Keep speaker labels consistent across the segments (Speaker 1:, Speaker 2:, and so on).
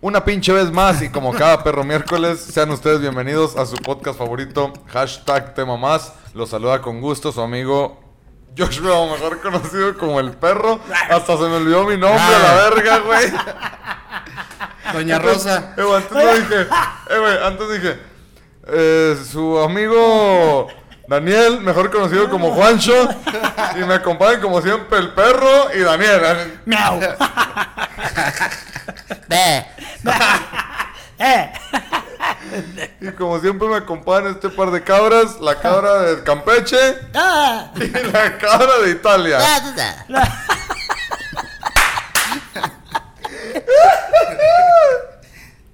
Speaker 1: Una pinche vez más y como cada perro miércoles, sean ustedes bienvenidos a su podcast favorito, hashtag tema más. Los saluda con gusto su amigo Joshua, mejor conocido como el perro. Hasta se me olvidó mi nombre a la verga, güey.
Speaker 2: Doña Rosa.
Speaker 1: Eh, güey, antes lo dije, eh, güey, antes dije, eh, su amigo Daniel, mejor conocido como Juancho, y me acompañan como siempre el perro y Daniel.
Speaker 3: Miau.
Speaker 2: Ve.
Speaker 3: Eh.
Speaker 1: Y como siempre me acompañan este par de cabras, la cabra de Campeche
Speaker 3: Ah.
Speaker 1: y la cabra de
Speaker 2: Ah.
Speaker 1: Italia.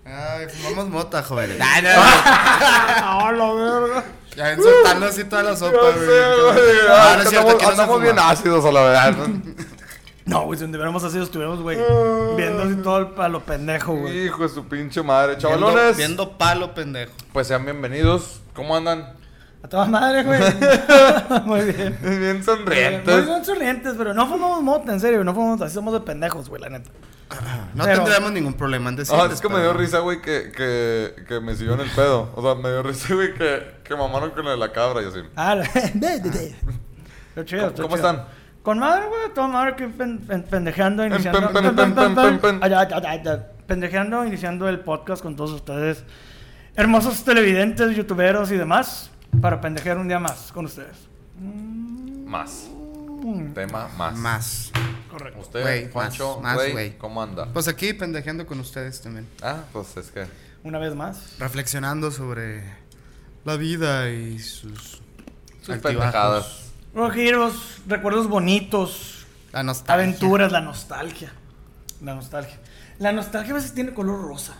Speaker 2: Ay, fumamos mota, joven. Ay, no,
Speaker 3: Ah, la verga.
Speaker 2: Ya ven soltando así toda la sopa,
Speaker 1: No
Speaker 2: güey.
Speaker 1: sé, güey.
Speaker 2: No,
Speaker 1: Ah,
Speaker 2: no es cierto,
Speaker 1: andamos
Speaker 2: que no se
Speaker 1: andamos
Speaker 2: fuma.
Speaker 1: bien ácidos a la verdad.
Speaker 3: No, güey, si hubiéramos así estuviéramos, güey,
Speaker 1: Ah.
Speaker 3: viendo así todo el- a lo pendejo, güey.
Speaker 1: Hijo de su pinche madre,
Speaker 2: Viendo-
Speaker 1: chavalones.
Speaker 2: Viendo palo, pendejo.
Speaker 1: Pues sean bienvenidos. ¿Cómo andan?
Speaker 3: A toda madre, güey. Muy bien.
Speaker 1: Bien
Speaker 3: Muy
Speaker 1: sonrientes.
Speaker 3: bien sonrientes, pero no fumamos mota, en serio, no fumamos, así somos de pendejos, güey, la neta.
Speaker 2: No
Speaker 3: Pero-
Speaker 2: tendremos ningún problema en decirlo.
Speaker 1: Ah, es que me dio risa, güey, que, que, que me siguió en el pedo. O sea, me dio risa, güey, que, que mamaron con lo de la cabra y así.
Speaker 3: Ah, la... de, de, de. Lo chido,
Speaker 1: ¿Cómo-
Speaker 3: lo
Speaker 1: cómo
Speaker 3: chido.
Speaker 1: están?
Speaker 3: Con madre, güey, toda madre que pen- pen- pendejeando,
Speaker 1: Pen,
Speaker 3: iniciando.
Speaker 1: pen, pen, pen, pen, pen, pen.
Speaker 3: Ay, ay, ay, ay, ay. Pendejeando, iniciando el podcast con todos ustedes. Hermosos televidentes, youtuberos y demás. Para pendejear un día más con ustedes.
Speaker 1: Más. Tema más.
Speaker 2: Más.
Speaker 3: Mm, Correcto.
Speaker 1: Usted,
Speaker 2: Güey,
Speaker 1: Juancho,
Speaker 2: más, más,
Speaker 1: güey,
Speaker 2: güey.
Speaker 1: ¿cómo anda?
Speaker 2: Pues aquí pendejeando con ustedes también.
Speaker 1: Ah, pues es que.
Speaker 3: Una vez más.
Speaker 2: Reflexionando sobre la vida y sus.
Speaker 1: Sus
Speaker 2: altibajos.
Speaker 1: pendejadas.
Speaker 3: Rojiros, recuerdos bonitos,
Speaker 2: La nostalgia.
Speaker 3: aventuras, la nostalgia. La nostalgia. La nostalgia a veces tiene color rosa.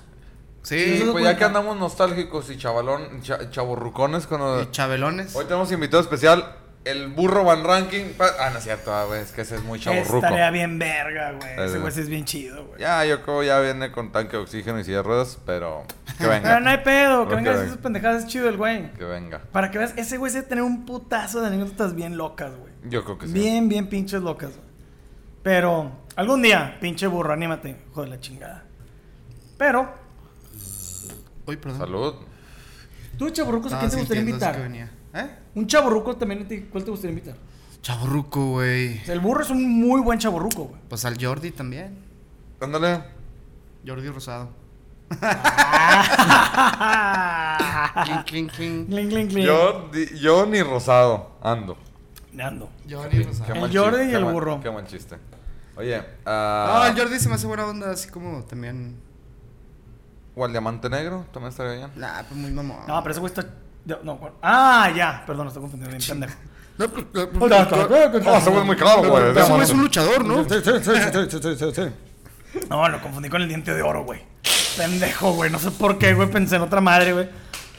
Speaker 2: Sí.
Speaker 1: Sí,
Speaker 3: Eso
Speaker 1: pues
Speaker 3: cuenta.
Speaker 1: ya que andamos nostálgicos y chavalón, cha- chavorrucones con lo de-
Speaker 2: Y chabelones.
Speaker 1: Hoy tenemos invitado especial, el burro Van Ranking. Pa- Ah, no es cierto, ah, güey, es que ese es muy chavorruco.
Speaker 3: Estaría bien verga, güey.
Speaker 1: Eh,
Speaker 3: Ese güey sí es bien chido, güey.
Speaker 1: Ya, yo creo ya viene con tanque de oxígeno y silla de ruedas, pero que
Speaker 3: Pero no hay
Speaker 1: venga.
Speaker 3: pedo, que
Speaker 1: Ok,
Speaker 3: vengan
Speaker 1: venga.
Speaker 3: esas pendejadas, es chido el güey.
Speaker 1: que venga.
Speaker 3: Para que veas, ese güey se tener un putazo de anécdotas bien locas, güey.
Speaker 1: Yo creo que sí.
Speaker 3: Bien, bien pinches locas, güey. Pero algún día, pinche burro, anímate, hijo de la chingada. Pero,
Speaker 2: Uy, perdón.
Speaker 1: Salud.
Speaker 3: tú, chaburrucos, ¿a
Speaker 2: Estaba
Speaker 3: quién te gustaría
Speaker 2: sintiendo eso que
Speaker 3: invitar?
Speaker 2: venía. ¿Eh?
Speaker 3: Un chaburruco también, te- ¿cuál te gustaría invitar?
Speaker 2: Chaburruco, güey.
Speaker 3: O sea, el burro es un muy buen chaburruco, güey.
Speaker 2: Pues al Jordi también.
Speaker 1: Ándale.
Speaker 2: Jordi Rosado. Clink, clink, clink.
Speaker 3: Cling, cling, cling.
Speaker 1: Yo, di- yo ni rosado ando.
Speaker 3: Ando.
Speaker 2: Jordi
Speaker 1: Qué
Speaker 2: Rosado.
Speaker 1: mal
Speaker 3: Jordi
Speaker 1: chiste,
Speaker 3: y
Speaker 1: qué
Speaker 3: el
Speaker 1: mal-
Speaker 3: burro.
Speaker 1: Qué mal chiste. Oye,
Speaker 2: Ah,
Speaker 1: ah.
Speaker 2: el Jordi se me hace buena onda, así como también.
Speaker 1: o el diamante negro también estaría bien.
Speaker 2: Nah, pues muy mamón.
Speaker 3: No, pero ese güey está. de- No, bueno. ah, ya. Perdón, estoy confundiendo bien, pendejo.
Speaker 2: No, pues, eh, pues,
Speaker 1: Ah, ese güey es muy claro, güey.
Speaker 2: Ese güey es un luchador, ¿no?
Speaker 3: No, lo confundí con el diente de oro, güey. Pendejo, güey. No sé por qué, güey. Pensé en otra madre, güey.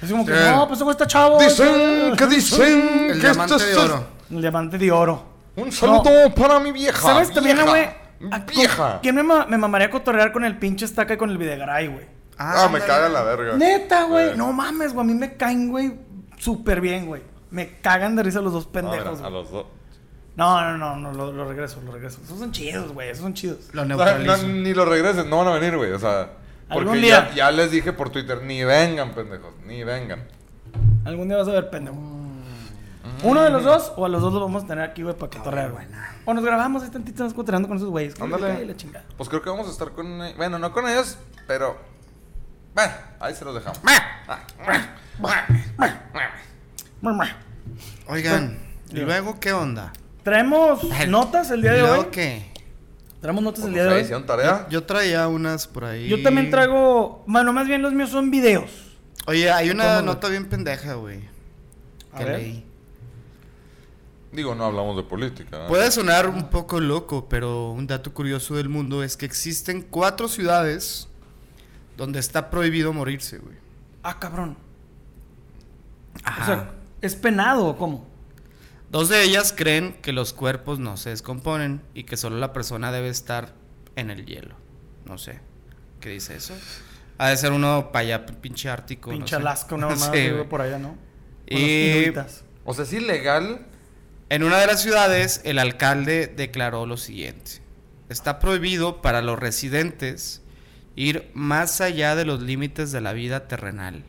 Speaker 3: Es como que,
Speaker 2: Sí.
Speaker 3: no, pues ese güey está chavo.
Speaker 1: Dicen que dicen
Speaker 2: El
Speaker 1: que esto
Speaker 2: diamante de
Speaker 1: es
Speaker 2: oro.
Speaker 3: El diamante de oro.
Speaker 1: un saludo para mi vieja.
Speaker 3: ¿Sabes también,
Speaker 1: vieja,
Speaker 3: güey? ¿A co-
Speaker 1: Vieja.
Speaker 3: ¿Quién me, ma- me mamaría cotorrear con el pinche estaca y con el videgaray, güey?
Speaker 1: Ah, me
Speaker 2: ándale.
Speaker 1: caga la verga.
Speaker 3: Neta, güey.
Speaker 1: Eh.
Speaker 3: No mames, güey. A mí me caen, güey, súper bien, güey. Me cagan de risa los dos
Speaker 1: No, mira,
Speaker 3: pendejos.
Speaker 1: a
Speaker 3: güey.
Speaker 1: los dos.
Speaker 3: No, no, no, no, lo, lo regreso, lo regreso. Esos son chidos, güey, esos son chidos.
Speaker 2: Lo
Speaker 1: O sea, no,
Speaker 2: neutralizo.
Speaker 1: ni los regresen, no van a venir, güey. O sea, porque
Speaker 3: Algún
Speaker 1: ya,
Speaker 3: día.
Speaker 1: ya les dije por Twitter, ni vengan, pendejos, ni vengan.
Speaker 3: Algún día vas a ver, pendejo.
Speaker 1: Mm.
Speaker 3: Uno de los dos, o a los dos los vamos a tener aquí, güey, para cotorrear, güey. O nos grabamos ahí tantito, nos cotorreando con esos güeyes. que le
Speaker 1: Ándale.
Speaker 3: cae la chingada.
Speaker 1: Pues creo que vamos a estar con. eh, Bueno, no con ellos, pero. Bueno, ahí se los dejamos.
Speaker 2: Ah.
Speaker 3: Mamá.
Speaker 2: Oigan, ¿y
Speaker 3: Digo.
Speaker 2: luego qué onda?
Speaker 3: Traemos notas el día de
Speaker 2: ¿Y luego
Speaker 3: hoy.
Speaker 2: qué?
Speaker 3: Traemos notas el
Speaker 1: Pues,
Speaker 3: día de
Speaker 1: ahí
Speaker 3: hoy.
Speaker 1: hicieron tarea.
Speaker 2: Yo traía unas por ahí.
Speaker 3: Yo también traigo. Bueno, más bien los míos son videos.
Speaker 2: Oye, hay una
Speaker 3: ¿Cómo, güey?
Speaker 2: nota bien pendeja, güey.
Speaker 3: A
Speaker 2: Que
Speaker 3: ver.
Speaker 2: leí.
Speaker 1: Digo, no hablamos de política. ¿eh?
Speaker 2: Puede sonar un poco loco, pero un dato curioso del mundo es que existen cuatro ciudades donde está prohibido morirse, güey.
Speaker 3: Ah, cabrón. O sea, ¿es penado o cómo?
Speaker 2: Dos de ellas creen que los cuerpos no se descomponen y que solo la persona debe estar en el hielo. No sé. ¿Qué dice eso? Ha de ser uno para allá, pinche ártico. no
Speaker 3: Pinche
Speaker 2: sé.
Speaker 3: Alaska, una mamada
Speaker 2: Sí,
Speaker 3: que vive
Speaker 2: güey.
Speaker 3: por allá, ¿no? Con los
Speaker 2: Y-
Speaker 3: inuitas.
Speaker 1: O sea, es ilegal.
Speaker 2: En una de las ciudades, el alcalde declaró lo siguiente. Está prohibido para los residentes ir más allá de los límites de la vida terrenal,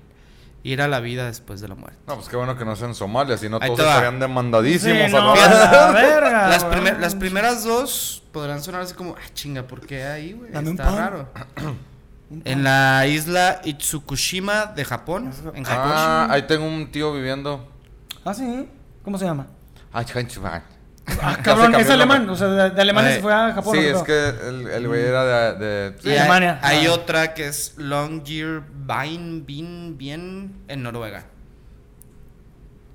Speaker 2: ir a la vida después de la muerte.
Speaker 1: No, pues qué bueno que no sea en Somalia, si no
Speaker 2: Ahí
Speaker 1: todos
Speaker 2: te va.
Speaker 1: estarían demandadísimos.
Speaker 3: Sí, no,
Speaker 1: a la verga.
Speaker 3: a la verga,
Speaker 2: Las,
Speaker 3: güey.
Speaker 2: primer- las primeras dos podrán sonar así como, ah, chinga, ¿por qué ahí, güey?
Speaker 4: Dame un
Speaker 2: Está
Speaker 4: pan.
Speaker 2: raro. en la isla Itsukushima de Japón, en Japón.
Speaker 1: Ah, ahí tengo un tío viviendo.
Speaker 4: Ah, sí. ¿Cómo se llama?
Speaker 1: Ah,
Speaker 4: Ah,
Speaker 1: Hanchuban. Ya se
Speaker 4: cabrón,
Speaker 1: cambió
Speaker 4: es
Speaker 1: el
Speaker 4: alemán.
Speaker 1: nombre.
Speaker 4: O sea, de, de Alemania
Speaker 2: Ay,
Speaker 4: se fue
Speaker 3: Ah,
Speaker 4: a Japón.
Speaker 1: Sí,
Speaker 4: ¿no?
Speaker 1: es que el, el güey era de. de-
Speaker 2: Y
Speaker 1: sí.
Speaker 2: hay,
Speaker 3: Alemania.
Speaker 2: hay
Speaker 3: Ah.
Speaker 2: otra que es Longyearbyen Bien, bien en Noruega.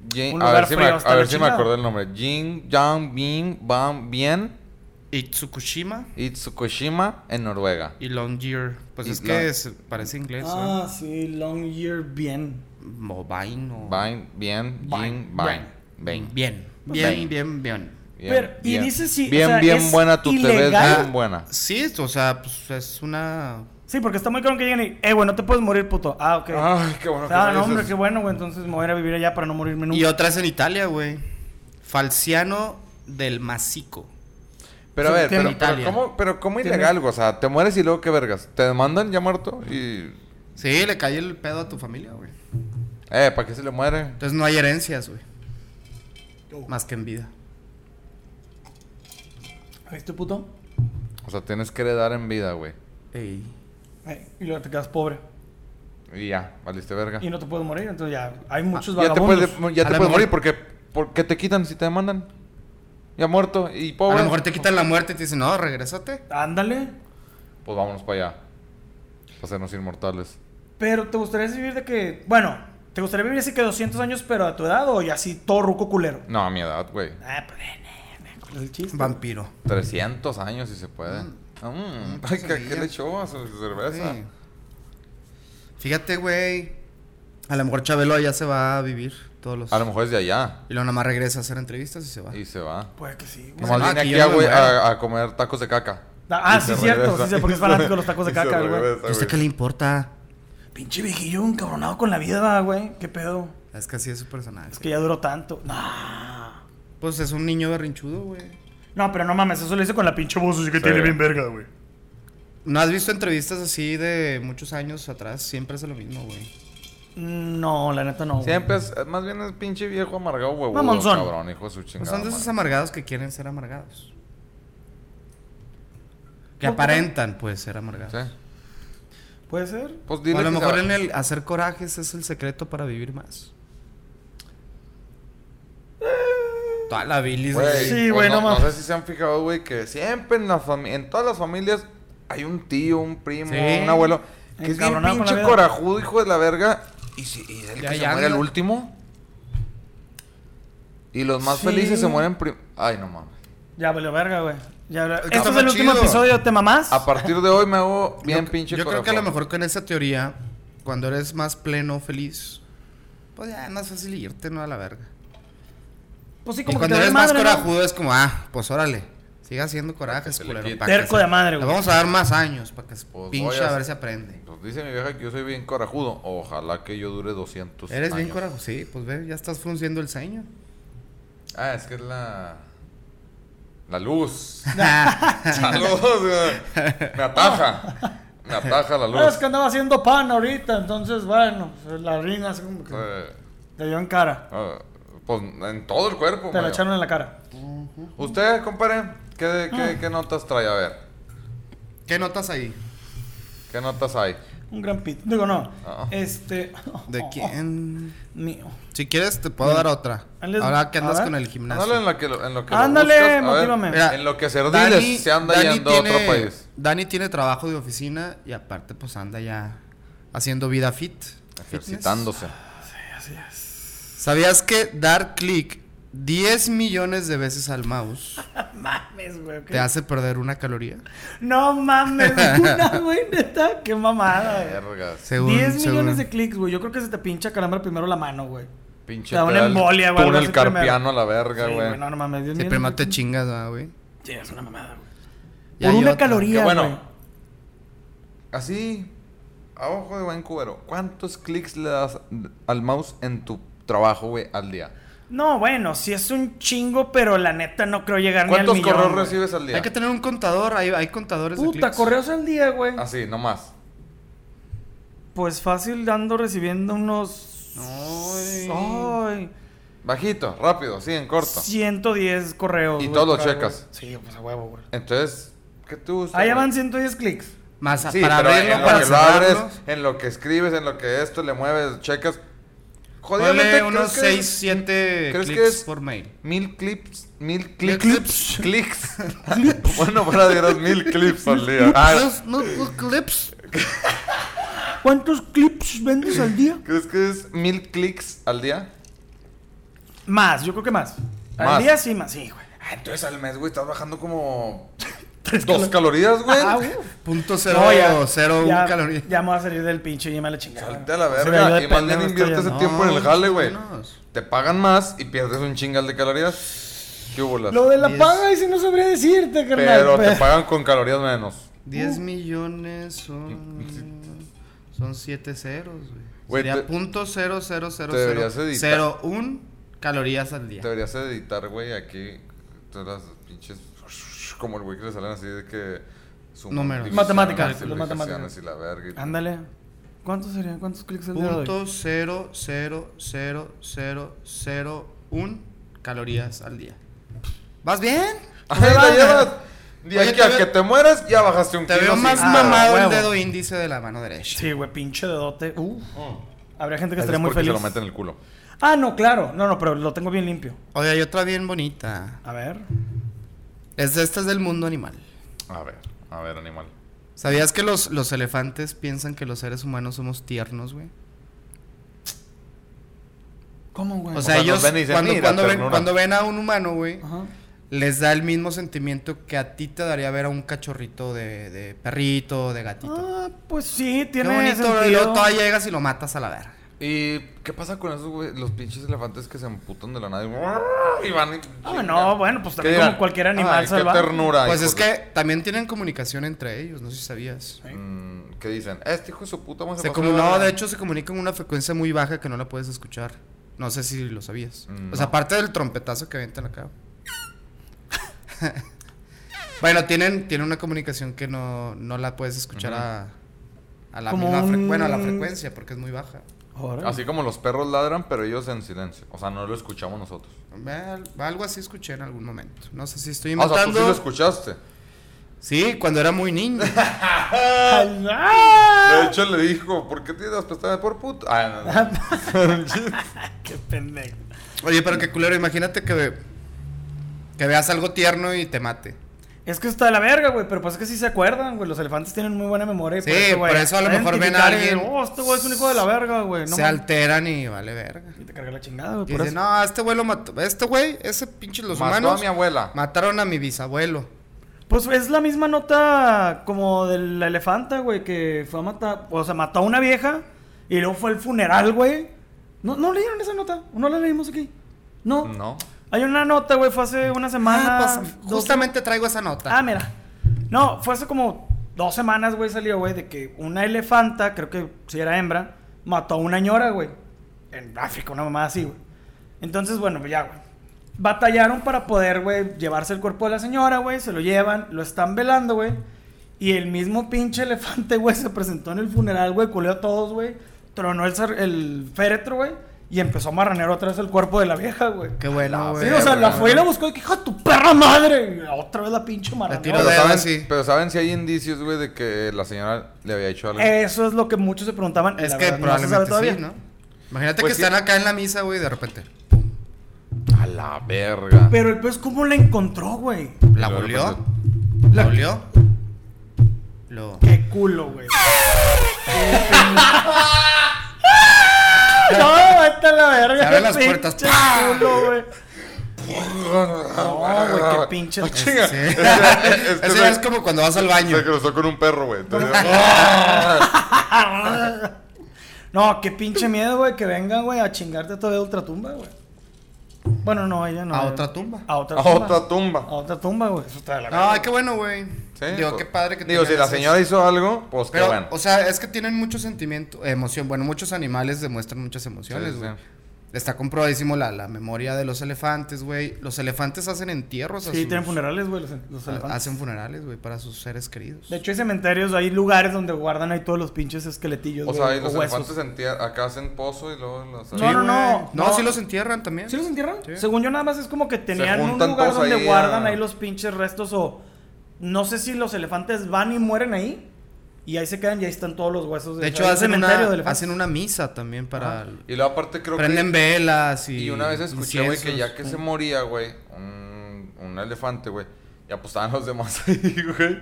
Speaker 1: Jin-
Speaker 3: Un
Speaker 1: a
Speaker 3: lugar
Speaker 1: ver si me,
Speaker 3: frío,
Speaker 1: ac-
Speaker 3: está
Speaker 1: a
Speaker 3: la
Speaker 1: ver si me
Speaker 3: chingada.
Speaker 1: acordé el nombre. Jin, Yang, Bin, Bam, Bien,
Speaker 2: Itsukushima
Speaker 1: y Tsukushima en Noruega.
Speaker 2: y Longyear. Pues
Speaker 1: Y
Speaker 2: es
Speaker 1: Long-
Speaker 2: que es- parece inglés. ¿no?
Speaker 4: Ah, sí, Long Year Bien.
Speaker 2: O Vine o-
Speaker 1: Bain, Bien, Jin, Bain.
Speaker 2: Bien,
Speaker 1: Bain.
Speaker 2: bien,
Speaker 1: Bain.
Speaker 2: bien, bien, bien.
Speaker 1: Bien,
Speaker 4: Pero, y
Speaker 1: bien.
Speaker 4: dices si- o
Speaker 1: Bien,
Speaker 4: sea,
Speaker 1: bien
Speaker 4: ¿es
Speaker 1: buena, tú te ves
Speaker 4: ilegal?
Speaker 1: bien buena.
Speaker 2: Sí, esto, o sea, pues es una.
Speaker 3: Sí, porque está muy claro que lleguen y, eh, güey, no te puedes morir, puto. Ah, ok.
Speaker 1: Ay, qué bueno que
Speaker 3: ah,
Speaker 1: me
Speaker 3: no,
Speaker 1: dices.
Speaker 3: hombre, qué bueno, güey. Entonces me voy a ir a vivir allá para no morirme nunca.
Speaker 2: Y otra es en Italia, güey. Falciano del Masico.
Speaker 1: Pero a
Speaker 4: Sí,
Speaker 1: ver,
Speaker 4: tiene
Speaker 1: pero, pero
Speaker 2: Italia.
Speaker 1: ¿cómo, pero cómo
Speaker 4: Tiene-
Speaker 1: ilegal? güey? O sea, te mueres y luego qué vergas. Te demandan ya muerto y.
Speaker 2: Sí, le cayó el pedo a tu familia, güey.
Speaker 1: Eh, ¿para qué se le muere?
Speaker 2: Entonces no hay herencias, güey. Más que en vida.
Speaker 4: Ahí este puto.
Speaker 1: O sea, tienes que heredar en vida, güey.
Speaker 2: Ey.
Speaker 3: Eh, y luego te quedas pobre.
Speaker 1: Y ya, valiste verga.
Speaker 3: Y no te puedes morir. Entonces ya hay
Speaker 2: Ah,
Speaker 3: muchos
Speaker 1: ya te
Speaker 3: vagabundos.
Speaker 1: puedes, ya
Speaker 2: A
Speaker 1: te
Speaker 2: la
Speaker 1: puedes
Speaker 2: mejor-
Speaker 1: morir porque, porque te quitan si te demandan. Ya muerto y pobre.
Speaker 2: A lo mejor te quitan la muerte y te dicen, no, regrésate.
Speaker 3: Ándale.
Speaker 1: Pues vámonos para allá. Para hacernos inmortales.
Speaker 3: Pero te gustaría vivir de que. Bueno, ¿te gustaría vivir así que 200 años, pero a tu edad o ya así todo ruco culero?
Speaker 1: No, a mi edad, güey.
Speaker 3: Ah, pues. eh, eh,
Speaker 4: Es el chiste.
Speaker 2: Vampiro.
Speaker 1: 300 años si se puede. Mm. Ay, ¿qué, qué le echó a su cerveza?
Speaker 2: Sí. Fíjate, güey. A lo mejor Chabelo ya se va a vivir todos los.
Speaker 1: A lo mejor es de allá.
Speaker 2: Y luego nada más regresa a hacer entrevistas y se va.
Speaker 1: Y se va.
Speaker 3: Puede que sí, güey.
Speaker 1: Nomás
Speaker 2: no,
Speaker 1: viene
Speaker 2: aquí
Speaker 1: aquí
Speaker 2: yo
Speaker 1: a,
Speaker 2: me
Speaker 1: güey,
Speaker 2: muero.
Speaker 1: a, a comer tacos de caca.
Speaker 3: Ah,
Speaker 1: Y
Speaker 3: sí,
Speaker 1: se
Speaker 3: cierto.
Speaker 1: regresa.
Speaker 3: Sí, sé, porque es fanático de los tacos de
Speaker 1: Y se
Speaker 3: caca, el güey.
Speaker 1: regresa,
Speaker 2: ¿Y usted
Speaker 1: güey.
Speaker 2: qué le importa?
Speaker 3: Pinche viejillo encabronado con la vida, güey. ¿Qué pedo?
Speaker 2: Es que así es su personaje.
Speaker 3: Es que ya duró tanto. No.
Speaker 2: Pues es un niño berrinchudo, güey.
Speaker 3: No, pero no mames, eso lo hice con la pinche voz así que
Speaker 1: Sí.
Speaker 3: tiene bien verga, güey.
Speaker 2: ¿No has visto entrevistas así de muchos años atrás? Siempre hace lo mismo, güey.
Speaker 3: Mm, No, la neta no. güey.
Speaker 1: Siempre es, eh, más bien es pinche viejo amargado huevudo,
Speaker 3: Mamonzón.
Speaker 1: cabrón, hijo de su chingada.
Speaker 2: Pues son de esos
Speaker 1: madre.
Speaker 2: amargados que quieren ser amargados. Que
Speaker 3: No,
Speaker 2: aparentan, pues, ser amargados.
Speaker 1: Sí.
Speaker 3: ¿Puede ser?
Speaker 1: Pues
Speaker 2: O
Speaker 1: dile
Speaker 2: a lo
Speaker 1: que
Speaker 2: mejor
Speaker 1: se-
Speaker 2: en el hacer corajes es el secreto para vivir más. Toda la bilis,
Speaker 1: Güey, pues
Speaker 2: güey.
Speaker 3: Sí, güey,
Speaker 1: no,
Speaker 3: no mames.
Speaker 1: no sé si se han fijado, güey, que siempre en, la fami- en todas las familias hay un tío, un primo,
Speaker 2: Sí.
Speaker 1: un abuelo que es bien
Speaker 3: Encabronado con la
Speaker 1: pinche
Speaker 3: vida.
Speaker 1: corajudo, hijo de la verga. Y, si, y es el
Speaker 2: Ya,
Speaker 1: que se
Speaker 2: ya,
Speaker 1: muere el
Speaker 2: anda.
Speaker 1: último. Y los más
Speaker 3: Sí.
Speaker 1: felices se mueren prim- Ay, no mames.
Speaker 3: Ya valió verga, güey. Ya, valió-
Speaker 2: Está
Speaker 3: Este es
Speaker 2: más
Speaker 3: el último
Speaker 2: chido.
Speaker 3: episodio, ¿te mamás?
Speaker 1: A partir de hoy me hago
Speaker 2: Yo-
Speaker 1: bien pinche
Speaker 2: Yo creo que a lo
Speaker 1: corajudo.
Speaker 2: mejor con esa teoría, cuando eres más pleno, feliz, pues ya es más fácil irte, ¿no? A la verga.
Speaker 3: Pues sí,
Speaker 2: Y
Speaker 3: como que te
Speaker 2: cuando
Speaker 3: vale
Speaker 2: eres más
Speaker 3: madre, ¿no?
Speaker 2: corajudo es como, ah, pues órale, siga haciendo corajes,
Speaker 1: se le
Speaker 2: culero.
Speaker 1: quite.
Speaker 2: pa' que
Speaker 3: Terco
Speaker 2: se-
Speaker 3: de madre,
Speaker 2: Le
Speaker 3: güey.
Speaker 2: vamos a dar más años para que se
Speaker 1: Pues voy
Speaker 2: pinche
Speaker 1: a-
Speaker 2: a ver si aprende.
Speaker 1: Pues dice mi vieja que yo soy bien corajudo. Ojalá que yo dure 200
Speaker 2: Eres bien
Speaker 1: años.
Speaker 2: corajudo, sí, pues ve, ya estás frunciendo el ceño.
Speaker 1: Ah, es que es la. La luz.
Speaker 2: Ah.
Speaker 1: Saludos, güey. Me ataja. Me ataja la
Speaker 3: No, Ah, es
Speaker 1: luz.
Speaker 3: que andaba haciendo pan ahorita, entonces, bueno, pues, la harina así como que
Speaker 1: Eh,
Speaker 3: te dio en cara.
Speaker 1: ah, pues en todo el cuerpo.
Speaker 3: Te la
Speaker 1: medio.
Speaker 3: echaron en la cara.
Speaker 1: Usted, compadre, ¿qué,
Speaker 3: Ah.
Speaker 1: qué, qué notas trae? A ver,
Speaker 2: ¿Qué notas ahí?
Speaker 1: ¿qué notas hay?
Speaker 3: Un gran pito. Digo, no.
Speaker 1: Ah.
Speaker 3: Este.
Speaker 2: ¿De quién?
Speaker 3: Mío.
Speaker 2: Si quieres te puedo dar otra.
Speaker 3: Ahí les-
Speaker 2: Ahora que
Speaker 3: a
Speaker 2: andas
Speaker 3: ver.
Speaker 2: con el gimnasio.
Speaker 1: Ándale en lo que lo, en lo que lo
Speaker 3: Ándale,
Speaker 1: buscas, a ver,
Speaker 3: motívame.
Speaker 2: Mira,
Speaker 1: en lo que Cerdiles se anda
Speaker 2: Dani
Speaker 1: yendo a otro
Speaker 2: tiene-
Speaker 1: país.
Speaker 2: Dani tiene trabajo de oficina y aparte pues anda ya haciendo vida fit. fitness.
Speaker 1: Ejercitándose.
Speaker 2: ¿Sabías que dar clic 10 millones de veces al mouse
Speaker 3: Ah, Mames, güey. ¿qué?
Speaker 2: te hace perder una caloría?
Speaker 3: No mames, una, güey, neta. Qué mamada, güey.
Speaker 1: Vergas.
Speaker 2: Según,
Speaker 3: 10
Speaker 2: según-
Speaker 3: millones de clics, güey. Yo creo que se te pincha caramba primero la mano, güey.
Speaker 1: Pinche.
Speaker 3: Da una
Speaker 1: pedal,
Speaker 3: embolia, güey, algo
Speaker 1: Túnel
Speaker 3: así primero.
Speaker 1: carpiano a la verga,
Speaker 3: Sí,
Speaker 1: güey.
Speaker 3: güey, no, no mames. 10
Speaker 2: Sí,
Speaker 3: millones
Speaker 2: primero
Speaker 3: de
Speaker 2: te
Speaker 3: clics.
Speaker 2: chingas, ah, güey.
Speaker 3: Sí, es una mamada, güey.
Speaker 2: Y
Speaker 3: Por
Speaker 2: hay
Speaker 3: una
Speaker 2: otra.
Speaker 3: caloría,
Speaker 1: Que
Speaker 3: güey.
Speaker 1: bueno. Así, a ojo de buen cubero, ¿cuántos clics le das al mouse en tu trabajo, güey, al día?
Speaker 3: No, bueno, sí es un chingo, pero la neta no creo llegar ni al
Speaker 1: ¿Cuántos
Speaker 3: millón.
Speaker 1: correos
Speaker 3: güey.
Speaker 1: recibes al día?
Speaker 2: Hay que tener un contador, hay, hay contadores de
Speaker 3: Puta,
Speaker 2: clics.
Speaker 3: correos al día, güey.
Speaker 1: Así, nomás.
Speaker 3: Pues fácil ando recibiendo unos.
Speaker 2: Ay.
Speaker 3: Ay.
Speaker 1: Bajito, rápido, así en corto.
Speaker 3: 110 correos.
Speaker 1: Y
Speaker 3: güey,
Speaker 1: todos los
Speaker 3: por algo.
Speaker 1: checas.
Speaker 3: Sí, pues a huevo, güey.
Speaker 1: Entonces, ¿qué tú gusta?
Speaker 3: Ahí
Speaker 1: güey?
Speaker 3: van 110 clics.
Speaker 2: Más a-
Speaker 1: Sí,
Speaker 2: para
Speaker 1: pero
Speaker 2: abrirlo,
Speaker 1: en lo
Speaker 2: para
Speaker 1: que lo abres,
Speaker 2: cerrarlo.
Speaker 1: en lo que escribes, en lo que esto, le mueves, checas.
Speaker 2: Ponle
Speaker 1: Jodidamente,
Speaker 2: unos
Speaker 1: ¿crees que-
Speaker 2: 6, 7
Speaker 1: crees
Speaker 2: clics
Speaker 1: que es-
Speaker 2: por mail.
Speaker 1: Mil clips, mil
Speaker 2: Mil
Speaker 1: clips, clics. bueno, para dirás mil clips al día. Ah,
Speaker 2: No, no, clips.
Speaker 3: ¿Cuántos clips vendes al día?
Speaker 1: ¿Crees que es mil clics al día?
Speaker 3: Más, yo creo que más.
Speaker 1: Más.
Speaker 3: Al día sí, más, sí, güey.
Speaker 1: Ah, entonces al mes, güey, estás bajando como dos calorías, güey.
Speaker 3: Ah, güey.
Speaker 2: Punto
Speaker 3: No, ya-
Speaker 2: 0.01
Speaker 3: ya-
Speaker 2: caloría.
Speaker 3: Ya me voy a salir del pinche y me la chingada.
Speaker 1: Salte a la
Speaker 3: Se me ayuda
Speaker 1: verga.
Speaker 3: de
Speaker 1: Y más bien
Speaker 3: pendejo,
Speaker 1: inviertes
Speaker 3: estoy
Speaker 1: ese
Speaker 3: ya,
Speaker 1: tiempo en el jale, güey.
Speaker 2: vámonos.
Speaker 1: Te pagan más y pierdes un chingal de calorías. ¿Qué hubo las?
Speaker 3: ¿no? Lo de la
Speaker 2: Diez.
Speaker 3: paga, ese no sabría decirte, carnal.
Speaker 1: Pero te
Speaker 3: pero-
Speaker 1: pagan con calorías menos.
Speaker 2: 10 millones son. Son 7 ceros, güey.
Speaker 1: Güey,
Speaker 2: Sería
Speaker 1: te-
Speaker 2: punto cero cero cero
Speaker 1: te
Speaker 2: cero
Speaker 1: deberías editar.
Speaker 2: cero un calorías al día.
Speaker 1: Deberías editar, güey, aquí todas las pinches. Como el güey que le salen así de que. suman
Speaker 2: Números.
Speaker 1: divisiones,
Speaker 3: Matemáticas,
Speaker 1: multiplicaciones
Speaker 3: los matemáticas.
Speaker 1: y la verga. y-
Speaker 3: Ándale. ¿Cuántos serían? ¿Cuántos clics al día de hoy?
Speaker 2: Punto cero cero cero cero cero un calorías al día. ¿Vas bien?
Speaker 1: Ahí la llevas. De
Speaker 2: Oye,
Speaker 1: aquí
Speaker 2: te
Speaker 1: a
Speaker 2: veo-
Speaker 1: que te mueras, ya bajaste un
Speaker 2: Te
Speaker 1: kilo
Speaker 2: veo
Speaker 1: sin
Speaker 2: más
Speaker 1: nada.
Speaker 2: mamado
Speaker 3: huevo.
Speaker 2: el dedo índice de la mano derecha.
Speaker 3: Sí, güey, pinche dedote. Uh,
Speaker 1: Mm.
Speaker 3: habría gente que
Speaker 1: Eso es
Speaker 3: estaría muy
Speaker 1: porque se
Speaker 3: feliz.
Speaker 1: lo meten en el culo.
Speaker 3: Ah, no, claro. No, no, pero lo tengo bien limpio.
Speaker 2: Oye, hay otra bien bonita.
Speaker 3: A ver.
Speaker 2: Es de- esta es del mundo animal.
Speaker 1: A ver, a ver, animal.
Speaker 2: ¿Sabías que los, los elefantes piensan que los seres humanos somos tiernos, güey?
Speaker 3: ¿Cómo, güey?
Speaker 2: O sea,
Speaker 1: sea, nos
Speaker 2: ellos
Speaker 1: ven y dicen,
Speaker 2: cuando,
Speaker 1: "Mira,
Speaker 2: cuando ven,
Speaker 1: ternura".
Speaker 2: cuando ven a un humano, güey,
Speaker 3: Ajá.
Speaker 2: les da el mismo sentimiento que a ti te daría ver a un cachorrito de, de perrito, de gatito.
Speaker 3: Ah, pues sí,
Speaker 2: Qué
Speaker 3: tiene
Speaker 2: bonito, y
Speaker 3: sentido.
Speaker 2: luego todavía llegas y lo matas a la verga.
Speaker 1: ¿Y qué pasa con esos, güey? Los pinches elefantes que se emputan de la nada y, y van y...
Speaker 5: Ah,
Speaker 1: chingan.
Speaker 5: no, bueno, pues
Speaker 1: ¿Qué
Speaker 5: también
Speaker 1: dirán?
Speaker 5: como cualquier animal
Speaker 1: Ay,
Speaker 5: salvaje.
Speaker 1: qué ternura.
Speaker 2: Pues
Speaker 1: hijo
Speaker 2: es
Speaker 1: de-
Speaker 2: que también tienen comunicación entre ellos, no sé si sabías.
Speaker 1: Mm, ¿Qué dicen? Este hijo de su puta madre
Speaker 2: Se
Speaker 1: pasó
Speaker 2: comu-
Speaker 1: de
Speaker 2: no,
Speaker 1: verga.
Speaker 2: de hecho se comunica en una frecuencia muy baja que no la puedes escuchar. No sé si lo sabías.
Speaker 1: Mm,
Speaker 2: O sea,
Speaker 1: no.
Speaker 2: aparte del trompetazo que avientan acá. bueno, tienen, tienen una comunicación que no, no la puedes escuchar a, a la
Speaker 3: Como
Speaker 2: misma fre-
Speaker 3: un-
Speaker 2: bueno, a la frecuencia porque es muy baja.
Speaker 3: Órale.
Speaker 1: Así como los perros ladran, pero ellos en silencio. O sea, no lo escuchamos nosotros.
Speaker 2: Al- Algo así escuché en algún momento. No sé si estoy
Speaker 1: Ah, O sea, tú sí
Speaker 2: inventando.
Speaker 1: lo escuchaste.
Speaker 2: sí, cuando era muy niño.
Speaker 1: De hecho, le dijo, ¿por qué tienes las pestañas por puto? Ah, no, no.
Speaker 3: Qué pendejo.
Speaker 2: Oye, pero qué culero, imagínate que, que veas algo tierno y te mate.
Speaker 3: Es que está de la verga, güey, pero pues es que sí se acuerdan, güey. Los elefantes tienen muy buena memoria. y
Speaker 2: Sí,
Speaker 3: güey,
Speaker 2: por eso a lo
Speaker 3: pueden
Speaker 2: mejor ven a
Speaker 3: identificar y,
Speaker 2: alguien-
Speaker 3: Oh, este güey es un hijo de la verga, güey. No
Speaker 2: se
Speaker 3: mames".
Speaker 2: alteran y vale verga.
Speaker 3: Y te carga la chingada, güey.
Speaker 2: Y
Speaker 3: Por
Speaker 2: dice,
Speaker 3: eso.
Speaker 2: no, este güey lo mató. Este güey, ese pinche los
Speaker 1: Mató
Speaker 2: humanos.
Speaker 1: a mi abuela.
Speaker 2: Mataron a mi bisabuelo.
Speaker 3: Pues es la misma nota como de la elefanta, güey, que fue a matar. O sea, mató a una vieja y luego fue al funeral, güey. ¿No, ¿No leyeron esa nota? ¿O no la leímos aquí? No.
Speaker 1: No.
Speaker 3: Hay una nota, güey, fue hace una semana.
Speaker 2: Ah, pues,
Speaker 3: dos-
Speaker 2: justamente traigo esa nota.
Speaker 3: Ah, mira. No, fue hace como dos semanas, güey, salió, güey, de que una elefanta, creo que si era hembra, mató a una ñora, güey. En África, una mamá así, güey. Entonces, bueno, pues ya, güey. Batallaron para poder, güey, llevarse el cuerpo de la señora, güey. Se lo llevan, lo están velando, güey. Y el mismo pinche elefante, güey, se presentó en el funeral, güey, culeó a todos, güey. Tronó el, cer- el féretro, güey. Y empezó a marranear otra vez el cuerpo de la vieja, güey.
Speaker 2: Qué bueno, güey.
Speaker 3: Sí, o sea, la
Speaker 2: güey.
Speaker 3: fue y la buscó y que hija de tu perra madre. Y Otra vez la pinche marranea.
Speaker 2: La tiró
Speaker 1: Pero
Speaker 2: de-
Speaker 1: saben,
Speaker 2: sí.
Speaker 1: pero saben si hay indicios, güey, de que la señora le había hecho algo.
Speaker 5: Eh.
Speaker 3: Eso es lo que muchos se preguntaban.
Speaker 2: Es
Speaker 3: La
Speaker 2: que
Speaker 3: verdad, no se sabe
Speaker 2: probablemente
Speaker 3: todavía.
Speaker 2: sí, ¿no? Imagínate
Speaker 1: Pues
Speaker 2: que
Speaker 1: sí.
Speaker 2: están acá en la misa, güey, y de repente.
Speaker 1: A la verga.
Speaker 3: Pero el pez, ¿cómo la encontró, güey?
Speaker 2: La
Speaker 1: Luego,
Speaker 2: volvió. La
Speaker 3: La-
Speaker 2: volvió. Lo.
Speaker 3: Qué culo, güey. no, vete a la verga.
Speaker 2: Se abren las
Speaker 3: pinche
Speaker 2: puertas.
Speaker 3: culo, güey. No, güey, qué pinche.
Speaker 1: Ah, chinga.
Speaker 2: Sí.
Speaker 1: Este- este- este
Speaker 2: Eso
Speaker 1: se-
Speaker 2: es como cuando vas al baño.
Speaker 1: Se cruzó con un perro, güey. Entonces, ¡ah!
Speaker 3: No, qué pinche miedo, güey, que vengan, güey, a chingarte todavía a otra tumba, güey. Bueno, no, ella no.
Speaker 2: A
Speaker 3: güey.
Speaker 2: otra tumba.
Speaker 3: A otra
Speaker 1: a
Speaker 3: tumba.
Speaker 1: otra tumba.
Speaker 3: A otra tumba, güey. Eso está de la verga.
Speaker 2: Ay, qué bueno, güey.
Speaker 1: Sí,
Speaker 2: Digo,
Speaker 1: pues,
Speaker 2: qué padre que
Speaker 1: Digo, si
Speaker 2: tengan
Speaker 1: la
Speaker 2: esos-
Speaker 1: señora hizo algo, pues qué
Speaker 2: Pero,
Speaker 1: bueno.
Speaker 2: o sea, es que tienen mucho sentimiento, emoción. Bueno, muchos animales demuestran muchas emociones,
Speaker 1: Sí,
Speaker 2: güey.
Speaker 1: sí.
Speaker 2: Está comprobadísimo la, la memoria de los elefantes, güey. Los elefantes hacen entierros. a
Speaker 3: Sí,
Speaker 2: sus-
Speaker 3: tienen funerales, güey, los, los
Speaker 2: a-
Speaker 3: elefantes.
Speaker 2: pues, Hacen funerales, güey, para sus seres queridos.
Speaker 3: De hecho, hay cementerios, hay lugares donde guardan ahí todos los pinches esqueletillos,
Speaker 1: O
Speaker 3: güey,
Speaker 1: sea, ahí los
Speaker 3: huesos.
Speaker 1: elefantes entier- acá hacen pozo y luego los...
Speaker 3: No, no, no.
Speaker 2: No, sí los entierran también.
Speaker 3: ¿Sí los entierran?
Speaker 2: Sí.
Speaker 3: Según yo, nada más es como que tenían un
Speaker 1: juntan
Speaker 3: lugar
Speaker 1: todos
Speaker 3: donde
Speaker 1: ahí
Speaker 3: guardan
Speaker 1: a-
Speaker 3: ahí los pinches restos o... No sé si los elefantes van y mueren ahí y ahí se quedan y ahí están todos los huesos.
Speaker 2: De
Speaker 3: o sea,
Speaker 2: hecho,
Speaker 3: hay un
Speaker 2: hacen
Speaker 3: cementerio de
Speaker 2: una,
Speaker 3: elefantes.
Speaker 2: hacen una misa también para...
Speaker 1: Y luego aparte creo
Speaker 2: Prenden
Speaker 1: que...
Speaker 2: velas y...
Speaker 1: Y una vez escuché, güey, que
Speaker 2: inciensos.
Speaker 1: ya que se moría, güey, un, un elefante, güey, y apostaban los demás ahí, güey.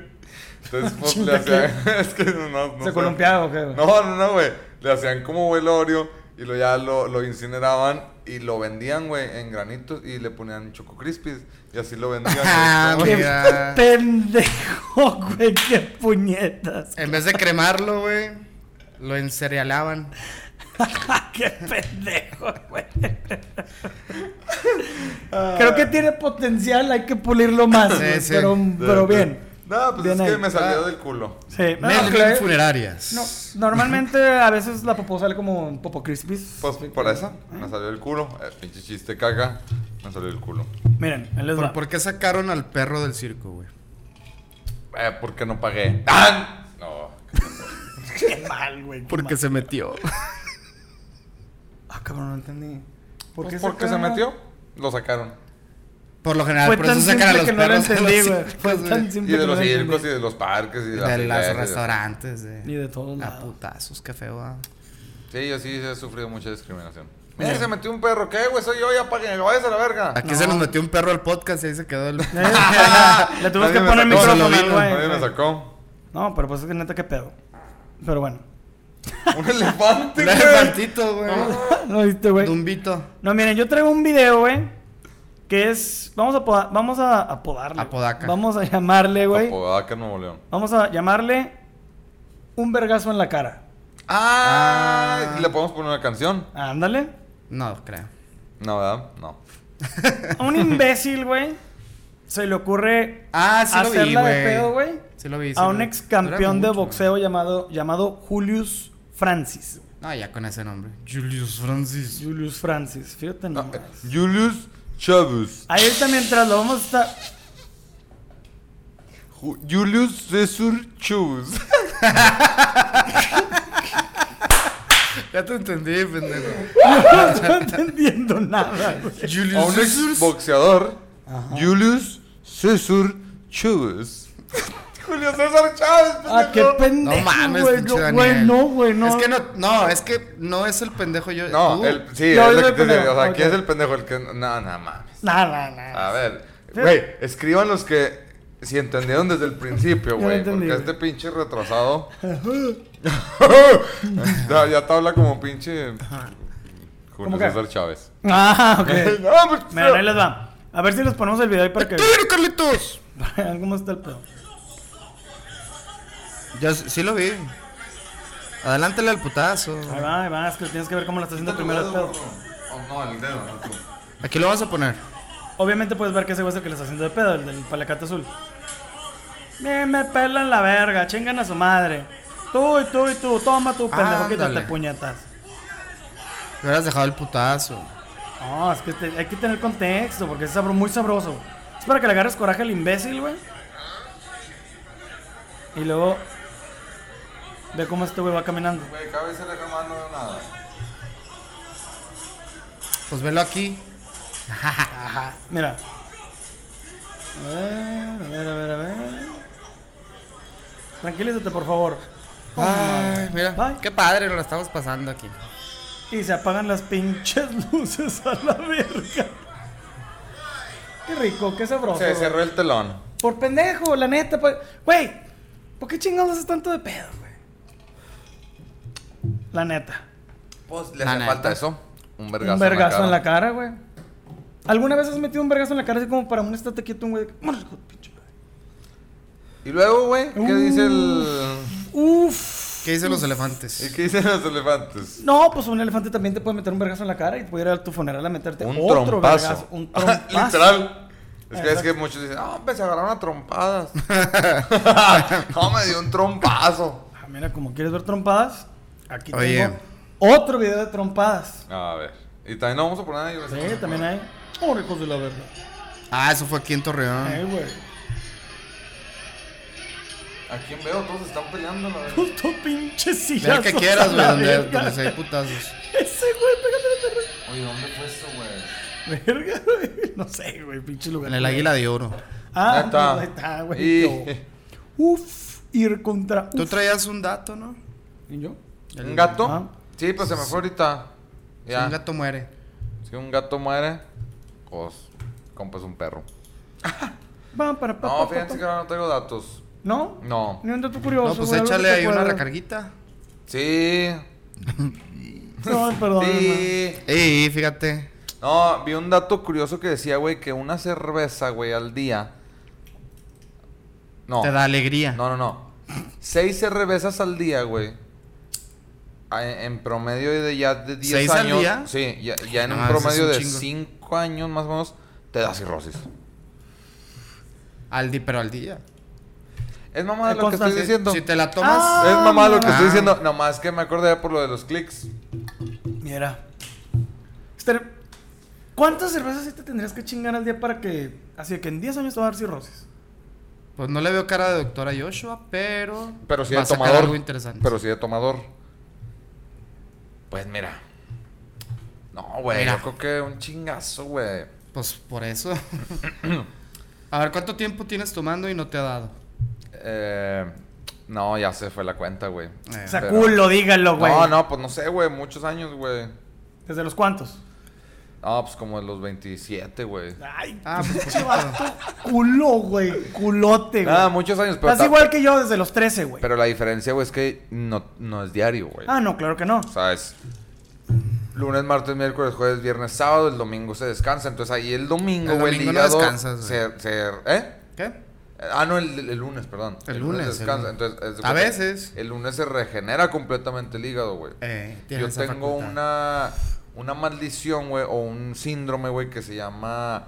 Speaker 1: Entonces, pues, le
Speaker 3: Chinga,
Speaker 1: hacían... es que no, no
Speaker 3: ¿Se
Speaker 1: sé.
Speaker 3: columpiaba o qué? güey?
Speaker 1: No, no, no, güey. Le hacían como velorio y lo ya lo, lo incineraban y lo vendían, güey, en granitos y le ponían choco crispies y así lo vendían. Este, güey. Estaba-
Speaker 2: Ah, mira.
Speaker 3: ¡Qué pendejo, güey! ¡Qué puñetas!
Speaker 2: En vez de cremarlo, güey, lo encerealaban.
Speaker 3: ¡Qué pendejo, güey!
Speaker 1: Ah.
Speaker 3: Creo que tiene potencial, hay que pulirlo más,
Speaker 2: Sí,
Speaker 3: güey,
Speaker 2: sí.
Speaker 3: pero, pero bien.
Speaker 1: No, pues
Speaker 3: Bien
Speaker 1: es que
Speaker 3: ahí. Ah,
Speaker 1: me salió del culo.
Speaker 3: Sí, no,
Speaker 2: Melvin
Speaker 3: creo-
Speaker 2: Funerarias.
Speaker 3: no, normalmente a veces la popó sale como un popo crispies.
Speaker 1: Pues por eso,
Speaker 3: Ah.
Speaker 1: me salió del culo. El pinche chiste caga, me salió del culo.
Speaker 3: Miren, él les
Speaker 2: ¿Por,
Speaker 3: va.
Speaker 2: por qué sacaron al perro del circo, güey?
Speaker 1: Eh, ¿Por qué no pagué? ¡Ah! No.
Speaker 3: Qué mal, güey. qué
Speaker 2: Porque
Speaker 3: mal.
Speaker 2: se metió.
Speaker 3: Ah, cabrón, no entendí. ¿Por
Speaker 1: Pues
Speaker 3: qué
Speaker 1: porque se
Speaker 3: sacaron?
Speaker 1: metió, lo sacaron.
Speaker 2: Por lo general,
Speaker 3: Fue
Speaker 2: por eso
Speaker 3: tan
Speaker 2: sacan a
Speaker 3: simple
Speaker 2: los
Speaker 3: que no lo
Speaker 2: perros de
Speaker 3: entendí,
Speaker 2: los
Speaker 3: güey.
Speaker 2: circos,
Speaker 3: Fue
Speaker 2: güey.
Speaker 3: tan simple
Speaker 1: Pues, Y de
Speaker 3: que no
Speaker 1: los
Speaker 3: lo
Speaker 1: circos y
Speaker 3: entendí.
Speaker 1: de los parques y de, las
Speaker 2: De
Speaker 1: fileras y
Speaker 2: los
Speaker 1: de-
Speaker 2: restaurantes. De...
Speaker 3: Y de todos
Speaker 2: A
Speaker 3: lados.
Speaker 2: putazos, qué feo, ah.
Speaker 1: Sí, yo sí he sufrido mucha discriminación. Mira, se metió un perro. ¿Qué, güey? Soy yo, ya paguen. Váyase a la
Speaker 3: Ah,
Speaker 1: verga.
Speaker 2: Aquí se nos metió un perro al podcast y ahí se quedó el...
Speaker 3: Le tuvimos
Speaker 1: Nadie
Speaker 3: que
Speaker 1: me
Speaker 3: poner el
Speaker 1: sacó,
Speaker 3: micrófono,
Speaker 2: se lo vino,
Speaker 3: güey.
Speaker 1: Nadie me sacó.
Speaker 3: No, pero pues es que neta, qué pedo. Pero bueno.
Speaker 1: Un elefante,
Speaker 2: Un
Speaker 1: güey.
Speaker 2: elefantito, güey.
Speaker 3: no viste, Ah, güey.
Speaker 2: Dumbito.
Speaker 3: No, miren, yo traigo un video, güey. Que es. Vamos a poda- vamos a apodarle.
Speaker 2: Apodaca.
Speaker 3: Vamos a llamarle, güey.
Speaker 1: Apodaca, Nuevo León.
Speaker 3: Vamos a llamarle. Un vergazo en la cara.
Speaker 1: Ah, ¿y le podemos poner una canción?
Speaker 3: Ándale.
Speaker 2: No, creo.
Speaker 1: No, ¿verdad? No.
Speaker 3: A un imbécil, güey. Se le ocurre
Speaker 2: Ah, sí lo vi,
Speaker 3: hacerla de
Speaker 2: güey.
Speaker 3: pedo, güey.
Speaker 2: Sí lo vi. sí
Speaker 3: a
Speaker 2: lo
Speaker 3: un
Speaker 2: vi.
Speaker 3: ex campeón
Speaker 2: Dura
Speaker 3: de
Speaker 2: mucho,
Speaker 3: boxeo llamado, llamado Julius Francis.
Speaker 2: güey. No, ya con ese nombre. Julius Francis.
Speaker 3: Julius Francis, fíjate
Speaker 1: No,
Speaker 3: nomás.
Speaker 1: eh, Julius Chavus.
Speaker 3: Ahí está mientras lo vamos a estar.
Speaker 1: Ju- Julius Cesar Chavus.
Speaker 2: Ya te entendí, pendejo.
Speaker 3: No estoy entendiendo nada, güey.
Speaker 1: A un
Speaker 2: Julius
Speaker 1: ex boxeador. Julius Cesar Chavus. Julio César Chávez,
Speaker 3: Ah, qué
Speaker 1: pendejo.
Speaker 3: pendejo,
Speaker 2: No mames,
Speaker 3: güey.
Speaker 2: pinche
Speaker 3: No,
Speaker 2: Daniel.
Speaker 3: güey, no, güey, no.
Speaker 2: Es que no, no, es que no es el pendejo yo.
Speaker 1: No,
Speaker 2: tú.
Speaker 1: el, sí,
Speaker 3: No,
Speaker 1: es
Speaker 3: yo
Speaker 1: lo
Speaker 3: soy
Speaker 1: que te
Speaker 3: el
Speaker 1: digo. O sea,
Speaker 3: pendejo,
Speaker 1: ¿quién
Speaker 3: ok.
Speaker 1: es el pendejo? El que. No, nada, mames.
Speaker 3: Nada, nada.
Speaker 1: A ver, güey, escriban los que. Si entendieron desde el principio,
Speaker 3: Ya lo
Speaker 1: güey.
Speaker 3: entendí,
Speaker 1: Porque
Speaker 3: güey.
Speaker 1: este pinche retrasado. ya, ya te habla como pinche. Julio
Speaker 3: ¿Cómo que?
Speaker 1: César Chávez.
Speaker 3: Ah, ok.
Speaker 1: No, pues,
Speaker 3: Mira, ahí les va. A ver si les ponemos el video ahí para que
Speaker 2: ¡Tú, bueno, Carlitos!
Speaker 3: vean cómo está el pedo.
Speaker 2: Ya sí sí lo vi. Adelántale al putazo.
Speaker 3: Ahí va, ahí va, es que tienes que ver cómo lo está haciendo primero el pedo.
Speaker 1: Oh, no, el dedo, no tú.
Speaker 2: Aquí lo vas a poner.
Speaker 3: Obviamente puedes ver que ese güey es el que le está haciendo de pedo, el del palacate azul. Me, me pelan la verga, chingan a su madre. Tú y tú y tú, toma tu pendejo, quítate
Speaker 2: Ándale.
Speaker 3: puñetas.
Speaker 2: Me hubieras dejado el putazo.
Speaker 3: No, es que te- hay que tener contexto, porque es sabro- muy sabroso. Es para que le agarres coraje al imbécil, güey. Y luego. Ve cómo este güey va caminando.
Speaker 1: Güey, cada vez se le jamás no veo nada.
Speaker 2: Pues velo aquí.
Speaker 3: Mira. A ver, a ver, a ver, a ver. Tranquilízate, por favor.
Speaker 1: Oh,
Speaker 2: Ay, mira.
Speaker 3: Ay.
Speaker 2: Qué padre, lo estamos pasando aquí.
Speaker 3: Y se apagan las pinches luces a la verga. Qué rico, qué sabroso.
Speaker 1: Se
Speaker 3: güey.
Speaker 1: cerró el telón.
Speaker 3: Por pendejo, la neta. por- Güey, ¿por qué chingados es tanto de pedo, güey? La neta.
Speaker 1: Pues le
Speaker 2: La
Speaker 1: hace
Speaker 2: neta.
Speaker 1: falta eso. Un vergazo.
Speaker 3: Un vergazo en la cara, güey. ¿Alguna vez has metido un vergazo en la cara así como para un estate quieto, un güey? de que, "Mor- hijo de pinche madre"?
Speaker 1: Y luego, güey, ¿qué dice el.
Speaker 3: Uh. Uf.
Speaker 2: ¿Qué dicen los
Speaker 1: ¿Y
Speaker 2: elefantes?
Speaker 1: qué dicen los elefantes?
Speaker 3: No, pues un elefante también te puede meter un vergazo en la cara y te puede ir a tu funeral a meterte
Speaker 1: Un
Speaker 3: otro
Speaker 1: trompazo. Ah,
Speaker 3: vergazo. Un trompazo.
Speaker 1: Literal. Es que, es
Speaker 3: Exacto.
Speaker 1: que muchos dicen, ah, hombre, se agarraron a trompadas. no, me dio un trompazo.
Speaker 3: Ah, mira, como quieres ver trompadas, aquí
Speaker 2: Oye.
Speaker 3: tengo otro video de trompadas.
Speaker 1: A ver. Y también no vamos a poner ahí, güey.
Speaker 3: Sí, también hay. Oh, hijos de la verga.
Speaker 2: Ah, eso fue aquí en Torreón.
Speaker 3: Eh, güey.
Speaker 1: ¿A quién veo? Todos están peleando, la verdad.
Speaker 3: Puto pinche
Speaker 2: Ve al
Speaker 3: sillazo.
Speaker 2: que quieras, güey, donde, donde se hay
Speaker 3: Ese
Speaker 2: putazos.
Speaker 3: güey, pégate
Speaker 1: Oye, ¿dónde fue eso, güey?
Speaker 3: la verga. Verga, güey. No sé, güey, pinche lugar.
Speaker 2: En el Águila de Oro.
Speaker 3: Ah,
Speaker 1: Neta.
Speaker 3: ahí está, güey.
Speaker 1: Y...
Speaker 3: Yo. Uf, ir contra.
Speaker 2: Tú
Speaker 3: Uf.
Speaker 2: traías un dato, ¿no?
Speaker 3: ¿Y yo?
Speaker 1: ¿Un gato?
Speaker 3: Ah.
Speaker 1: Sí, pues se me fue ahorita.
Speaker 2: Si
Speaker 1: Ya.
Speaker 2: un gato muere.
Speaker 1: Si un gato muere, pues compras un perro.
Speaker 3: Va, para, pa,
Speaker 1: No,
Speaker 3: pa, pa,
Speaker 1: fíjense
Speaker 3: pa.
Speaker 1: que ahora no traigo datos.
Speaker 3: ¿No?
Speaker 1: No.
Speaker 3: Ni un dato curioso.
Speaker 2: No, pues
Speaker 3: güey, algo que
Speaker 2: échale
Speaker 3: te
Speaker 2: ahí una
Speaker 3: acuerdas.
Speaker 2: recarguita.
Speaker 1: Sí.
Speaker 3: No, perdón.
Speaker 1: Sí.
Speaker 2: Ey, fíjate.
Speaker 1: No, vi un dato curioso que decía, güey, que una cerveza, güey, al día. No.
Speaker 2: Te da alegría.
Speaker 1: No, no, no. Seis cervezas al día, güey. A- En promedio de ya de 10
Speaker 2: ¿Seis al
Speaker 1: años.
Speaker 2: día?
Speaker 1: Sí, ya, ya en
Speaker 2: No,
Speaker 1: un
Speaker 2: eso es
Speaker 1: promedio
Speaker 2: un
Speaker 1: de
Speaker 2: chingo.
Speaker 1: 5 años más o menos, te da cirrosis.
Speaker 2: Al di, pero al día.
Speaker 1: Es mamá de
Speaker 3: Eh,
Speaker 1: lo que estoy
Speaker 3: Constance,
Speaker 1: diciendo.
Speaker 2: Si te la tomas.
Speaker 3: Ah.
Speaker 1: Es mamá lo que
Speaker 2: Ah.
Speaker 1: estoy diciendo. Nomás que me acordé por lo de los clics.
Speaker 3: ma. Mira. Este- ¿Cuántas cervezas sí te tendrías que chingar al día para que. Así de que en 10 años te va a dar cirrosis?
Speaker 2: Pues no le veo cara de doctora Joshua, pero.
Speaker 1: Pero si
Speaker 2: va
Speaker 1: de
Speaker 2: a sacar
Speaker 1: tomador.
Speaker 2: algo interesante.
Speaker 1: Pero si de tomador. Pues mira. No, güey.
Speaker 2: Mira.
Speaker 1: Yo creo que un chingazo, güey.
Speaker 2: Pues por eso. a ver, ¿cuánto tiempo tienes tomando y no te ha dado?
Speaker 1: Eh, no, ya se fue la cuenta, güey.
Speaker 2: Eh.
Speaker 3: O sea,
Speaker 1: Pero-
Speaker 3: culo, díganlo, güey.
Speaker 1: No, no, pues no sé, güey. Muchos años, güey.
Speaker 3: ¿Desde los cuantos?
Speaker 1: Ah, pues como de los 27, güey.
Speaker 3: Ay,
Speaker 2: Ah, pues
Speaker 3: pinche vato. Culo, güey. Culote, güey.
Speaker 1: Ah, muchos años, pero.
Speaker 3: Estás
Speaker 1: ta-
Speaker 3: igual que yo desde los 13, güey.
Speaker 1: Pero la diferencia, güey, es que no, no es diario, güey.
Speaker 3: Ah, no, claro que no.
Speaker 1: O sea, es lunes, martes, miércoles, jueves, viernes, sábado, el domingo se descansa. Entonces ahí el domingo,
Speaker 2: El
Speaker 1: güey, el,
Speaker 2: domingo no
Speaker 1: hígado
Speaker 2: descansas, güey.
Speaker 1: se, se- ¿Eh?
Speaker 2: ¿Qué?
Speaker 1: Ah, no, el, el lunes, perdón.
Speaker 2: El lunes, el
Speaker 1: descansa.
Speaker 2: lunes.
Speaker 1: Entonces, haz de
Speaker 2: A
Speaker 1: cuenta,
Speaker 2: veces.
Speaker 1: El lunes se regenera completamente el hígado, güey.
Speaker 2: Eh,
Speaker 1: Yo
Speaker 2: tienes esa
Speaker 1: tengo
Speaker 2: facultad.
Speaker 1: una, una maldición, güey, o un síndrome, güey, que se llama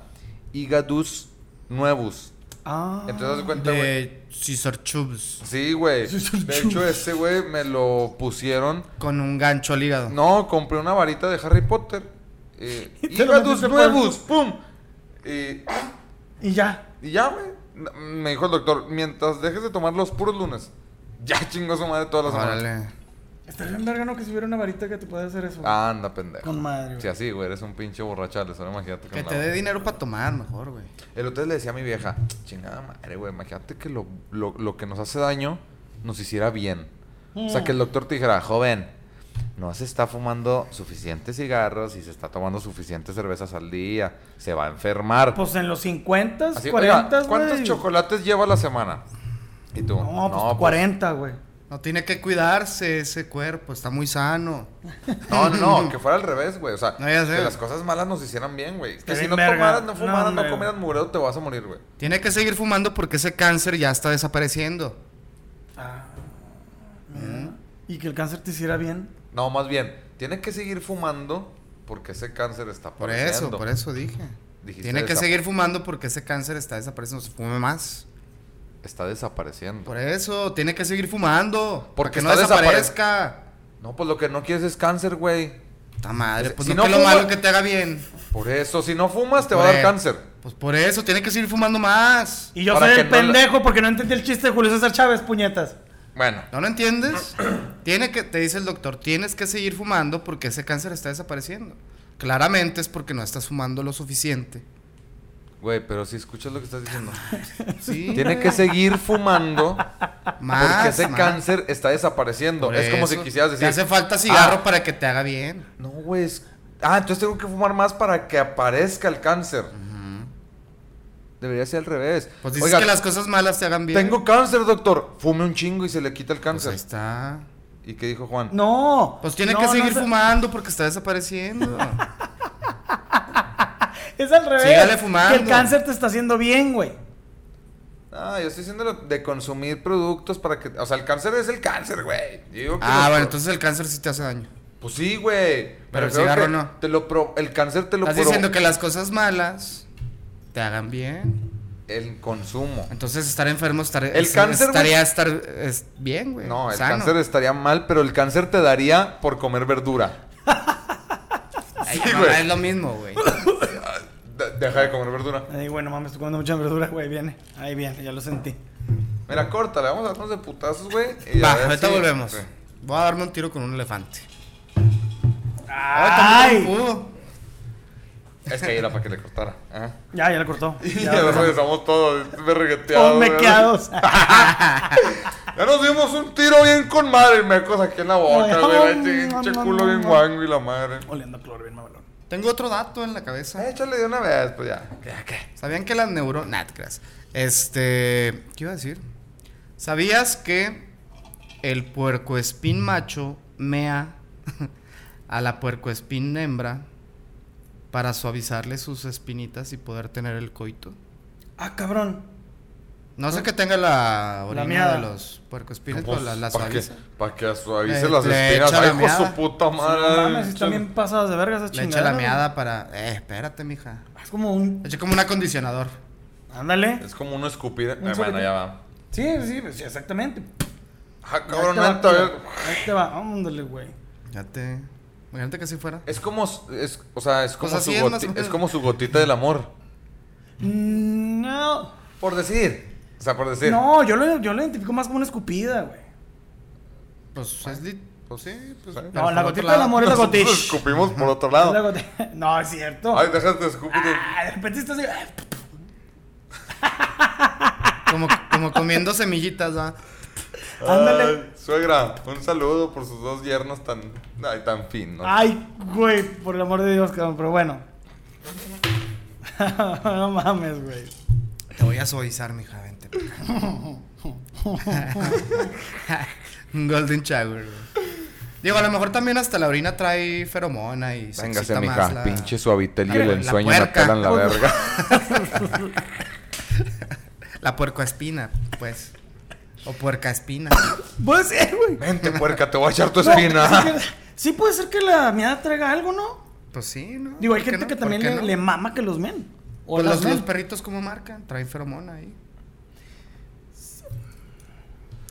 Speaker 1: hígadus nuevus.
Speaker 3: Ah.
Speaker 1: Entonces, haz de cuenta, güey.
Speaker 2: De Caesar Chubs.
Speaker 1: Sí, güey. De hecho, ese, güey, me lo pusieron.
Speaker 2: Con un gancho al hígado.
Speaker 1: No, compré una varita de Harry Potter. Eh,
Speaker 3: Y te lo
Speaker 1: hígados
Speaker 3: metiste
Speaker 1: nuevos, pum. Y,
Speaker 3: Y ya.
Speaker 1: y ya, güey. N- Me dijo el doctor, mientras dejes de tomar los puros lunes, ya chingó su madre todas las semanas.
Speaker 2: Órale.
Speaker 3: Estaría bien verga, ¿no? Que si hubiera una varita que te puede hacer eso.
Speaker 1: Anda, pendejo.
Speaker 3: Con madre, güey.
Speaker 1: Si así, güey, eres un pinche borrachales, ahora imagínate
Speaker 2: Que
Speaker 1: con
Speaker 2: te
Speaker 1: la-
Speaker 2: dé dinero para tomar, mejor, güey.
Speaker 1: El hotel le decía a mi vieja, chingada madre, güey, imagínate que lo, lo- lo que nos hace daño nos hiciera bien. O sea, que el doctor te dijera, joven, no se está fumando suficientes cigarros y se está tomando suficientes cervezas al día, se va a enfermar.
Speaker 3: Pues en los 50,
Speaker 1: Así, oiga,
Speaker 3: 40, güey.
Speaker 1: ¿Cuántos chocolates lleva la semana? Y tú,
Speaker 3: No, pues
Speaker 1: pues,
Speaker 3: 40, güey.
Speaker 2: No tiene que cuidarse ese cuerpo, está muy sano.
Speaker 1: No, no, no, que fuera al revés, güey. O sea,
Speaker 2: No, ya sé.
Speaker 1: que las cosas malas nos hicieran bien, güey. Que
Speaker 3: Está
Speaker 1: si
Speaker 3: bien
Speaker 1: no
Speaker 3: verga.
Speaker 1: tomaras, no
Speaker 3: No,
Speaker 1: fumaras, no,
Speaker 3: hombre.
Speaker 1: comieras mugrero, te vas a morir, güey.
Speaker 2: Tiene que seguir fumando porque ese cáncer ya está desapareciendo.
Speaker 3: Ah, Y que el cáncer te hiciera bien.
Speaker 1: No, más bien, tiene que seguir fumando porque ese cáncer está
Speaker 2: Por
Speaker 1: apareciendo.
Speaker 2: eso, por eso dije.
Speaker 1: Dijiste
Speaker 2: Tiene que
Speaker 1: desa-
Speaker 2: seguir fumando porque ese cáncer está desapareciendo. Se fume más.
Speaker 1: Está desapareciendo.
Speaker 2: Por eso, tiene que seguir fumando.
Speaker 1: Porque
Speaker 2: Porque no
Speaker 1: está desapare-
Speaker 2: desaparezca.
Speaker 1: No, pues lo que no quieres es cáncer, güey.
Speaker 2: Puta madre,
Speaker 1: Si-
Speaker 2: pues
Speaker 1: si
Speaker 2: no,
Speaker 1: no
Speaker 2: que lo
Speaker 1: fuma-
Speaker 2: malo que te haga bien.
Speaker 1: Por eso, si no fumas, te va
Speaker 2: Por
Speaker 1: a dar
Speaker 2: e-
Speaker 1: cáncer.
Speaker 2: Pues por eso, tiene que seguir fumando más.
Speaker 3: Y yo
Speaker 1: Para
Speaker 3: soy
Speaker 1: que
Speaker 3: el
Speaker 1: no la-
Speaker 3: pendejo porque no entendí el chiste de Julio César Chávez, puñetas.
Speaker 1: Bueno,
Speaker 2: ¿No lo entiendes? tiene que, te dice el doctor, tienes que seguir fumando porque ese cáncer está desapareciendo. Claramente es porque no estás fumando lo suficiente.
Speaker 1: güey, pero si escuchas lo que estás diciendo.
Speaker 2: Sí.
Speaker 1: tiene que seguir fumando
Speaker 2: más,
Speaker 1: porque ese
Speaker 2: más.
Speaker 1: cáncer está desapareciendo.
Speaker 2: Por
Speaker 1: es como si
Speaker 2: eso,
Speaker 1: quisieras decir.
Speaker 2: Te hace falta cigarro
Speaker 1: "Ah,
Speaker 2: para que te haga bien.
Speaker 1: No, güey. es- Ah, entonces tengo que fumar más para que aparezca el cáncer. Debería ser al revés.
Speaker 2: Pues dices
Speaker 1: Oiga,
Speaker 2: que las cosas malas te hagan bien.
Speaker 1: tengo cáncer, doctor. Fume un chingo y se le quita el
Speaker 2: Pues
Speaker 1: cáncer.
Speaker 2: ahí está.
Speaker 1: ¿Y qué dijo Juan?
Speaker 3: No.
Speaker 2: Pues tiene
Speaker 3: No,
Speaker 2: que
Speaker 3: no
Speaker 2: seguir
Speaker 3: sé.
Speaker 2: fumando porque está desapareciendo. Ah,
Speaker 3: Es al revés.
Speaker 2: Sígale fumando.
Speaker 3: Que el cáncer te está haciendo bien, güey.
Speaker 1: Ah, yo estoy diciendo lo de consumir productos para que... O sea, el cáncer es el cáncer, güey. Yo digo que
Speaker 2: ah,
Speaker 1: los-
Speaker 2: bueno, entonces el cáncer sí te hace daño.
Speaker 1: Pues sí, güey. Me
Speaker 2: Pero el
Speaker 1: refiero
Speaker 2: cigarro
Speaker 1: que
Speaker 2: no.
Speaker 1: Te lo pro- el cáncer te lo
Speaker 2: Estás
Speaker 1: pro-
Speaker 2: diciendo que las cosas malas te hagan bien.
Speaker 1: El consumo.
Speaker 2: Entonces estar enfermo estar,
Speaker 1: El
Speaker 2: es-
Speaker 1: cáncer, güey.
Speaker 2: estaría estar es bien, güey.
Speaker 1: No, el
Speaker 2: sano.
Speaker 1: cáncer estaría mal, pero el cáncer te daría por comer verdura.
Speaker 2: Ahí Ay,
Speaker 1: Sí,
Speaker 2: mamá,
Speaker 1: güey.
Speaker 2: es lo mismo, güey.
Speaker 1: De- deja de comer verdura.
Speaker 3: Ay, bueno, mames, estoy comiendo mucha verdura, güey. Viene. Ahí viene, ya lo sentí.
Speaker 1: Mira, córtale, vamos a darnos de putazos, güey. y a
Speaker 2: Va,
Speaker 1: ver
Speaker 2: ahorita
Speaker 1: si-
Speaker 2: volvemos.
Speaker 1: Sí.
Speaker 2: Voy a darme un tiro con un elefante. Ay,
Speaker 3: ¡Ay!
Speaker 2: también pudo.
Speaker 1: Es que ahí era para que le cortara. ajá.
Speaker 3: Ya, ya lo cortó.
Speaker 1: Y
Speaker 3: Ya
Speaker 1: ya
Speaker 3: lo
Speaker 1: nos
Speaker 3: cortó.
Speaker 1: regresamos todos, berregueteados.
Speaker 3: Todos
Speaker 1: güey.
Speaker 3: mequeados.
Speaker 1: Ya nos dimos un tiro bien con madre, mecos aquí en la boca,
Speaker 3: Ay,
Speaker 1: güey.
Speaker 3: ay,
Speaker 1: Ay, Pinche
Speaker 3: no, no,
Speaker 1: culo
Speaker 3: no,
Speaker 1: bien
Speaker 3: no.
Speaker 1: guango y la madre. Eh,
Speaker 3: Oliendo a cloro, bien mamalón.
Speaker 2: Tengo otro dato en la cabeza.
Speaker 1: Échale de una vez, pues ya.
Speaker 2: ¿Sabían que las neuronas... Nah, te creas. Este... ¿Qué iba a decir? ¿Sabías que el puercoespín macho mea a la puercoespín hembra para suavizarle sus espinitas y poder tener el coito?
Speaker 3: Ah, cabrón.
Speaker 2: No sé que tenga la orina
Speaker 3: miada.
Speaker 2: de los puercoespines, pero
Speaker 1: Pues,
Speaker 2: la, la
Speaker 1: para que,
Speaker 2: suaviza.
Speaker 1: para que suavice
Speaker 3: Eh,
Speaker 2: Le-
Speaker 1: las
Speaker 2: le
Speaker 1: espinas.
Speaker 2: echa la
Speaker 1: Ay, hijo de su
Speaker 2: meada.
Speaker 1: puta
Speaker 3: No
Speaker 1: madre.
Speaker 3: mames, están bien pasadas de vergas esas
Speaker 2: Le echa
Speaker 3: chingaderas.
Speaker 2: la meada para... Eh, espérate, mija.
Speaker 3: güey. Es como un.
Speaker 2: Le echa como un acondicionador.
Speaker 3: Ándale.
Speaker 1: Es como uno escupir. Eh, bueno,
Speaker 3: sorbete.
Speaker 1: ya va.
Speaker 3: Sí, sí, pues, exactamente.
Speaker 1: Ah, cabrón,
Speaker 3: Ahí te
Speaker 1: neta,
Speaker 3: va,
Speaker 1: güey.
Speaker 3: Ahí te va. Ándale, güey.
Speaker 2: Ya te... Imagínate que así fuera.
Speaker 1: Es como, es, o sea, es como,
Speaker 2: Pues
Speaker 1: su
Speaker 2: así es,
Speaker 1: goti-
Speaker 2: más o
Speaker 1: es,
Speaker 2: menos.
Speaker 1: como su gotita del amor.
Speaker 3: Mm, No.
Speaker 1: Por decir. O sea, por decir.
Speaker 3: No, yo lo, yo lo identifico más como una escupida, güey.
Speaker 2: Pues es lit... Pues sí, pues... pero
Speaker 3: No,
Speaker 2: por
Speaker 3: la
Speaker 2: otro
Speaker 3: gotita
Speaker 2: lado.
Speaker 3: del amor es la
Speaker 1: Nosotros
Speaker 3: gotita.
Speaker 1: escupimos por otro
Speaker 3: Es la
Speaker 1: lado.
Speaker 3: gotita. No, es cierto.
Speaker 1: Ay, déjate escupir.
Speaker 3: Ah, de repente estás así. ah,
Speaker 2: Como, como comiendo semillitas, ¿va?
Speaker 3: Ándale.
Speaker 1: Ay, Suegra, un saludo por sus dos yernos tan, ay, tan finos.
Speaker 3: Ay, güey, por el amor de Dios, cabrón, pero bueno. no mames, güey.
Speaker 2: Te voy a suavizar, mija, vente. pa' acá. Un golden shower, güey. Digo, a lo mejor también hasta la orina trae feromona y se excita más la-
Speaker 1: suavitel
Speaker 2: y el la ensueño me puerca. pelan la
Speaker 1: verga.
Speaker 2: La puercoespina, pues. O puercaespina.
Speaker 3: Puede ser, güey.
Speaker 1: Vente, puerca, te voy a echar tu
Speaker 3: Sí
Speaker 1: espina.
Speaker 3: que- Sí puede ser que la miada traiga algo, ¿no?
Speaker 2: Pues sí, ¿no?
Speaker 3: Digo, hay
Speaker 2: ¿Por qué
Speaker 3: gente
Speaker 2: no?
Speaker 3: que
Speaker 2: ¿Por
Speaker 3: también
Speaker 2: qué
Speaker 3: le,
Speaker 2: no?
Speaker 3: le mama que los men. O
Speaker 2: Pues
Speaker 3: las
Speaker 2: los,
Speaker 3: men.
Speaker 2: los perritos, ¿cómo marcan? Traen feromona ahí.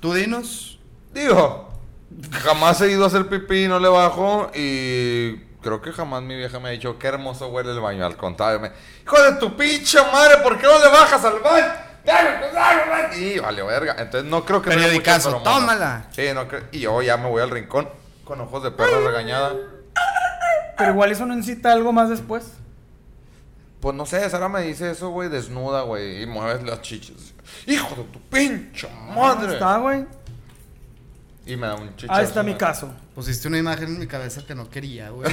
Speaker 2: Tú dinos.
Speaker 1: Digo, jamás he ido a hacer pipí, no le bajo. Y creo que jamás mi vieja me ha dicho, qué hermoso huele el baño. Al contrario, me, hijo de tu pinche madre, ¿por qué no le bajas al baño? Dale, pues, dale, dale". Y vale, verga. Entonces no creo que traiga mucha
Speaker 2: Periodicazo,
Speaker 1: feromona.
Speaker 2: tómala.
Speaker 1: Sí, no creo. Y yo ya me voy al rincón con ojos de perro regañada.
Speaker 3: Pero igual eso no incita algo más después.
Speaker 1: Pues no sé, Sara me dice eso, güey, desnuda, güey, y mueves las chichas. ¡Hijo de tu pinche
Speaker 3: Ahí
Speaker 1: madre!
Speaker 3: Ah, está, güey.
Speaker 1: Y me da un chichazo.
Speaker 3: Ahí está mi
Speaker 1: güey.
Speaker 3: caso.
Speaker 2: Pusiste una imagen en mi cabeza que no quería, güey.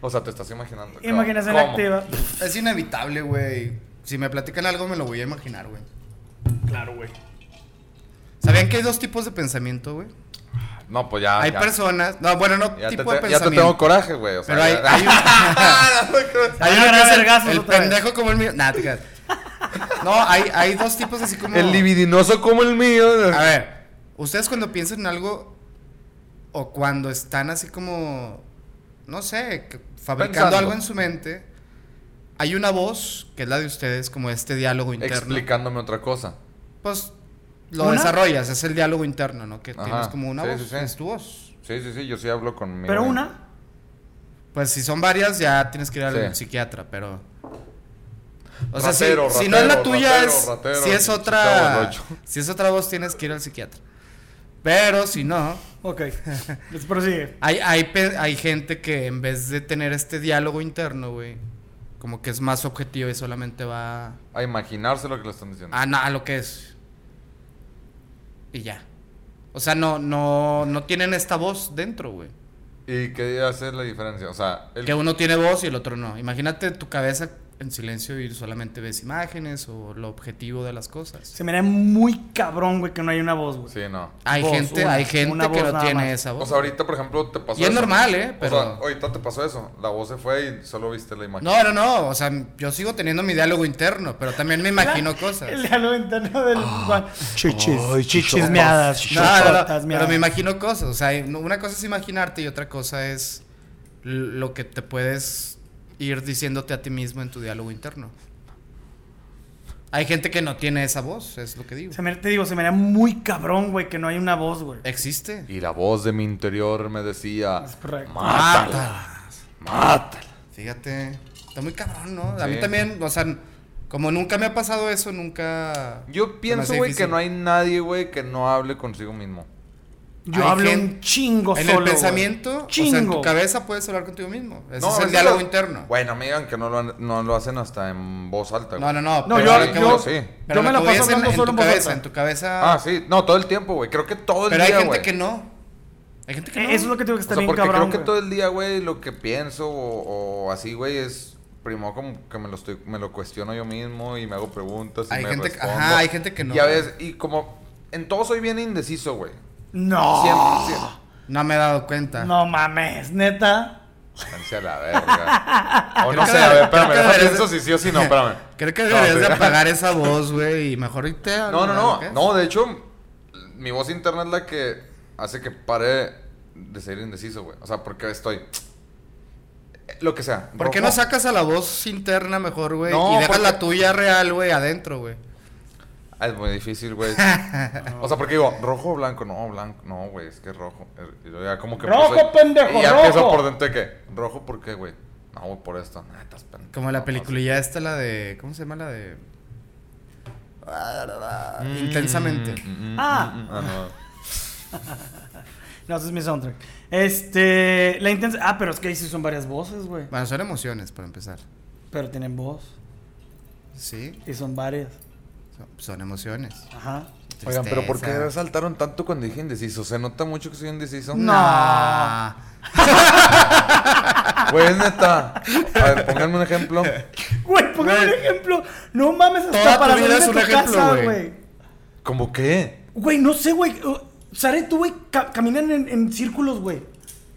Speaker 1: O sea, te estás imaginando. cabrón.
Speaker 3: Imaginación
Speaker 1: ¿Cómo?
Speaker 3: activa.
Speaker 2: Es inevitable, güey. Si me platican algo, me lo voy a imaginar, güey.
Speaker 3: Claro, güey.
Speaker 2: ¿Sabían que hay dos tipos de pensamiento, güey?
Speaker 1: No, pues ya.
Speaker 2: hay
Speaker 1: ya.
Speaker 2: personas. No, bueno, no
Speaker 1: Ya te,
Speaker 2: tipo
Speaker 1: te-
Speaker 2: de
Speaker 1: ya te
Speaker 2: pensamiento.
Speaker 1: tengo coraje, güey. O sea,
Speaker 2: pero hay,
Speaker 1: ya-
Speaker 2: hay un. hay
Speaker 3: van a
Speaker 2: uno que
Speaker 3: agarrar
Speaker 2: es el,
Speaker 3: vergazos
Speaker 2: el
Speaker 3: otra vez.
Speaker 2: pendejo como el mío. Nah, te creas. No, hay, hay dos tipos así como.
Speaker 1: El libidinoso como el mío.
Speaker 2: A ver, ustedes cuando piensan en algo o cuando están así como, no sé, que- fabricando
Speaker 1: Pensando.
Speaker 2: algo en su mente, hay una voz que es la de ustedes, como este diálogo interno.
Speaker 1: Explicándome otra cosa.
Speaker 2: Pues lo
Speaker 3: ¿Una?
Speaker 2: desarrollas, es el diálogo interno, ¿no? Que
Speaker 1: Ajá,
Speaker 2: tienes como una
Speaker 1: sí,
Speaker 2: voz,
Speaker 1: sí, sí.
Speaker 2: es tu voz.
Speaker 1: Sí, sí, sí, yo sí hablo conmigo.
Speaker 3: Pero una.
Speaker 2: Pues si son varias, ya tienes que ir al
Speaker 1: Sí.
Speaker 2: psiquiatra, pero. O sea, si-
Speaker 1: Ratero,
Speaker 2: si, no es la
Speaker 1: ratero,
Speaker 2: tuya,
Speaker 1: ratero,
Speaker 2: es,
Speaker 1: ratero,
Speaker 2: si es
Speaker 1: el chavo del
Speaker 2: otra.
Speaker 1: ocho.
Speaker 2: Si es otra voz, tienes que ir al psiquiatra. Pero si no,
Speaker 3: Ok. Les prosigue.
Speaker 2: Hay, hay, pe- hay gente que en vez de tener este diálogo interno, güey, como que es más objetivo y solamente va
Speaker 1: A imaginarse lo que le están diciendo.
Speaker 2: a, na- Ah, a lo que es. Y ya. O sea, no, no, no tienen esta voz dentro, güey.
Speaker 1: ¿Y qué hace la diferencia? O sea, el
Speaker 2: Que uno tiene voz y el otro no. Imagínate tu cabeza en silencio y solamente ves imágenes o lo objetivo de las cosas.
Speaker 3: Se me da muy cabrón, güey, que no hay una voz, güey.
Speaker 1: Sí, no.
Speaker 2: Hay
Speaker 3: Voz,
Speaker 2: gente,
Speaker 3: una-
Speaker 2: hay gente
Speaker 3: una
Speaker 2: que
Speaker 3: voz
Speaker 2: no
Speaker 3: nada
Speaker 2: tiene
Speaker 3: más.
Speaker 2: esa voz.
Speaker 1: O sea, ahorita, por ejemplo, te pasó
Speaker 2: Y es
Speaker 1: eso.
Speaker 2: normal, ¿eh? Pero-
Speaker 1: O sea, ahorita te pasó eso. La voz se fue y solo viste la imagen.
Speaker 2: no, no, no. O sea, yo sigo teniendo mi diálogo interno, pero también me imagino cosas.
Speaker 3: El diálogo interno del Juan. Chichis.
Speaker 1: Ay, chichotas.
Speaker 3: Chismeadas.
Speaker 2: No, Ah, no, no,
Speaker 3: chichotas,
Speaker 2: pero
Speaker 3: miadas.
Speaker 2: me imagino cosas. O sea, no- una cosa es imaginarte y otra cosa es l- lo que te puedes ir diciéndote a ti mismo en tu diálogo interno. Hay gente que no tiene esa voz, es lo que digo.
Speaker 3: Se me- te digo, se me haría muy cabrón, güey, que no hay una voz, güey.
Speaker 2: Eh, Existe.
Speaker 1: Y la voz de mi interior me decía:
Speaker 3: Es correcto.
Speaker 1: Mátalas, mátalas.
Speaker 2: Ah, Fíjate, está muy cabrón, ¿no? A
Speaker 1: Sí.
Speaker 2: mí también, o sea, como nunca me ha pasado eso, nunca...
Speaker 1: Yo pienso,
Speaker 2: hace
Speaker 1: güey, que
Speaker 2: difícil.
Speaker 1: no hay nadie, güey, que no hable consigo mismo.
Speaker 3: Yo
Speaker 2: Hay
Speaker 3: hablo
Speaker 2: gente-
Speaker 3: un chingo
Speaker 2: En
Speaker 3: solo.
Speaker 2: el
Speaker 3: güey.
Speaker 2: pensamiento, o sea, en tu
Speaker 3: Chingo.
Speaker 2: cabeza puedes hablar contigo mismo. Ese
Speaker 1: No,
Speaker 2: es el
Speaker 1: eso
Speaker 2: diálogo
Speaker 1: lo-
Speaker 2: interno.
Speaker 1: Bueno, me digan que no lo, han- no lo hacen hasta en voz alta, güey.
Speaker 2: No, no, no.
Speaker 3: No,
Speaker 2: pero
Speaker 3: yo-
Speaker 2: a lo que
Speaker 1: yo-
Speaker 2: voy-
Speaker 1: sí.
Speaker 2: pero
Speaker 3: yo
Speaker 2: lo
Speaker 3: me
Speaker 2: que
Speaker 3: la
Speaker 2: voy
Speaker 3: paso
Speaker 2: es en-
Speaker 3: hablando
Speaker 2: en,
Speaker 3: solo
Speaker 2: tu
Speaker 3: en voz
Speaker 2: cabeza,
Speaker 3: alta.
Speaker 2: en tu cabeza.
Speaker 1: Ah, sí, no, todo el tiempo, güey. Creo que todo el
Speaker 2: pero hay
Speaker 1: día,
Speaker 2: gente
Speaker 1: güey.
Speaker 2: que no. Hay gente que
Speaker 3: Eh,
Speaker 2: no.
Speaker 3: Eso es lo que tengo que
Speaker 1: O
Speaker 3: estar
Speaker 1: sea,
Speaker 3: bien
Speaker 1: porque
Speaker 3: cabrón.
Speaker 1: creo que
Speaker 3: güey.
Speaker 1: todo el día, güey, lo que pienso o, o así, güey, es primero como que me lo estoy, me lo cuestiono yo mismo y me hago preguntas y
Speaker 2: Hay
Speaker 1: me
Speaker 2: gente que-
Speaker 1: respondo.
Speaker 2: ajá, hay gente que no.
Speaker 1: Y a veces, y como en todo soy bien indeciso, güey.
Speaker 2: Ah.
Speaker 3: No.
Speaker 1: Siempre, siempre.
Speaker 2: No me he dado cuenta.
Speaker 3: No mames, neta.
Speaker 1: Váyanse a la verga. O no
Speaker 2: que
Speaker 1: sé, a ver,
Speaker 2: deberías-
Speaker 1: espérame,
Speaker 2: creo que
Speaker 1: deja
Speaker 2: deberías-
Speaker 1: pienso si sí o si no, espérame.
Speaker 2: Creo que
Speaker 1: No,
Speaker 2: deberías de
Speaker 1: sí.
Speaker 2: apagar esa voz, güey, y mejor irte a...
Speaker 1: No, no,
Speaker 2: ¿qué
Speaker 1: no.
Speaker 2: es?
Speaker 1: No, de hecho, mi voz interna es la que hace que pare de ser indeciso, güey. O sea, porque estoy. Lo que sea.
Speaker 2: ¿Por qué
Speaker 1: rojo.
Speaker 2: no sacas a la voz interna mejor, güey?
Speaker 1: No,
Speaker 2: y dejas
Speaker 1: porque-
Speaker 2: la tuya real, güey, adentro, güey.
Speaker 1: Ah, es muy difícil, güey. o sea, porque digo, rojo o blanco. No, blanco. No, güey, es que es rojo. Y yo ya como que.
Speaker 3: Rojo,
Speaker 1: empiezo-
Speaker 3: pendejo,
Speaker 1: Y ya
Speaker 3: rojo.
Speaker 1: empiezo por dentro de que. Rojo, ¿por qué, güey? No, güey, por esto. Nah, estás pendejo.
Speaker 2: Como
Speaker 1: No,
Speaker 2: la
Speaker 1: no
Speaker 2: peliculilla esta, la de... ¿Cómo se llama la de...? Mm,
Speaker 1: Mm.
Speaker 2: Intensamente.
Speaker 1: sé. Mm, mm,
Speaker 3: Ah.
Speaker 1: mm, mm, ah, no.
Speaker 3: No, ese es mi soundtrack. Este. La intensa. Ah, pero es que ahí sí son varias voces, güey.
Speaker 2: Bueno, son emociones, para empezar.
Speaker 3: Pero tienen voz.
Speaker 2: Sí,
Speaker 3: Y son varias.
Speaker 2: son, son emociones.
Speaker 3: Ajá.
Speaker 1: Oigan, pero ¿por qué
Speaker 2: Tristeza.
Speaker 1: resaltaron tanto cuando dije indeciso? ¿Se nota mucho que soy indeciso?
Speaker 2: No.
Speaker 1: Güey, es neta. A ver, pónganme un ejemplo.
Speaker 3: Güey, póngame un
Speaker 2: Güey.
Speaker 3: ejemplo. No mames, hasta
Speaker 2: Toda tu
Speaker 3: para
Speaker 2: vida
Speaker 3: salir de
Speaker 2: es
Speaker 3: tu
Speaker 2: un ejemplo,
Speaker 3: casa,
Speaker 2: güey.
Speaker 3: güey.
Speaker 1: ¿Cómo qué?
Speaker 3: Güey, no sé, güey. Uh, Sara y tú, güey, ca- caminan en, en círculos, güey.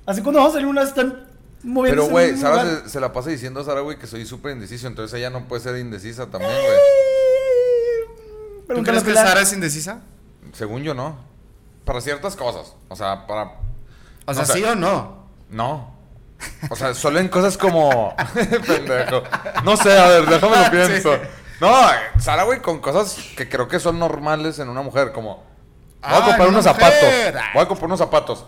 Speaker 3: Así cuando vamos a salir una vez están moviéndose.
Speaker 1: Pero,
Speaker 3: en
Speaker 1: güey,
Speaker 3: un
Speaker 1: Sara
Speaker 3: lugar.
Speaker 1: se, se la pasa diciendo a Sara, güey, que soy súper indeciso. Entonces ella no puede ser indecisa también,
Speaker 3: Eh,
Speaker 1: güey.
Speaker 2: ¿Tú
Speaker 3: Pregúntale a
Speaker 2: crees que
Speaker 3: Pilar.
Speaker 2: Sara es indecisa?
Speaker 1: Según yo, no. Para ciertas cosas. O sea, para.
Speaker 2: O sea,
Speaker 1: O sea,
Speaker 2: ¿sí o no?
Speaker 1: No. O sea, solo en cosas como. Pendejo. No sé, a ver, déjame lo pienso.
Speaker 2: Sí.
Speaker 1: No, Sara, güey, con cosas que creo que son normales en una mujer, como. Voy a
Speaker 2: Ah,
Speaker 1: comprar
Speaker 2: en
Speaker 1: unos
Speaker 2: una
Speaker 1: zapatos.
Speaker 2: mujer.
Speaker 1: Voy a comprar unos zapatos.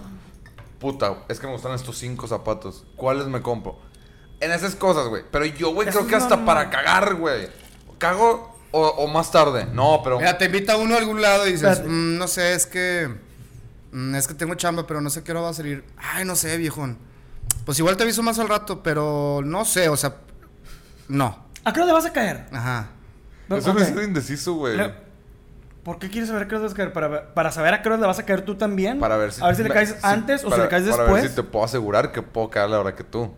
Speaker 1: Puta, es que me gustan estos cinco zapatos. ¿Cuáles me compro? En esas cosas, güey. Pero yo, güey,
Speaker 3: Eso
Speaker 1: creo
Speaker 3: es
Speaker 1: que hasta
Speaker 3: normal.
Speaker 1: para cagar, güey. Cago o, o más tarde. No, pero.
Speaker 2: Mira, te invita uno a algún lado y dices,
Speaker 3: Espérate.
Speaker 2: "Mm, no sé, es que. mm, es que tengo chamba, pero no sé qué hora va a salir. Ay, no sé, viejón. Pues igual te aviso más al rato, pero no sé, o sea. No.
Speaker 3: ¿A qué hora le vas a caer?
Speaker 2: Ajá.
Speaker 3: No,
Speaker 1: Eso no
Speaker 3: ok.
Speaker 1: es ser indeciso, güey.
Speaker 3: Le- ¿Por qué quieres saber a qué hora le vas a caer? ¿Para, para saber a qué hora le vas a caer tú también?
Speaker 1: Para ver si.
Speaker 3: A ver si le
Speaker 1: me-
Speaker 3: caes
Speaker 1: si-
Speaker 3: antes o si
Speaker 1: para-
Speaker 3: le caes
Speaker 1: Para ver
Speaker 3: después.
Speaker 1: si te puedo asegurar que puedo caer a la hora que tú.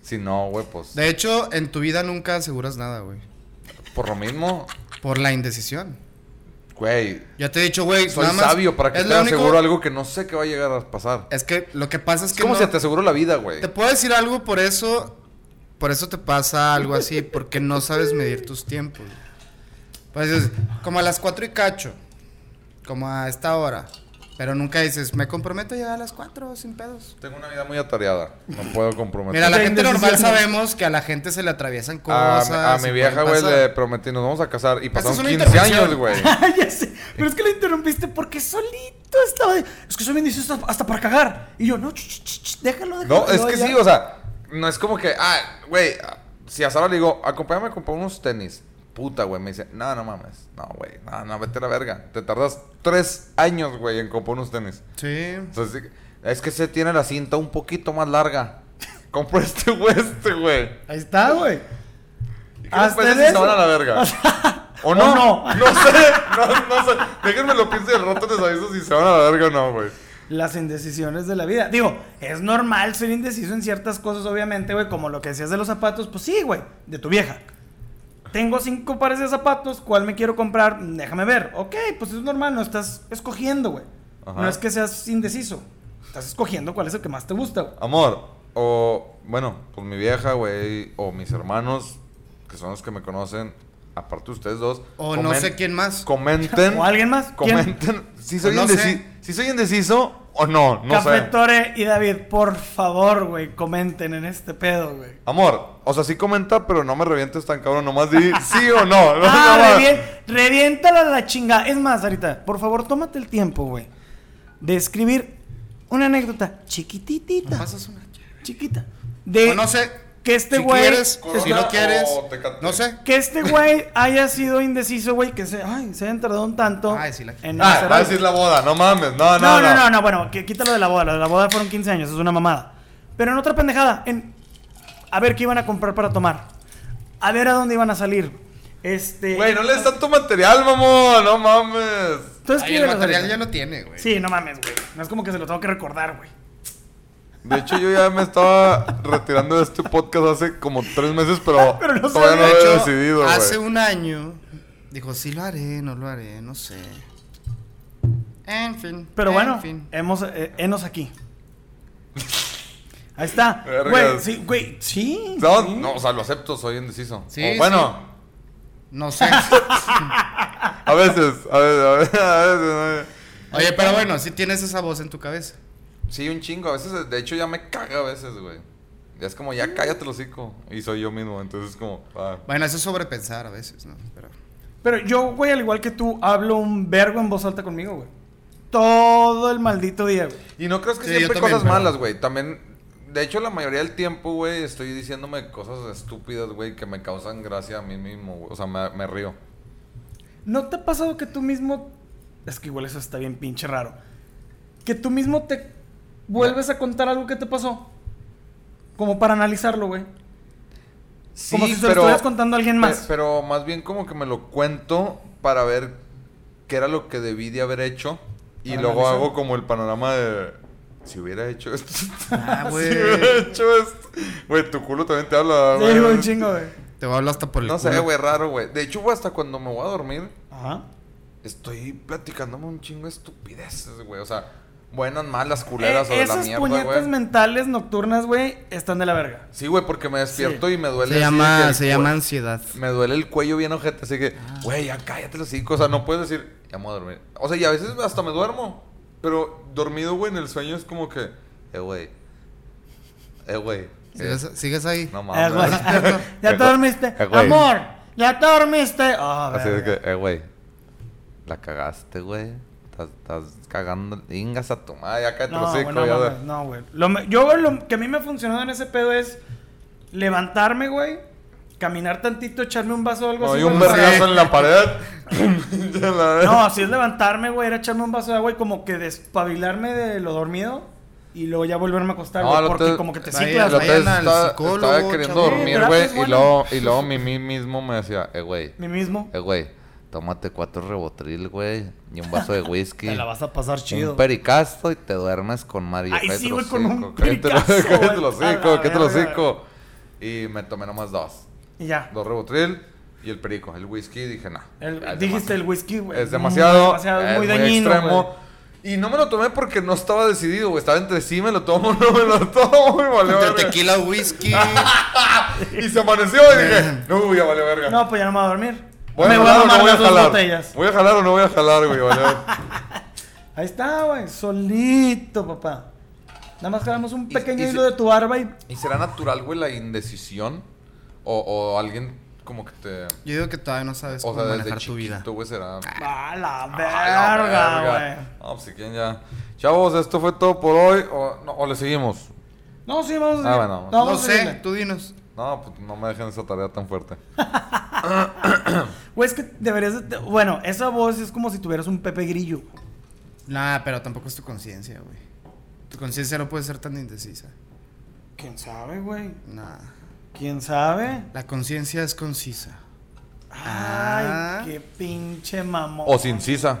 Speaker 1: Si no, güey, pues.
Speaker 2: De hecho, en tu vida nunca aseguras nada, güey.
Speaker 1: Por lo mismo,
Speaker 2: Por la indecisión.
Speaker 1: güey.
Speaker 2: Ya te he dicho, güey.
Speaker 1: Soy
Speaker 2: nada más-
Speaker 1: sabio para que
Speaker 2: es
Speaker 1: te
Speaker 2: lo único-
Speaker 1: aseguro algo que no sé que va a llegar a pasar.
Speaker 2: Es que lo que pasa es
Speaker 1: Es
Speaker 2: que.
Speaker 1: como
Speaker 2: no-
Speaker 1: si te aseguro la vida, güey.
Speaker 2: Te puedo decir algo, por eso. Por eso te pasa algo así, porque no sabes medir tus tiempos. Pues dices, como a las 4 y cacho. Como a esta hora. Pero nunca dices, me comprometo a llegar a las 4 sin pedos.
Speaker 1: Tengo una vida muy atareada. No puedo comprometer.
Speaker 2: Mira, la
Speaker 3: Te
Speaker 2: gente normal
Speaker 3: indecisiones.
Speaker 2: sabemos que a la gente se le atraviesan
Speaker 1: a,
Speaker 2: cosas.
Speaker 1: mi- a mi
Speaker 2: y
Speaker 1: vieja,
Speaker 2: pueden
Speaker 1: güey,
Speaker 2: pasar.
Speaker 1: le prometí, nos vamos a casar. Y pasaron
Speaker 2: es una
Speaker 1: 15
Speaker 2: intervención.
Speaker 1: años, güey.
Speaker 3: Ah, ya sé. Pero es que lo interrumpiste porque solito estaba de. Es que soy bien indeciso hasta, hasta para cagar. Y yo, no, ch, ch, ch, ch, déjalo, déjalo.
Speaker 1: No, es que sí, o sea, no es como que, ah, güey, si a Sara le digo, acompáñame a comprar unos tenis. Puta, güey, me dice, no, no mames. No, güey, no, no, vete a la verga. Te tardas tres años, güey, en comprar unos tenis.
Speaker 2: Sí.
Speaker 1: O sea, sí- es que se tiene la cinta un poquito más larga. Compro este o este, güey.
Speaker 3: Ahí está, güey.
Speaker 1: ¿Y ¿Qué les
Speaker 3: Hasta
Speaker 1: parece
Speaker 3: en
Speaker 1: si se van
Speaker 3: eso.
Speaker 1: a la verga? ¿O
Speaker 3: o
Speaker 1: no?
Speaker 3: no.
Speaker 1: sé, no, no sé. Déjenme lo pienso y al rato les aviso si se van a la verga o no, güey.
Speaker 3: Las indecisiones de la vida. Digo, es normal ser indeciso en ciertas cosas, obviamente, güey. Como lo que decías de los zapatos, pues sí, güey, de tu vieja. Tengo cinco pares de zapatos, ¿cuál me quiero comprar? Déjame ver. Ok, pues es normal, no estás escogiendo, güey.
Speaker 1: Ajá.
Speaker 3: No es que seas indeciso. Estás escogiendo cuál es el que más te gusta, güey.
Speaker 1: Amor, o bueno, pues mi vieja, güey, o mis hermanos, que son los que me conocen, aparte ustedes dos.
Speaker 2: O no
Speaker 1: comen-
Speaker 2: sé quién más.
Speaker 1: Comenten.
Speaker 3: ¿O alguien más? ¿Quién?
Speaker 1: Comenten si soy,
Speaker 2: No
Speaker 1: indeci-
Speaker 2: sé.
Speaker 1: si soy indeciso o no, no
Speaker 3: Café
Speaker 1: sé.
Speaker 3: Tore y David, por favor, güey, comenten en este pedo, güey.
Speaker 1: Amor, o sea, sí comenta, pero no me revientes tan cabrón, nomás di sí o no. no,
Speaker 3: Ah,
Speaker 1: no, no.
Speaker 3: revien- reviéntala la chingada. Es más, ahorita, por favor, tómate el tiempo, güey, de escribir una anécdota
Speaker 2: ¿Me
Speaker 3: chiquitita,
Speaker 2: pasas una cheve?
Speaker 3: chiquita, de
Speaker 2: O no sé.
Speaker 3: que este
Speaker 2: si
Speaker 3: güey-
Speaker 2: quieres, si
Speaker 1: Corona
Speaker 2: no quieres.
Speaker 1: o Tecate.
Speaker 2: No sé.
Speaker 3: que este güey haya sido indeciso, güey, que se, ay, se hayan tardado un tanto
Speaker 2: Ay, sí la-
Speaker 3: en
Speaker 1: Ah,
Speaker 3: hacer
Speaker 1: va a
Speaker 3: algo.
Speaker 1: decir la boda, no mames, no,
Speaker 3: No,
Speaker 1: no,
Speaker 3: no, no, no, bueno, que quítalo de la boda. Lo de la boda fueron 15 años, es una mamada. Pero en otra pendejada, en a ver qué iban a comprar para tomar. A ver a dónde iban a salir. Este.
Speaker 1: Güey, no le des tanto material, mamón, no mames.
Speaker 3: Entonces,
Speaker 2: Ay, el material ya lo tiene, güey.
Speaker 3: Sí, no mames, güey. No es como que se lo tengo que recordar, güey.
Speaker 1: De hecho, yo ya me estaba retirando de este podcast hace como tres meses, pero,
Speaker 3: Pero no
Speaker 1: todavía no
Speaker 2: De
Speaker 1: lo había
Speaker 2: hecho,
Speaker 1: decidido, güey.
Speaker 2: hace un año dijo, sí lo haré, no lo haré, no sé. En fin.
Speaker 3: Pero
Speaker 2: en
Speaker 3: bueno,
Speaker 2: fin.
Speaker 3: hemos, eh, enos aquí. Ahí está.
Speaker 1: Vergas.
Speaker 3: Güey, sí, güey, sí.
Speaker 1: No,
Speaker 3: sí.
Speaker 1: no, o sea, lo acepto, soy indeciso.
Speaker 2: Sí,
Speaker 1: O bueno,
Speaker 2: No sé.
Speaker 1: a veces, a veces, a veces, a veces, ¿no?
Speaker 2: Oye, pero bueno, si tienes esa voz en tu cabeza.
Speaker 1: Sí, un chingo, a veces, de hecho ya me caga a veces, güey. Ya es como, ya cállate el hocico. Y soy yo mismo, entonces es como, ah.
Speaker 2: Bueno, eso es sobrepensar a veces, ¿no? Pero,
Speaker 3: Pero yo, güey, al igual que tú, hablo un vergo en voz alta conmigo, güey. Todo el maldito día, güey.
Speaker 1: Y no crees que
Speaker 2: Sí, yo
Speaker 1: siempre hay
Speaker 2: también,
Speaker 1: cosas
Speaker 2: pero-
Speaker 1: malas, güey. También, de hecho, la mayoría del tiempo, güey, estoy diciéndome cosas estúpidas, güey, que me causan gracia a mí mismo, güey. O sea, me, me río.
Speaker 3: ¿No te ha pasado que tú mismo... Es que igual eso está bien pinche raro. Que tú mismo te vuelves a contar algo que te pasó. Como para analizarlo, güey. Como si se lo estuvieras contando a alguien
Speaker 1: pe-
Speaker 3: más.
Speaker 1: Pero más bien como que me lo cuento para ver qué era lo que debí de haber hecho. Y
Speaker 3: Para
Speaker 1: luego
Speaker 3: analizar.
Speaker 1: hago como el panorama de... Si hubiera hecho esto...
Speaker 2: Ah, güey.
Speaker 1: si hubiera hecho esto... Güey, tu culo también te habla,
Speaker 3: Sí, güey, un chingo, güey.
Speaker 2: te voy a hablar hasta por el
Speaker 1: No sé,
Speaker 2: culo.
Speaker 1: güey, raro, güey. De hecho, güey, hasta cuando me voy a dormir...
Speaker 3: Ajá.
Speaker 1: Estoy platicándome un chingo de estupideces, güey. O sea, buenas, malas,
Speaker 3: Eh,
Speaker 1: culeras o de la
Speaker 3: esas
Speaker 1: mierda,
Speaker 3: puñetas
Speaker 1: güey.
Speaker 3: mentales nocturnas, güey, están de la verga.
Speaker 1: Sí, güey, porque me despierto y me duele. así
Speaker 2: Se
Speaker 1: de que
Speaker 2: llama,
Speaker 1: el
Speaker 2: se llama
Speaker 1: cue-
Speaker 2: ansiedad.
Speaker 1: Me duele el cuello bien ojete, así que, güey, ya cállate los hijos. O sea, no puedes decir, ya me voy a dormir. O sea, y a veces hasta me duermo. Pero dormido, güey, en el sueño es como que, eh, güey. Eh, güey. eh,
Speaker 2: ¿Sigues, sigues ahí?
Speaker 1: no
Speaker 3: Eh, güey,
Speaker 1: mames.
Speaker 3: ya te dormiste.
Speaker 1: Eh, güey.
Speaker 3: Amor, ya te dormiste. Ah,
Speaker 1: Así de
Speaker 3: verga.
Speaker 1: que, eh, güey, la cagaste, güey. Estás, estás cagando, ingas a tu madre, ya cállate
Speaker 3: No,
Speaker 1: los
Speaker 3: güey,
Speaker 1: hijos.
Speaker 3: no,
Speaker 1: ya de-
Speaker 3: mames, no, güey. Lo me- yo lo que a mí me funcionó en ese pedo es levantarme, güey, caminar tantito, echarme un vaso o algo
Speaker 1: No,
Speaker 3: así.
Speaker 1: hay un
Speaker 3: güey, no sé.
Speaker 1: vergazo en la pared. Ya la ves.
Speaker 3: No, así es levantarme, güey, era echarme un vaso de agua y como que despabilarme de lo dormido y luego ya volverme a acostar,
Speaker 1: No,
Speaker 3: güey,
Speaker 1: lo
Speaker 3: porque
Speaker 1: te-
Speaker 3: como que te
Speaker 2: vaya,
Speaker 3: ciclas,
Speaker 1: El
Speaker 3: güey.
Speaker 1: otro día
Speaker 2: vayan al
Speaker 1: estaba,
Speaker 2: psicólogo,
Speaker 1: estaba queriendo
Speaker 2: chavos.
Speaker 1: dormir,
Speaker 3: Terapia
Speaker 1: güey.
Speaker 3: es
Speaker 1: Y
Speaker 3: buena.
Speaker 1: luego, y luego mi mí mismo me decía, eh, güey,
Speaker 3: Mí mismo.
Speaker 1: eh, güey, tómate cuatro rebotril, güey, y un vaso de whisky.
Speaker 3: Te la vas a pasar chido.
Speaker 1: un pericasto y te duermes con Mario.
Speaker 3: Ay, sí,
Speaker 1: Cállate
Speaker 3: güey,
Speaker 1: los
Speaker 3: con un
Speaker 1: hocico, cállate los-
Speaker 3: pericazo, güey.
Speaker 1: Cállate los
Speaker 3: A la
Speaker 1: hocico, cállate los
Speaker 3: verga.
Speaker 1: hocico. Y me tomé nomás dos.
Speaker 3: Y ya.
Speaker 1: Dos rebotril y el perico. El whisky dije, nah.
Speaker 3: El-
Speaker 1: ya es demasiado".
Speaker 3: dijiste el whisky, güey.
Speaker 1: Es demasiado,
Speaker 3: demasiado,
Speaker 1: es
Speaker 3: muy dañino,
Speaker 1: extremo. Y no me lo tomé porque no estaba decidido, güey. Estaba entre sí, me lo tomo, no me lo tomo, y valió
Speaker 2: Entre
Speaker 1: verga.
Speaker 2: tequila, whisky.
Speaker 1: Y se amaneció y dije, no, ya valió verga.
Speaker 3: güey. No, pues ya no me voy a dormir.
Speaker 1: ¿Voy a
Speaker 3: me voy
Speaker 1: jalar
Speaker 3: a
Speaker 1: o no
Speaker 3: tomar
Speaker 1: voy a
Speaker 3: las dos
Speaker 1: jalar?
Speaker 3: botellas.
Speaker 1: ¿Voy a jalar o no voy a jalar, güey? Valió verga.
Speaker 3: Ahí está, güey, solito, papá. Nada más jalamos un
Speaker 1: Y-
Speaker 3: pequeño
Speaker 1: y se-
Speaker 3: hilo de tu barba y
Speaker 1: ¿Y será natural, güey, la indecisión? O, o alguien como que te...
Speaker 2: Yo digo que todavía no sabes
Speaker 1: O
Speaker 2: cómo
Speaker 1: sea, desde
Speaker 2: manejar tu vida.
Speaker 1: chiquito, güey, será...
Speaker 3: ¡A la
Speaker 1: Ah, la
Speaker 3: verga, güey!
Speaker 1: No, pues si quieren ya. Chavos, esto fue todo por hoy. O, no, o le seguimos.
Speaker 3: No, sí, vamos a
Speaker 1: Ah,
Speaker 3: seguir.
Speaker 1: bueno.
Speaker 3: No,
Speaker 2: No
Speaker 3: vamos a
Speaker 2: sé,
Speaker 3: seguirle.
Speaker 2: tú dinos.
Speaker 1: No, pues no me dejen esa tarea tan fuerte.
Speaker 3: Güey, es que deberías... de- Bueno, esa voz es como si tuvieras un Pepe Grillo. güey.
Speaker 2: Nah, pero tampoco es tu conciencia, güey. Tu conciencia no puede ser tan indecisa.
Speaker 3: ¿Quién sabe, güey?
Speaker 2: Nah.
Speaker 3: ¿Quién sabe?
Speaker 2: La conciencia es concisa. Ah.
Speaker 3: Ay, qué pinche mamón.
Speaker 1: O sin sisa.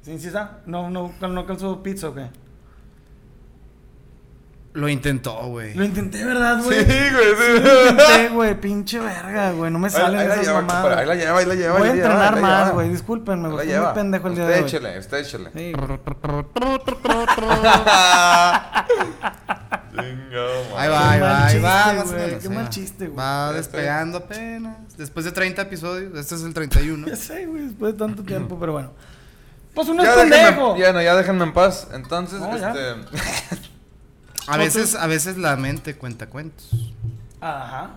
Speaker 3: ¿Sin cisa? No, no, no calzó pizza, güey.
Speaker 2: Lo intentó, güey.
Speaker 3: Lo intenté, ¿verdad,
Speaker 1: Sí,
Speaker 3: güey?
Speaker 1: güey, sí.
Speaker 3: Lo intenté, güey. Pinche verga, güey. No me salen
Speaker 1: Ahí la
Speaker 3: esas
Speaker 1: lleva, compadre,
Speaker 3: mamadas.
Speaker 1: ahí la lleva, ahí la lleva.
Speaker 3: Voy a
Speaker 1: ahí la lleva,
Speaker 3: entrenar
Speaker 1: ahí la
Speaker 3: más,
Speaker 1: lleva.
Speaker 3: güey. Discúlpenme,
Speaker 1: Ahí la
Speaker 3: güey. Estoy
Speaker 1: lleva.
Speaker 3: muy pendejo el día
Speaker 1: Usted
Speaker 3: de hoy.
Speaker 1: échele, usted échele.
Speaker 3: Sí.
Speaker 1: Ah, Chingado, madre.
Speaker 2: Ahí va, ahí
Speaker 3: mal
Speaker 2: va, ahí va.
Speaker 3: chiste,
Speaker 2: más o
Speaker 3: güey,
Speaker 2: menos,
Speaker 3: qué
Speaker 2: ahí
Speaker 3: mal
Speaker 2: va.
Speaker 3: chiste, güey.
Speaker 2: Va despegando apenas. Después de 30 episodios, este es el 31.
Speaker 3: Ya sé, güey, después de tanto tiempo, pero bueno. Pues uno
Speaker 1: Ya
Speaker 3: es
Speaker 1: déjenme,
Speaker 3: pendejo.
Speaker 1: ya, no, ya déjenme en paz. Entonces,
Speaker 3: No, ya.
Speaker 1: este.
Speaker 2: A veces, a veces la mente cuenta cuentos.
Speaker 3: Ajá.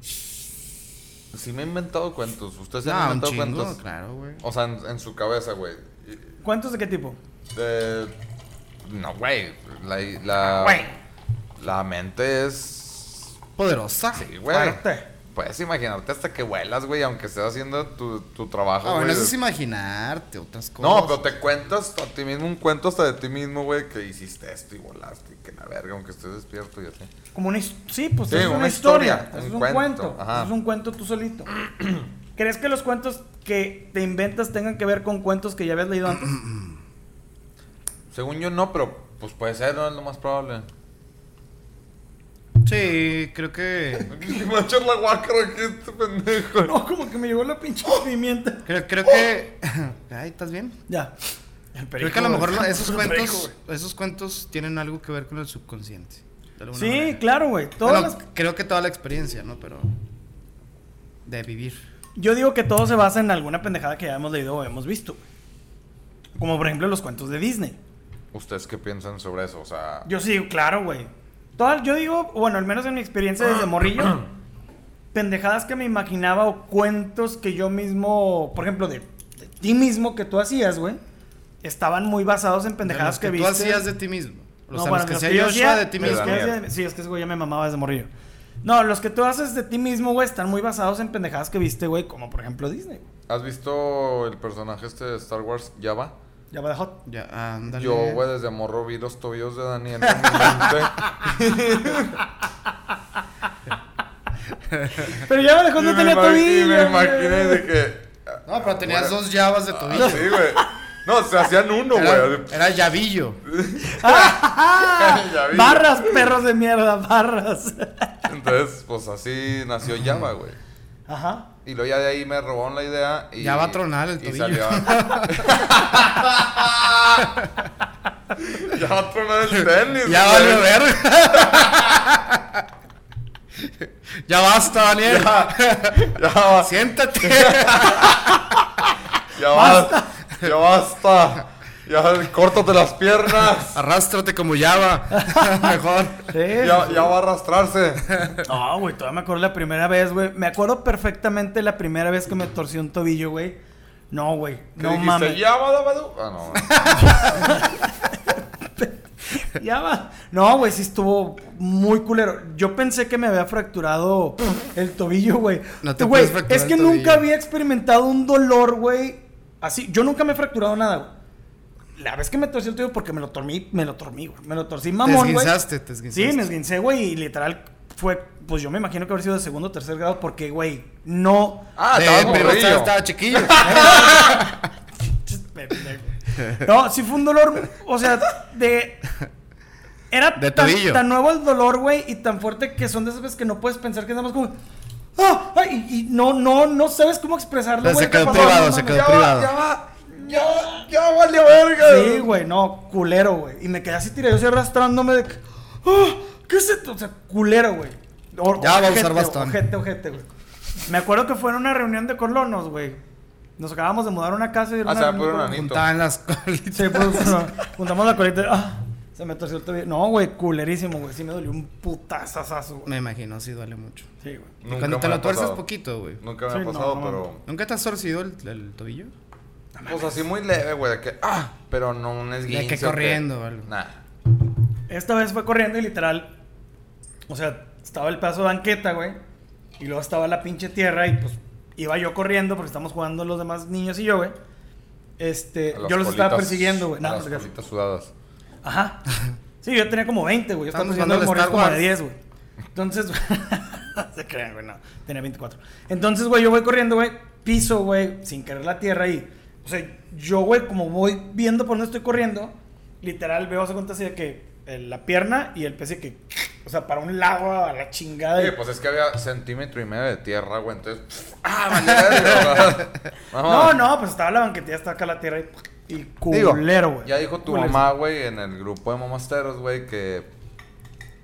Speaker 1: Sí me he inventado cuentos. Ustedes se han
Speaker 2: No, un
Speaker 1: inventado
Speaker 2: chingo,
Speaker 1: cuentos.
Speaker 2: claro, güey.
Speaker 1: O sea, en, en su cabeza, güey. Y-
Speaker 3: ¿Cuántos de qué tipo?
Speaker 1: de- No, güey. La, la,
Speaker 3: Güey.
Speaker 1: la mente es.
Speaker 2: Poderosa.
Speaker 1: Sí, güey.
Speaker 3: Fuerte.
Speaker 1: Puedes imaginarte hasta que vuelas, güey, aunque estés haciendo tu, tu trabajo.
Speaker 2: Ah, bueno,
Speaker 1: güey.
Speaker 2: eso es imaginarte otras cosas.
Speaker 1: No, pero te cuentas a ti mismo un cuento hasta de ti mismo, güey, que hiciste esto y volaste y que la verga, aunque estés despierto y así.
Speaker 3: Como una his- Sí, pues
Speaker 1: Sí,
Speaker 3: es una,
Speaker 1: una
Speaker 3: historia.
Speaker 1: historia,
Speaker 3: es
Speaker 1: un
Speaker 3: un
Speaker 1: cuento,
Speaker 3: cuento.
Speaker 1: ajá.
Speaker 3: Es un cuento tú solito. ¿Crees que los cuentos que te inventas tengan que ver con cuentos que ya habías leído antes?
Speaker 1: Según yo no, pero pues puede ser, ¿no? Es lo más probable.
Speaker 2: Sí, creo que.
Speaker 1: ¿Qué va a echar la guácara aquí este pendejo?
Speaker 3: no, como que me llegó la pinche pimienta.
Speaker 2: Creo, creo que. Ay, ¿estás bien?
Speaker 3: Ya. El
Speaker 2: creo que a lo mejor lo- esos cuentos. Esos cuentos tienen algo que ver con el subconsciente. de alguna
Speaker 3: Sí,
Speaker 2: manera.
Speaker 3: claro, güey. Todas
Speaker 2: Bueno,
Speaker 3: las-
Speaker 2: Creo que toda la experiencia, ¿no? Pero. De vivir.
Speaker 3: Yo digo que todo se basa en alguna pendejada que ya hemos leído o hemos visto. güey. Como por ejemplo los cuentos de Disney.
Speaker 1: ¿Ustedes qué piensan sobre eso? O sea,
Speaker 3: Yo sí, claro, güey. Toda- Yo digo, bueno, al menos en mi experiencia desde morrillo, pendejadas que me imaginaba o cuentos que yo mismo, por ejemplo, de, de ti mismo que tú hacías, güey, estaban muy basados en pendejadas
Speaker 2: Los
Speaker 3: que,
Speaker 2: que
Speaker 3: viste.
Speaker 2: Tú hacías de ti mismo. Los,
Speaker 3: No,
Speaker 2: a los
Speaker 3: bueno,
Speaker 2: que
Speaker 3: los
Speaker 2: hacía
Speaker 3: que yo
Speaker 2: Joshua
Speaker 3: hacía-
Speaker 2: de ti
Speaker 1: Me
Speaker 3: los
Speaker 2: mismo.
Speaker 1: da
Speaker 3: que
Speaker 1: miedo.
Speaker 3: hacía- Sí, es que ese güey ya me mamaba desde morrillo. No, los que tú haces de ti mismo, güey, están muy basados en pendejadas que viste, güey, como por ejemplo Disney. güey.
Speaker 1: ¿has visto el personaje este de Star Wars, Java?
Speaker 3: Ya va de hot.
Speaker 2: Ya, ándale.
Speaker 1: Yo, güey, desde morro vi los tobillos de Daniel en mi mente.
Speaker 3: Pero ya va de hot no
Speaker 1: Y me
Speaker 3: tenía
Speaker 1: imag-
Speaker 3: tobillo.
Speaker 1: Y me
Speaker 3: güey.
Speaker 1: imaginé de que...
Speaker 2: No, pero tenías
Speaker 1: güey.
Speaker 2: dos llavas de tobillo.
Speaker 1: Ah, sí, güey. No, se hacían uno, güey.
Speaker 2: Era,
Speaker 1: así,
Speaker 2: era llavillo.
Speaker 1: ya vi.
Speaker 3: Ah, Barras, perros de mierda, barras.
Speaker 1: Entonces, pues así nació Java, güey.
Speaker 3: Ajá.
Speaker 1: Y luego ya de ahí me robaron la idea y...
Speaker 2: Ya va a tronar el tobillo.
Speaker 1: Y salió... ya va a tronar el tenis.
Speaker 2: Ya
Speaker 1: güey.
Speaker 2: valió ver. ya basta, Daniel.
Speaker 1: Ya va-
Speaker 2: Siéntate.
Speaker 1: ya basta. Ya basta. Ya córtate las piernas.
Speaker 2: Arrástrate como llava. Mejor.
Speaker 3: Sí,
Speaker 1: Ya, ya va a arrastrarse.
Speaker 3: No, güey, todavía me acuerdo la primera vez, güey. Me acuerdo perfectamente la primera vez que me torció un tobillo, güey. No, güey.
Speaker 1: ¿Qué
Speaker 3: No
Speaker 1: dijiste?
Speaker 3: mames. Ya.
Speaker 1: Ya va, da, va, du- Ah, no. güey.
Speaker 3: va. No, güey, sí estuvo muy culero. Yo pensé que me había fracturado el tobillo, güey.
Speaker 2: No te
Speaker 3: Güey,
Speaker 2: puedes fracturar
Speaker 3: es que
Speaker 2: el
Speaker 3: nunca
Speaker 2: tobillo.
Speaker 3: había experimentado un dolor, güey. Así, yo nunca me he fracturado nada, güey. La vez que me torcí el tobillo porque me lo torcí, me lo torcí, güey. Me lo torcí
Speaker 2: Te
Speaker 3: mamón, güey.
Speaker 2: esguinzaste, te esguinzaste.
Speaker 3: Sí, me esguincé, güey, y literal fue, pues yo me imagino que haber sido de segundo o tercer grado porque, güey, no...
Speaker 1: Ah,
Speaker 2: Eh,
Speaker 1: estaba
Speaker 2: pero estaba,
Speaker 1: morrillo.
Speaker 2: estaba chiquillo.
Speaker 3: No, sí fue un dolor, o sea, de... Era
Speaker 2: De
Speaker 3: tan,
Speaker 2: tobillo.
Speaker 3: tan nuevo el dolor, güey, y tan fuerte que son de esas veces que no puedes pensar que es nada más como... ¡Ah! ¡Ay! y, y no, no, no sabes cómo expresarlo,
Speaker 2: Se
Speaker 3: güey.
Speaker 2: quedó
Speaker 3: ¿qué pasó?
Speaker 2: privado,
Speaker 3: No
Speaker 2: se
Speaker 3: mames.
Speaker 2: quedó
Speaker 1: Ya va, ya va. Ya, va- ya valió verga.
Speaker 3: Sí, güey, no, culero, güey. Y me quedé así tirado, así arrastrándome de... que, ¡Ah! ¿Qué es esto? O sea, culero, güey. O-
Speaker 2: Ya va a
Speaker 3: ojete,
Speaker 2: usar bastón.
Speaker 3: Ojete, ojete, güey. Me acuerdo que fue en una reunión de colonos, güey. Nos acabamos de mudar a una casa y... era
Speaker 1: Ah,
Speaker 3: una
Speaker 1: se va a
Speaker 3: reunión
Speaker 1: poner
Speaker 3: de
Speaker 1: una Bonito.
Speaker 2: Juntaban las colitas.
Speaker 3: Sí, pues, no, juntamos la colita. y, Ah, se me torció el tobillo. No, güey, culerísimo, güey. Sí me dolió un putazazazo, güey.
Speaker 2: Me imagino, sí duele mucho.
Speaker 3: Sí, güey.
Speaker 2: Y
Speaker 1: Nunca
Speaker 2: cuando te
Speaker 1: me
Speaker 2: lo
Speaker 1: ha
Speaker 2: tuerces
Speaker 1: pasado.
Speaker 2: poquito, güey.
Speaker 1: Nunca me
Speaker 3: Sí,
Speaker 1: ha
Speaker 3: no,
Speaker 1: pasado,
Speaker 3: no,
Speaker 1: pero.
Speaker 2: ¿Nunca te has torcido el, el tobillo?
Speaker 1: Pues así muy leve, güey. De que, ah, pero no un esguince.
Speaker 2: De que
Speaker 1: o
Speaker 2: corriendo o algo.
Speaker 1: Nah.
Speaker 3: Esta vez fue corriendo y literal. O sea, estaba el pedazo de banqueta, güey. Y luego estaba la pinche tierra y pues iba yo corriendo porque estamos jugando los demás niños y yo, güey. Este,
Speaker 1: A las
Speaker 3: yo los estaba
Speaker 1: colitas-
Speaker 3: persiguiendo, güey.
Speaker 1: a
Speaker 3: No, no
Speaker 1: las
Speaker 3: sé qué.
Speaker 1: colitas sudadas.
Speaker 3: Ajá. Sí, yo tenía como 20, güey. Yo estaba
Speaker 2: Estamos
Speaker 3: haciendo
Speaker 2: jugando
Speaker 3: el morir
Speaker 2: al
Speaker 3: como
Speaker 2: Star
Speaker 3: de
Speaker 2: Wars.
Speaker 3: 10, güey. Entonces, no se crean, güey, no. Tenía 24. Entonces, güey, yo voy corriendo, güey. Piso, güey, sin querer la tierra y... O sea, yo, güey, como voy viendo por dónde estoy corriendo, literal veo, se cuenta así de que eh, la pierna y el pez de que... O sea, para un lago a la chingada. y-
Speaker 1: Oye, pues es que había centímetro y medio de tierra, güey. Entonces. pff, ah, vale, verga, o sea,
Speaker 3: no,
Speaker 1: vamos.
Speaker 3: no, pues estaba la banquetilla, estaba acá la tierra y... Y
Speaker 1: Digo,
Speaker 3: culero, güey.
Speaker 1: ya dijo tu
Speaker 3: Culero.
Speaker 1: mamá, güey, en el grupo de mamasteros, güey, que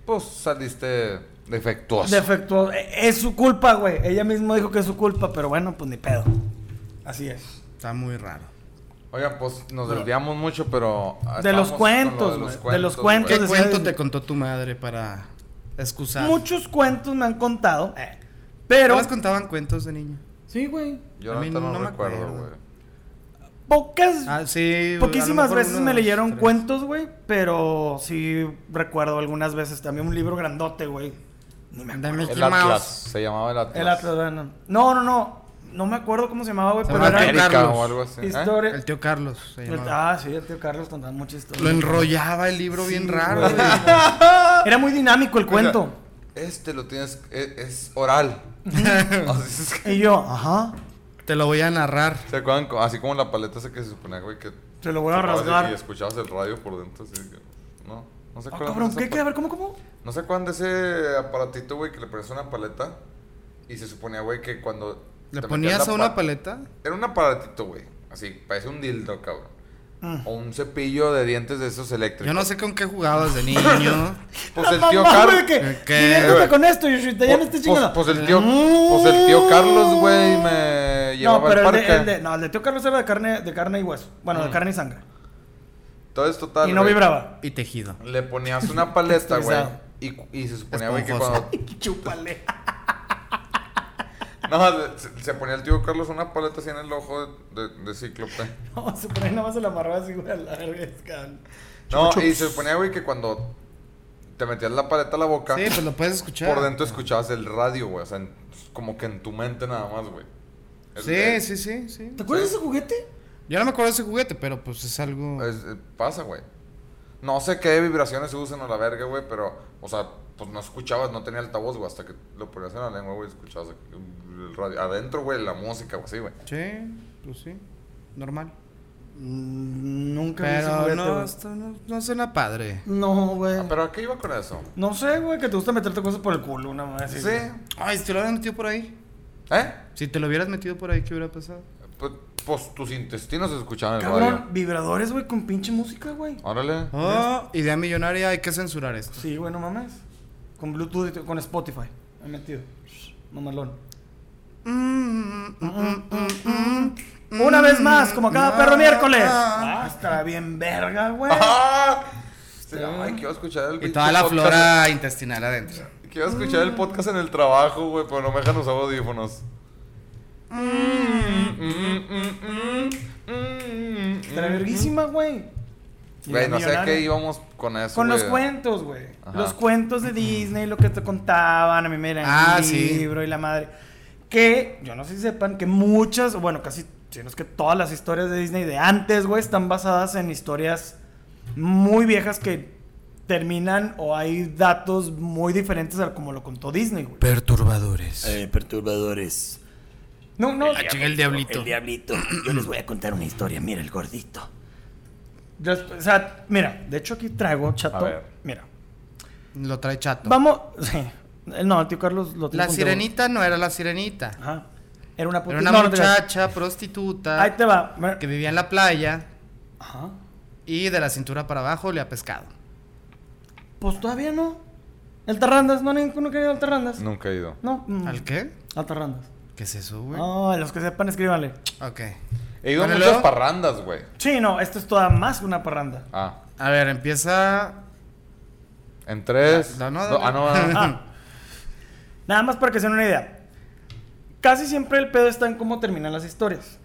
Speaker 1: pues saliste defectuoso.
Speaker 3: Defectuoso. E- Es su culpa, güey. Ella misma dijo que es su culpa, pero bueno, pues ni pedo. Así es.
Speaker 2: Está muy raro.
Speaker 1: Oigan, pues nos desviamos mucho, pero...
Speaker 3: De
Speaker 1: estamos
Speaker 3: los
Speaker 1: con lo
Speaker 3: cuentos, güey, de los cuentos.
Speaker 2: ¿Qué
Speaker 1: güey.
Speaker 3: Entonces,
Speaker 2: cuento
Speaker 3: ¿sabes?
Speaker 2: te contó tu madre para excusar?
Speaker 3: Muchos cuentos me han contado, eh, pero...
Speaker 2: ¿No les contaban cuentos de niño?
Speaker 3: Sí, güey.
Speaker 1: Yo
Speaker 2: A
Speaker 1: no,
Speaker 2: mí
Speaker 1: no,
Speaker 2: no me
Speaker 1: recuerdo,
Speaker 2: acuerdo.
Speaker 1: güey.
Speaker 3: Pocas...
Speaker 2: Ah, sí. a lo
Speaker 3: Poquísimas
Speaker 2: mejor
Speaker 3: veces me
Speaker 2: unos
Speaker 3: leyeron
Speaker 2: tres.
Speaker 3: cuentos, güey, pero sí recuerdo algunas veces también un libro grandote, güey. No me
Speaker 2: De
Speaker 3: acuerdo.
Speaker 2: Mickey
Speaker 1: El
Speaker 2: Mouse.
Speaker 1: Atlas, se llamaba el Atlas.
Speaker 3: El Atlas, bueno. No, no, no. No me acuerdo cómo se llamaba, güey,
Speaker 2: Se
Speaker 3: pero
Speaker 2: llamaba
Speaker 3: era
Speaker 1: América
Speaker 2: Carlos.
Speaker 1: o algo así. ¿eh?
Speaker 3: historia.
Speaker 2: El tío Carlos. se
Speaker 3: El-
Speaker 2: llamaba.
Speaker 3: Ah, sí, el tío Carlos contaba muchas historias.
Speaker 2: Lo enrollaba el libro bien raro.
Speaker 3: güey.
Speaker 2: güey.
Speaker 3: Era muy dinámico el
Speaker 1: Mira,
Speaker 3: cuento.
Speaker 1: Este lo tienes, es, es oral. Así es que-
Speaker 3: Y yo, "Ah, ajá.
Speaker 2: Te lo voy a narrar.
Speaker 1: ¿Se acuerdan? Co- Así como la paleta esa que se suponía, güey, que...
Speaker 3: Se lo voy a
Speaker 1: tocabas y- Y
Speaker 3: rasgar.
Speaker 1: escuchabas el radio por dentro, así que... No, no se
Speaker 3: Ah,
Speaker 1: acuerdan. de
Speaker 3: cabrón,
Speaker 1: esa
Speaker 3: ¿qué? ¿Qué? A ver, ¿cómo, cómo?
Speaker 1: ¿No se acuerdan de ese aparatito, güey, que le ponías una paleta? Y se suponía, güey, que cuando...
Speaker 2: ¿Le
Speaker 1: te metías
Speaker 2: ponías
Speaker 1: la
Speaker 2: a
Speaker 1: pa-
Speaker 2: una paleta?
Speaker 1: Era un aparatito, güey. Así, parece un dildo, cabrón.
Speaker 3: Ah.
Speaker 1: O un cepillo de dientes de esos eléctricos.
Speaker 2: Yo no sé con qué jugabas de niño.
Speaker 1: Pues el
Speaker 3: Mamá,
Speaker 1: tío Carlos... eh,
Speaker 3: güey, que-
Speaker 2: ¿Qué?
Speaker 3: diviértete con esto, Yoshita, ya no
Speaker 1: Pues-
Speaker 3: estés chingando. Mm.
Speaker 1: Pues, el tío... Pues el tío Carlos, güey, me llevaba
Speaker 3: No, pero
Speaker 1: al
Speaker 3: el de-
Speaker 1: parque.
Speaker 3: el de- no, el de tío Carlos era de carne, de carne y hueso. Bueno, de carne y sangre.
Speaker 1: Entonces, total,
Speaker 3: y no
Speaker 1: güey,
Speaker 3: vibraba.
Speaker 2: Y tejido.
Speaker 1: Le ponías una paleta, güey.
Speaker 3: Texturizado.
Speaker 1: Y, cu- y se suponía, güey, que
Speaker 2: Esponjoso.
Speaker 1: cuando...
Speaker 3: Chúpale.
Speaker 1: No, se, se ponía el tío Carlos una paleta así en el ojo de, de, de cíclope.
Speaker 3: No, se ponía nada más se la amarraba así, güey, a la verga, es ah, cabrón.
Speaker 1: No,
Speaker 3: Chupa,
Speaker 1: y
Speaker 3: chups.
Speaker 1: se suponía, güey, que cuando te metías la paleta a la boca,
Speaker 2: Sí, pues lo puedes escuchar.
Speaker 1: por dentro escuchabas el radio, güey. O sea, en- como que en tu mente nada más, güey. El-
Speaker 2: Sí,
Speaker 1: el-
Speaker 2: sí, sí, sí.
Speaker 3: ¿Te acuerdas de ese juguete?
Speaker 2: Yo no me acuerdo de ese juguete, pero pues es algo.
Speaker 1: es- eh, pasa, güey. No sé qué vibraciones se usan a la verga, güey, pero, o sea, pues no escuchabas, no tenía altavoz, güey, hasta que lo ponías en la lengua, güey, escuchabas el radio. Adentro, güey, la música, güey, así, güey.
Speaker 2: Sí, pues sí. Normal.
Speaker 1: Mm,
Speaker 3: Nunca vi ese
Speaker 2: Pero
Speaker 3: juguete,
Speaker 2: no,
Speaker 3: güey.
Speaker 2: esto no, no suena padre.
Speaker 3: No, güey.
Speaker 1: Ah, pero ¿a qué iba con eso?
Speaker 3: No sé, güey, que te gusta meterte cosas por el culo, una más.
Speaker 1: Sí.
Speaker 2: Ay, si te lo hubieran metido por ahí.
Speaker 1: ¿Eh?
Speaker 2: Si te lo hubieras metido por ahí, ¿qué hubiera pasado?
Speaker 1: Pues, pues, tus intestinos escuchaban el
Speaker 3: Cabrón,
Speaker 1: radio.
Speaker 3: vibradores, güey, con pinche música, güey.
Speaker 1: Órale.
Speaker 2: Oh, idea millonaria, hay que censurar esto.
Speaker 3: Sí, güey, no mames. Con Bluetooth, y t- con Spotify. Me he metido. Mamalón.
Speaker 2: Mm, mm, mm, mm, mm.
Speaker 3: Una vez más, como cada
Speaker 2: Ah,
Speaker 3: perro miércoles.
Speaker 2: ah.
Speaker 3: Ah, está bien verga, güey.
Speaker 1: ¡Ah! Sí, Ay, quiero escuchar el
Speaker 2: Y
Speaker 1: pinche
Speaker 2: toda la
Speaker 1: podcast.
Speaker 2: flora intestinal adentro.
Speaker 1: Quiero escuchar el podcast en el trabajo, güey, pero no me dejan usar audífonos. Mm,
Speaker 3: Está verguísima, güey.
Speaker 1: Mm. Güey, no sé a
Speaker 3: Millonario.
Speaker 1: qué íbamos con eso.
Speaker 3: Con los
Speaker 1: güey.
Speaker 3: cuentos, güey.
Speaker 1: Ajá.
Speaker 3: Los cuentos de Disney, lo que te contaban, a mí me eran
Speaker 2: Ah,
Speaker 3: el
Speaker 2: sí.
Speaker 3: libro y la madre. Que, yo no sé si sepan, que muchas, o bueno, casi, si no es que todas las historias de Disney de antes, güey, están basadas en historias muy viejas que terminan o hay datos muy diferentes a como lo contó Disney, güey.
Speaker 2: Perturbadores.
Speaker 6: Eh, perturbadores.
Speaker 3: No, no,
Speaker 2: Ah, chinga, el diablito.
Speaker 6: El diablito. Yo les voy a contar una historia. Mira el gordito.
Speaker 3: yo- o sea, mira, de hecho aquí traigo,
Speaker 1: A
Speaker 3: chato,
Speaker 1: ver.
Speaker 3: mira.
Speaker 2: Lo trae chato.
Speaker 3: Vamos, sí. No, el tío Carlos lo tiene
Speaker 2: La
Speaker 3: puntiagudo.
Speaker 2: sirenita no era la sirenita.
Speaker 3: Ajá. Era una puta.
Speaker 2: Era una
Speaker 3: no, no te creas.
Speaker 2: muchacha prostituta
Speaker 3: Ahí te va. Mira.
Speaker 2: que vivía en la playa
Speaker 3: Ajá.
Speaker 2: y de la cintura para abajo le ha pescado.
Speaker 3: Pues todavía no. El Terrandas, no ninguno quería al Terrandas. No.
Speaker 1: Nunca he ido.
Speaker 3: mm,
Speaker 2: ¿Al qué?
Speaker 3: Al Terrandas.
Speaker 2: ¿Qué es eso, güey?
Speaker 3: No, los que sepan, escríbanle.
Speaker 2: Ok.
Speaker 1: He ido a
Speaker 2: Bueno,
Speaker 1: muchas
Speaker 2: luego-
Speaker 1: parrandas, güey.
Speaker 3: Sí, no, esto es toda más que una parranda.
Speaker 1: Ah,
Speaker 2: A ver, empieza.
Speaker 1: en tres.
Speaker 2: No, no,
Speaker 1: do-
Speaker 2: dale.
Speaker 1: ah, no, no, no.
Speaker 3: Ah. Nada más para que se den una idea. Casi siempre el pedo está en cómo terminan las historias.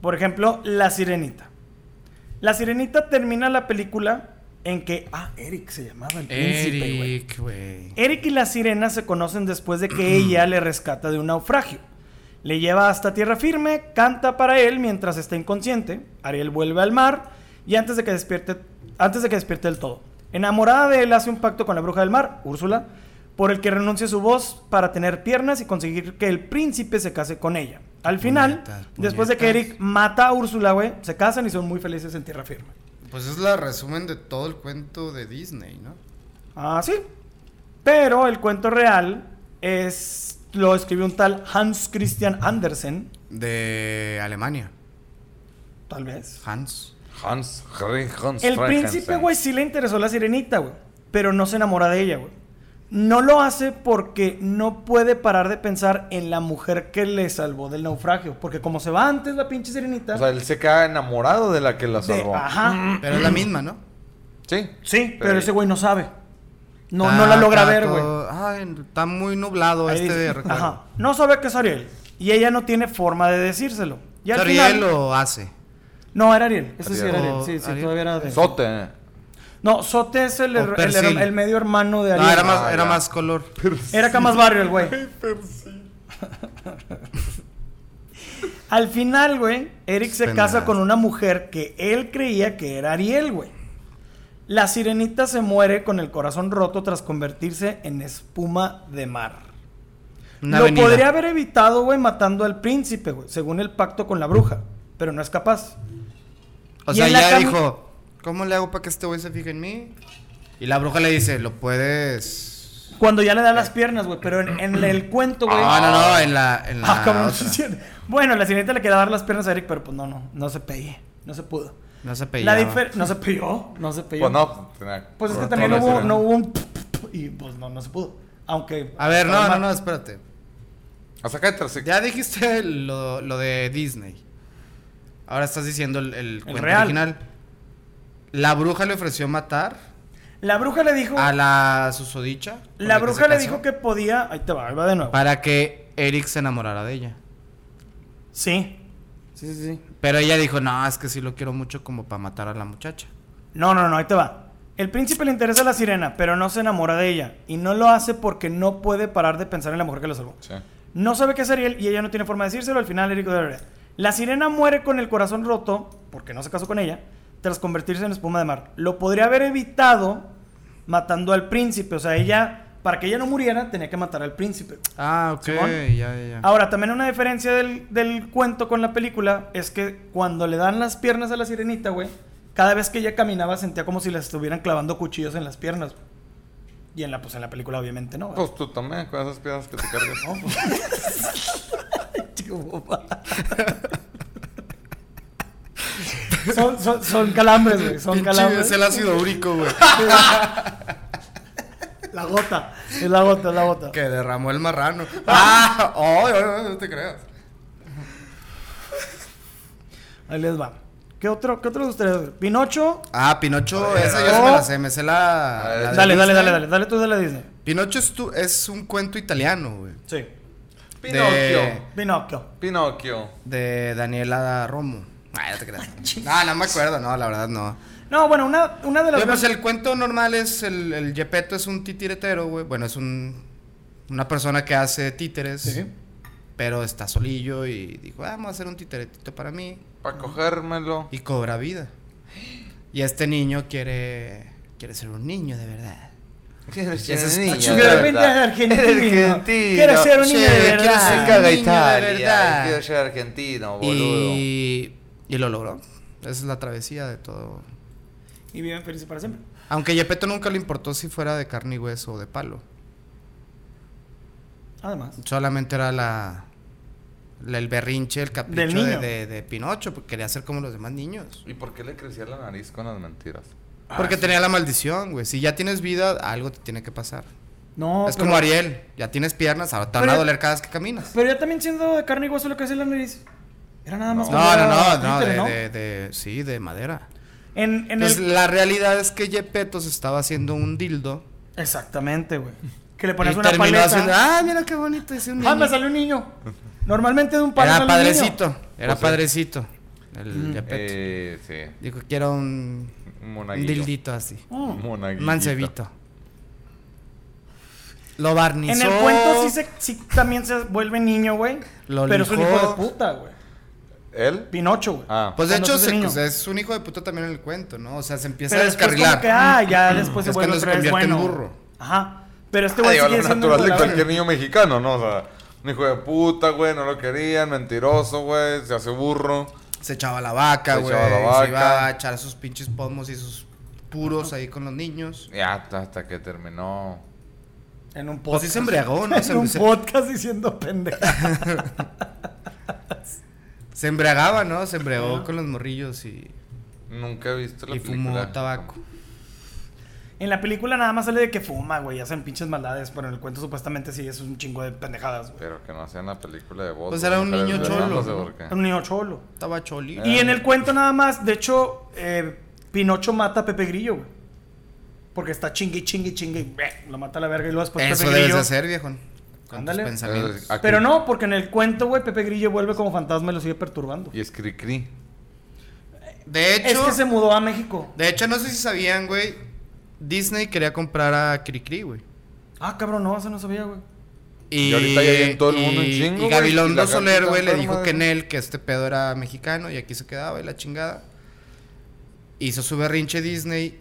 Speaker 3: Por ejemplo, La Sirenita. La Sirenita termina la película en que. Ah, Eric se llamaba el príncipe, güey.
Speaker 2: Eric, güey.
Speaker 3: Eric y la sirena se conocen después de que ella le rescata de un naufragio. Le lleva hasta tierra firme, canta para él mientras está inconsciente. Ariel vuelve al mar y antes de que despierte, antes de que despierte del todo. Enamorada de él hace un pacto con la bruja del mar, Úrsula, por el que renuncia a su voz para tener piernas y conseguir que el príncipe se case con ella. Al final,
Speaker 2: Puñetas,
Speaker 3: después de que
Speaker 2: puñetas.
Speaker 3: Eric mata a Úrsula, güey, se casan y son muy felices en tierra firme.
Speaker 2: Pues es la resumen de todo el cuento de Disney, ¿no?
Speaker 3: Ah, sí. Pero el cuento real es lo escribió un tal Hans Christian Andersen.
Speaker 2: De Alemania.
Speaker 3: Tal vez.
Speaker 2: Hans.
Speaker 1: Hans, Harry, Hans.
Speaker 3: El
Speaker 1: Frankenstein.
Speaker 3: príncipe, güey, sí le interesó la sirenita, güey. Pero no se enamora de ella, güey. No lo hace porque no puede parar de pensar en la mujer que le salvó del naufragio. Porque como se va antes la pinche sirenita.
Speaker 1: O sea, él se queda enamorado de la que la
Speaker 3: de-
Speaker 1: salvó.
Speaker 3: ajá.
Speaker 2: Pero es la misma, ¿no?
Speaker 1: Sí. Ah,
Speaker 3: Sí, pero,
Speaker 1: Pero-
Speaker 3: ese güey no sabe. No, no la
Speaker 2: Está-
Speaker 3: logra
Speaker 2: está
Speaker 3: ver, güey.
Speaker 2: todo- Ay, está muy nublado
Speaker 3: Ahí
Speaker 2: este
Speaker 3: dice-
Speaker 2: de recuerdo.
Speaker 3: Ajá. No sabe que es Ariel. Y ella no tiene forma de decírselo. Y al
Speaker 2: Pero y
Speaker 3: final-
Speaker 2: él lo hace.
Speaker 3: No, era Ariel. Ese sí
Speaker 1: Ariel.
Speaker 3: era Ariel.
Speaker 2: O
Speaker 3: Sí, sí,
Speaker 2: Ariel.
Speaker 3: todavía era de...
Speaker 1: Sote. eh.
Speaker 3: No, Sote es el,
Speaker 2: O
Speaker 3: her- el
Speaker 2: Persil.
Speaker 3: her- el medio hermano de Ariel.
Speaker 2: No, era más,
Speaker 1: Ah,
Speaker 2: era
Speaker 1: ya.
Speaker 2: más color.
Speaker 3: Era acá más barrio el güey. Al final, güey, Eric se
Speaker 2: Pendejadas.
Speaker 3: casa con una mujer que él creía que era Ariel, güey. La sirenita se muere con el corazón roto tras convertirse en espuma de mar.
Speaker 2: Una
Speaker 3: Lo
Speaker 2: avenida.
Speaker 3: podría haber evitado, güey, matando al príncipe, güey, según el pacto con la bruja, pero no es capaz.
Speaker 2: O
Speaker 3: y
Speaker 2: sea,
Speaker 3: en la
Speaker 2: ya
Speaker 3: cama-
Speaker 2: dijo, ¿cómo le hago para que este güey se fije en mí? Y la bruja le dice, lo puedes...
Speaker 3: Cuando ya le da las piernas, güey, pero en, en el cuento, güey.
Speaker 2: Eh. Ah, no, no, en la... En la
Speaker 3: Ah, cabrón, sí
Speaker 2: otra.
Speaker 3: es cierto. Bueno, la sirenita le quería dar las piernas a Eric, pero pues no, no, no se pegué, no se pudo.
Speaker 2: No se
Speaker 3: La
Speaker 2: peleaba.
Speaker 3: difer- no se pilló, no se pilló.
Speaker 1: Pues no. tenía-
Speaker 3: Pues es que
Speaker 1: por
Speaker 3: también no
Speaker 1: toda la
Speaker 3: hubo,
Speaker 1: escena.
Speaker 3: no hubo un y pues no, no se pudo. Aunque.
Speaker 2: A ver, no,
Speaker 3: además-
Speaker 2: no, no, espérate.
Speaker 1: Hasta acá te
Speaker 2: Ya dijiste lo, lo de Disney. Ahora estás diciendo el, el cuento
Speaker 3: real.
Speaker 2: original. La bruja le ofreció matar
Speaker 3: La bruja le dijo.
Speaker 2: a Ah, la susodicha. con
Speaker 3: la
Speaker 2: que
Speaker 3: bruja
Speaker 2: se
Speaker 3: le
Speaker 2: casó,
Speaker 3: dijo que podía. Ahí te va, ahí va de nuevo.
Speaker 2: Para que Eric se enamorara de ella.
Speaker 3: Sí. Sí, sí, sí.
Speaker 2: Pero ella dijo, no, es que sí lo quiero mucho como para matar a la muchacha.
Speaker 3: No, no, no, ahí te va. El príncipe le interesa a la sirena, pero no se enamora de ella. Y no lo hace porque no puede parar de pensar en la mujer que lo salvó.
Speaker 1: Sí.
Speaker 3: No sabe qué es Ariel y ella no tiene forma de decírselo. Al final, Eric. La sirena muere con el corazón roto, porque no se casó con ella, tras convertirse en espuma de mar. Lo podría haber evitado matando al príncipe. O sea, ella, para que ella no muriera, tenía que matar al príncipe.
Speaker 2: Ah, ok,
Speaker 3: Simón.
Speaker 2: ya, ya, ya.
Speaker 3: Ahora, también una diferencia del, del cuento con la película es que cuando le dan las piernas a la sirenita, güey, cada vez que ella caminaba sentía como si le estuvieran clavando cuchillos en las piernas. güey. Y en la, pues, en la película, obviamente, no. güey.
Speaker 1: Pues tú también, con esas piedras que te cargas. No, pues.
Speaker 3: Chico boba. son, son, son calambres, güey. Son calambres.
Speaker 2: es el ácido úrico, güey.
Speaker 3: La gota. Es la gota, es la gota.
Speaker 2: que derramó el marrano. ¡Ah! ¡Ay, ay, ay, no te creas!
Speaker 3: Ahí les va. ¿Qué otro, qué otro de ustedes? güey? Pinocho.
Speaker 2: Ah, Pinocho, esa yo
Speaker 3: no.
Speaker 2: sí me la sé, me sé Oh. Ah, la.
Speaker 1: A ver,
Speaker 2: la de
Speaker 3: Dale, dale,
Speaker 2: Disney.
Speaker 3: dale, dale. Dale tú de la Disney.
Speaker 2: Pinocho es, tu- es un cuento italiano, güey.
Speaker 3: Sí.
Speaker 2: De-
Speaker 1: Pinocchio.
Speaker 3: Pinocchio.
Speaker 1: Pinocchio.
Speaker 2: De Daniela Romo. Ah, no te creas. no, no me acuerdo, no, la verdad no.
Speaker 3: No, bueno, una, una de las.
Speaker 2: Oye, pues el cuento normal es el, el Gepetto es un titiretero, güey. Bueno, es un una persona que hace títeres. Pero está solillo y dijo, "Ah, vamos a hacer un titeretito para mí.
Speaker 1: Para cogérmelo.
Speaker 2: Y cobra vida. Y este niño quiere. quiere ser un niño de verdad. Ese es-
Speaker 1: niño,
Speaker 3: Sugar
Speaker 1: de
Speaker 3: Baby
Speaker 1: verdad.
Speaker 3: es argentino.
Speaker 1: Eres argentino.
Speaker 3: Quiero ser un niño de
Speaker 1: Sí, quiero
Speaker 3: verdad.
Speaker 1: ser caga
Speaker 2: Niño de
Speaker 1: Italia. eh,
Speaker 2: verdad.
Speaker 1: Quiero ser argentino, boludo.
Speaker 2: Y. Y lo logró. Esa es la travesía de todo.
Speaker 3: Y viven felices para siempre.
Speaker 2: Aunque Yepeto nunca le importó si fuera de carne y hueso o de palo.
Speaker 3: Además.
Speaker 2: Solamente era la. la- el berrinche, el capricho
Speaker 3: Del
Speaker 2: De,
Speaker 3: niño.
Speaker 2: de- de Pinocho, porque quería ser como los demás niños.
Speaker 1: ¿Y por qué le crecía la nariz con las mentiras?
Speaker 3: Ah,
Speaker 2: Ah, Porque tenía la maldición, güey. Si ya tienes vida, algo te tiene que pasar.
Speaker 3: No,
Speaker 2: es
Speaker 3: pero-
Speaker 2: como Ariel, ya tienes piernas, ahora te van a
Speaker 3: Pero-
Speaker 2: doler cada vez que caminas.
Speaker 3: Pero ya también siendo de carne y hueso lo que hacía la nariz. Era nada más.
Speaker 2: No,
Speaker 3: como
Speaker 2: no,
Speaker 3: era
Speaker 2: no, no,
Speaker 3: títere,
Speaker 2: de, de- Pues de- sí, de madera.
Speaker 3: En, en
Speaker 2: Entonces,
Speaker 3: el...
Speaker 2: la realidad es que Yepeto se estaba haciendo un dildo.
Speaker 3: Exactamente, güey. Que le
Speaker 2: Y
Speaker 3: ponías una
Speaker 2: terminó
Speaker 3: paleta.
Speaker 2: haciendo, ah, mira qué bonito, es un
Speaker 3: Ah, me
Speaker 2: niño".
Speaker 3: salió un niño. Normalmente de un palo
Speaker 2: Era
Speaker 3: sale un niño. Mm.
Speaker 2: padrecito, era
Speaker 1: Pues sí.
Speaker 2: padrecito. El Yepeto.
Speaker 1: Eh, sí.
Speaker 2: Dijo, quiero un,
Speaker 1: Un
Speaker 2: un
Speaker 1: monaguillo.
Speaker 2: dildito así.
Speaker 3: Oh,
Speaker 1: Un
Speaker 3: Mm.
Speaker 1: monaguillito.
Speaker 2: Mancebito. Lo barnizó.
Speaker 3: En el cuento sí, se, sí también se vuelve niño, güey.
Speaker 2: Lo
Speaker 3: Pero es un
Speaker 2: lijó.
Speaker 3: hijo de puta, güey.
Speaker 1: ¿Él?
Speaker 3: Pinocho, güey.
Speaker 1: Ah.
Speaker 2: Pues de
Speaker 3: Cuando
Speaker 2: hecho
Speaker 3: se hace
Speaker 2: se-
Speaker 3: niño.
Speaker 2: pues, es un hijo de puta también en el cuento, ¿no? O sea, se empieza
Speaker 3: Pero
Speaker 2: a
Speaker 3: después
Speaker 2: descarrilar. Mm.
Speaker 3: como que, ah, ya después se
Speaker 2: Es
Speaker 3: vuelve
Speaker 2: cuando se
Speaker 3: otra vez
Speaker 2: convierte en
Speaker 3: bueno.
Speaker 2: burro.
Speaker 3: Ajá. Pero este
Speaker 1: Ah,
Speaker 3: güey
Speaker 1: digo,
Speaker 3: sigue
Speaker 1: lo
Speaker 3: siendo
Speaker 1: natural de
Speaker 3: natural.
Speaker 1: cualquier niño mexicano, ¿no? O sea, un hijo de puta, güey, no lo querían, mentiroso, güey, se hace burro.
Speaker 2: Se echaba la vaca,
Speaker 1: Se
Speaker 2: güey.
Speaker 1: echaba la
Speaker 2: Se iba
Speaker 1: vaca.
Speaker 2: a echar sus pinches pomos y sus puros ahí con los niños.
Speaker 1: Ya, hasta, hasta que terminó.
Speaker 3: En un
Speaker 2: Pues sí
Speaker 3: podcast.
Speaker 2: se embriagó, ¿no?
Speaker 3: en
Speaker 2: Se,
Speaker 3: un
Speaker 2: se-
Speaker 3: podcast diciendo pendeja.
Speaker 2: Se embriagaba, ¿no? Se embriagó con los morrillos y,
Speaker 1: Nunca he visto la
Speaker 2: y
Speaker 1: película.
Speaker 2: fumó tabaco.
Speaker 3: En la película nada más sale de que fuma, güey, hacen pinches maldades, pero en el cuento supuestamente sí es un chingo de pendejadas, güey.
Speaker 1: Pero que no hacían la película de voz.
Speaker 2: Pues era un niño cholo,
Speaker 1: No sé
Speaker 2: ¿no?
Speaker 1: por qué.
Speaker 3: Era un niño cholo.
Speaker 2: Estaba choli.
Speaker 3: Y en el cuento nada más, de hecho, eh, Pinocho mata a Pepe Grillo, güey. Porque está chingue, chingue, chingue, bleh, lo mata a la verga y luego después
Speaker 2: Eso
Speaker 3: Pepe
Speaker 2: debes
Speaker 3: Grillo.
Speaker 2: de hacer, viejón. Con tus
Speaker 3: Ándale.
Speaker 2: pensamientos.
Speaker 1: Aquí-
Speaker 3: Pero no, porque en el cuento, güey, Pepe Grillo vuelve como fantasma y lo sigue perturbando.
Speaker 1: Y es cri cri.
Speaker 2: De
Speaker 3: Es
Speaker 2: hecho,
Speaker 3: que se mudó a México.
Speaker 2: de hecho, no sé si sabían, güey. Disney quería comprar a Cricri, güey.
Speaker 3: Ah, cabrón, no, eso no sabía, güey.
Speaker 2: Y,
Speaker 1: Y ahorita ya hay en todo el mundo un
Speaker 2: y-
Speaker 1: chingo,
Speaker 2: Y
Speaker 1: güey, y
Speaker 2: Gabilondo
Speaker 1: la
Speaker 2: Soler,
Speaker 1: gente
Speaker 2: güey, le
Speaker 1: enferma
Speaker 2: dijo
Speaker 1: de
Speaker 2: que
Speaker 1: eso.
Speaker 2: en él, que este pedo era mexicano y aquí se quedaba y la chingada. Hizo su berrinche Disney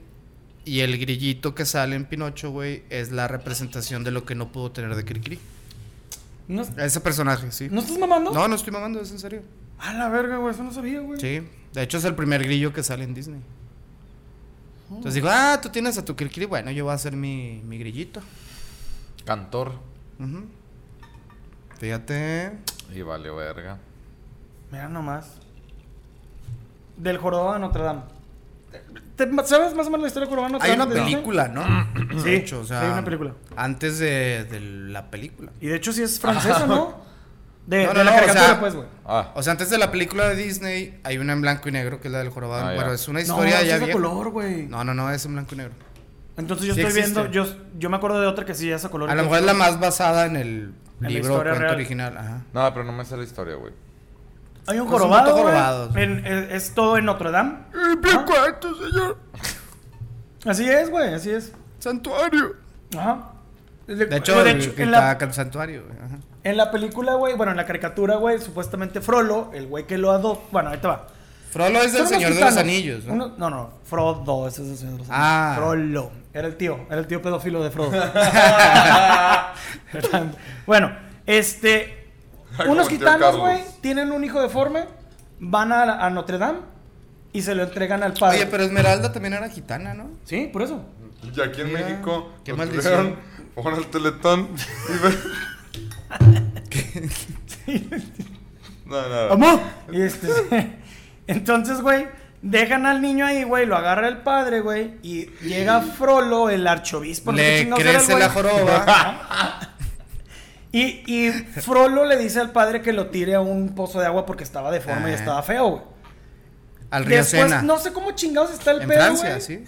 Speaker 2: y el grillito que sale en Pinocho, güey, es la representación de lo que no pudo tener de Cricri.
Speaker 3: ¿No,
Speaker 2: Ese personaje, sí.
Speaker 3: ¿no estás mamando?
Speaker 2: No, no estoy mamando, es en serio.
Speaker 3: A la verga, güey, eso no sabía, güey.
Speaker 2: Sí. De hecho, es el primer grillo que sale en Disney. Entonces digo, ah, tú tienes a tu Cricri, bueno, yo voy a hacer mi, mi grillito.
Speaker 1: Cantor.
Speaker 2: Ujú. Fíjate.
Speaker 1: Y vale verga.
Speaker 3: Mira nomás. Del Jorobado de Notre Dame. ¿Te- ¿Sabes más o menos la historia del Jorobado de Notre
Speaker 2: Hay
Speaker 3: Dame?
Speaker 2: una
Speaker 3: de Disney?
Speaker 2: película, ¿no?
Speaker 3: Sí, hay una película.
Speaker 2: Antes de, de la película.
Speaker 3: Y de hecho sí es francesa, ¿no? De,
Speaker 2: No,
Speaker 3: de
Speaker 2: no,
Speaker 3: la
Speaker 2: no, o
Speaker 3: caricatura,
Speaker 2: sea,
Speaker 3: pues, güey.
Speaker 1: Ah.
Speaker 2: O sea, antes de la película de Disney hay una en blanco y negro que es la del jorobado.
Speaker 1: Ah, ya.
Speaker 2: Bueno, es una
Speaker 3: No,
Speaker 2: historia
Speaker 3: esa
Speaker 2: ya
Speaker 3: es de
Speaker 2: vieja.
Speaker 3: color, güey.
Speaker 2: No, no, no, es en blanco y negro.
Speaker 3: Entonces yo
Speaker 2: Sí
Speaker 3: estoy
Speaker 2: existe.
Speaker 3: viendo, yo, yo me acuerdo de otra que sí es a color.
Speaker 2: A lo mejor es la más basada en el
Speaker 3: la
Speaker 2: libro o
Speaker 3: historia
Speaker 2: cuento
Speaker 3: real.
Speaker 2: original. Ajá.
Speaker 1: No, pero no me sale la historia, güey.
Speaker 3: Hay un
Speaker 2: Pues un
Speaker 3: jorobado,
Speaker 2: vato
Speaker 3: güey.
Speaker 2: jorobado, sí.
Speaker 3: En- es, es todo en Notre Dame.
Speaker 2: Mi cuarto, señor.
Speaker 3: Así es, güey, así es.
Speaker 2: Santuario.
Speaker 3: Ajá.
Speaker 2: De hecho,
Speaker 3: Güey,
Speaker 2: el
Speaker 3: de
Speaker 2: que
Speaker 3: en, la,
Speaker 2: está en santuario. güey, Ajá.
Speaker 3: en la película, güey, bueno, en la caricatura, güey, supuestamente Frollo, el güey que lo adopta. Bueno, ahí te va.
Speaker 2: Frollo es
Speaker 3: Son
Speaker 2: del
Speaker 3: unos
Speaker 2: Señor de los
Speaker 3: gitanos.
Speaker 2: Anillos. ¿no?
Speaker 3: Uno- no, no, Frodo, ese es el señor de los anillos.
Speaker 2: Ah.
Speaker 3: Frollo. Era el tío, era el tío pedófilo de Frodo. bueno, este.
Speaker 1: Como
Speaker 3: Unos
Speaker 1: el tío
Speaker 3: gitanos,
Speaker 1: Carlos.
Speaker 3: güey, tienen un hijo deforme, van a, la- a Notre Dame y se lo entregan al padre.
Speaker 2: Oye, pero Esmeralda también era gitana, ¿no?
Speaker 3: Sí, por eso.
Speaker 1: Y aquí en
Speaker 2: Mira,
Speaker 1: México.
Speaker 2: qué
Speaker 1: lo
Speaker 2: maldición.
Speaker 1: tuvieron, Pon el teletón. Y ve. no, no. no.
Speaker 3: ¡Amor! Y este, entonces, güey, dejan al niño ahí, güey, lo agarra el padre, güey, y llega Frollo, el arzobispo. no sé qué
Speaker 2: Le
Speaker 3: chingados era el
Speaker 2: crece
Speaker 3: güey.
Speaker 2: la joroba.
Speaker 3: Y, y Frollo le dice al padre que lo tire a un pozo de agua porque estaba deforme y
Speaker 2: Ah.
Speaker 3: estaba feo, güey.
Speaker 2: al río
Speaker 3: Después,
Speaker 2: Sena.
Speaker 3: no sé cómo chingados está el
Speaker 2: en
Speaker 3: pedo,
Speaker 2: Francia,
Speaker 3: güey.
Speaker 2: sí.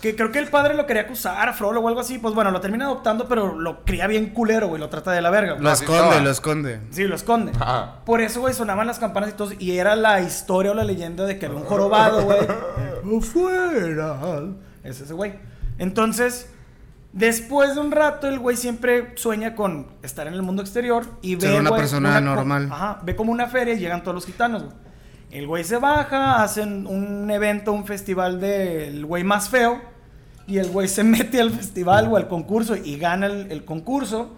Speaker 3: Que creo que el padre lo quería acusar a Frollo o algo así. Pues bueno, lo termina adoptando, pero lo cría bien culero, güey. Lo trata de la verga, güey.
Speaker 2: Lo
Speaker 1: Así estaba.
Speaker 2: esconde, lo esconde.
Speaker 3: Sí, lo esconde.
Speaker 1: Ah.
Speaker 3: Por eso, güey, sonaban las campanas y todo. Y era la historia o la leyenda de que había un jorobado, güey. ¡Fuera! Es ese güey. Entonces, después de un rato, el güey siempre sueña con estar en el mundo exterior y ve.
Speaker 2: Ser una
Speaker 3: güey,
Speaker 2: persona
Speaker 3: co-
Speaker 2: normal.
Speaker 3: Ajá. Ve como una feria y llegan todos los gitanos, güey. El güey se baja, hacen un evento, un festival del güey más feo. Y el güey se mete al festival o al concurso y gana el, el concurso.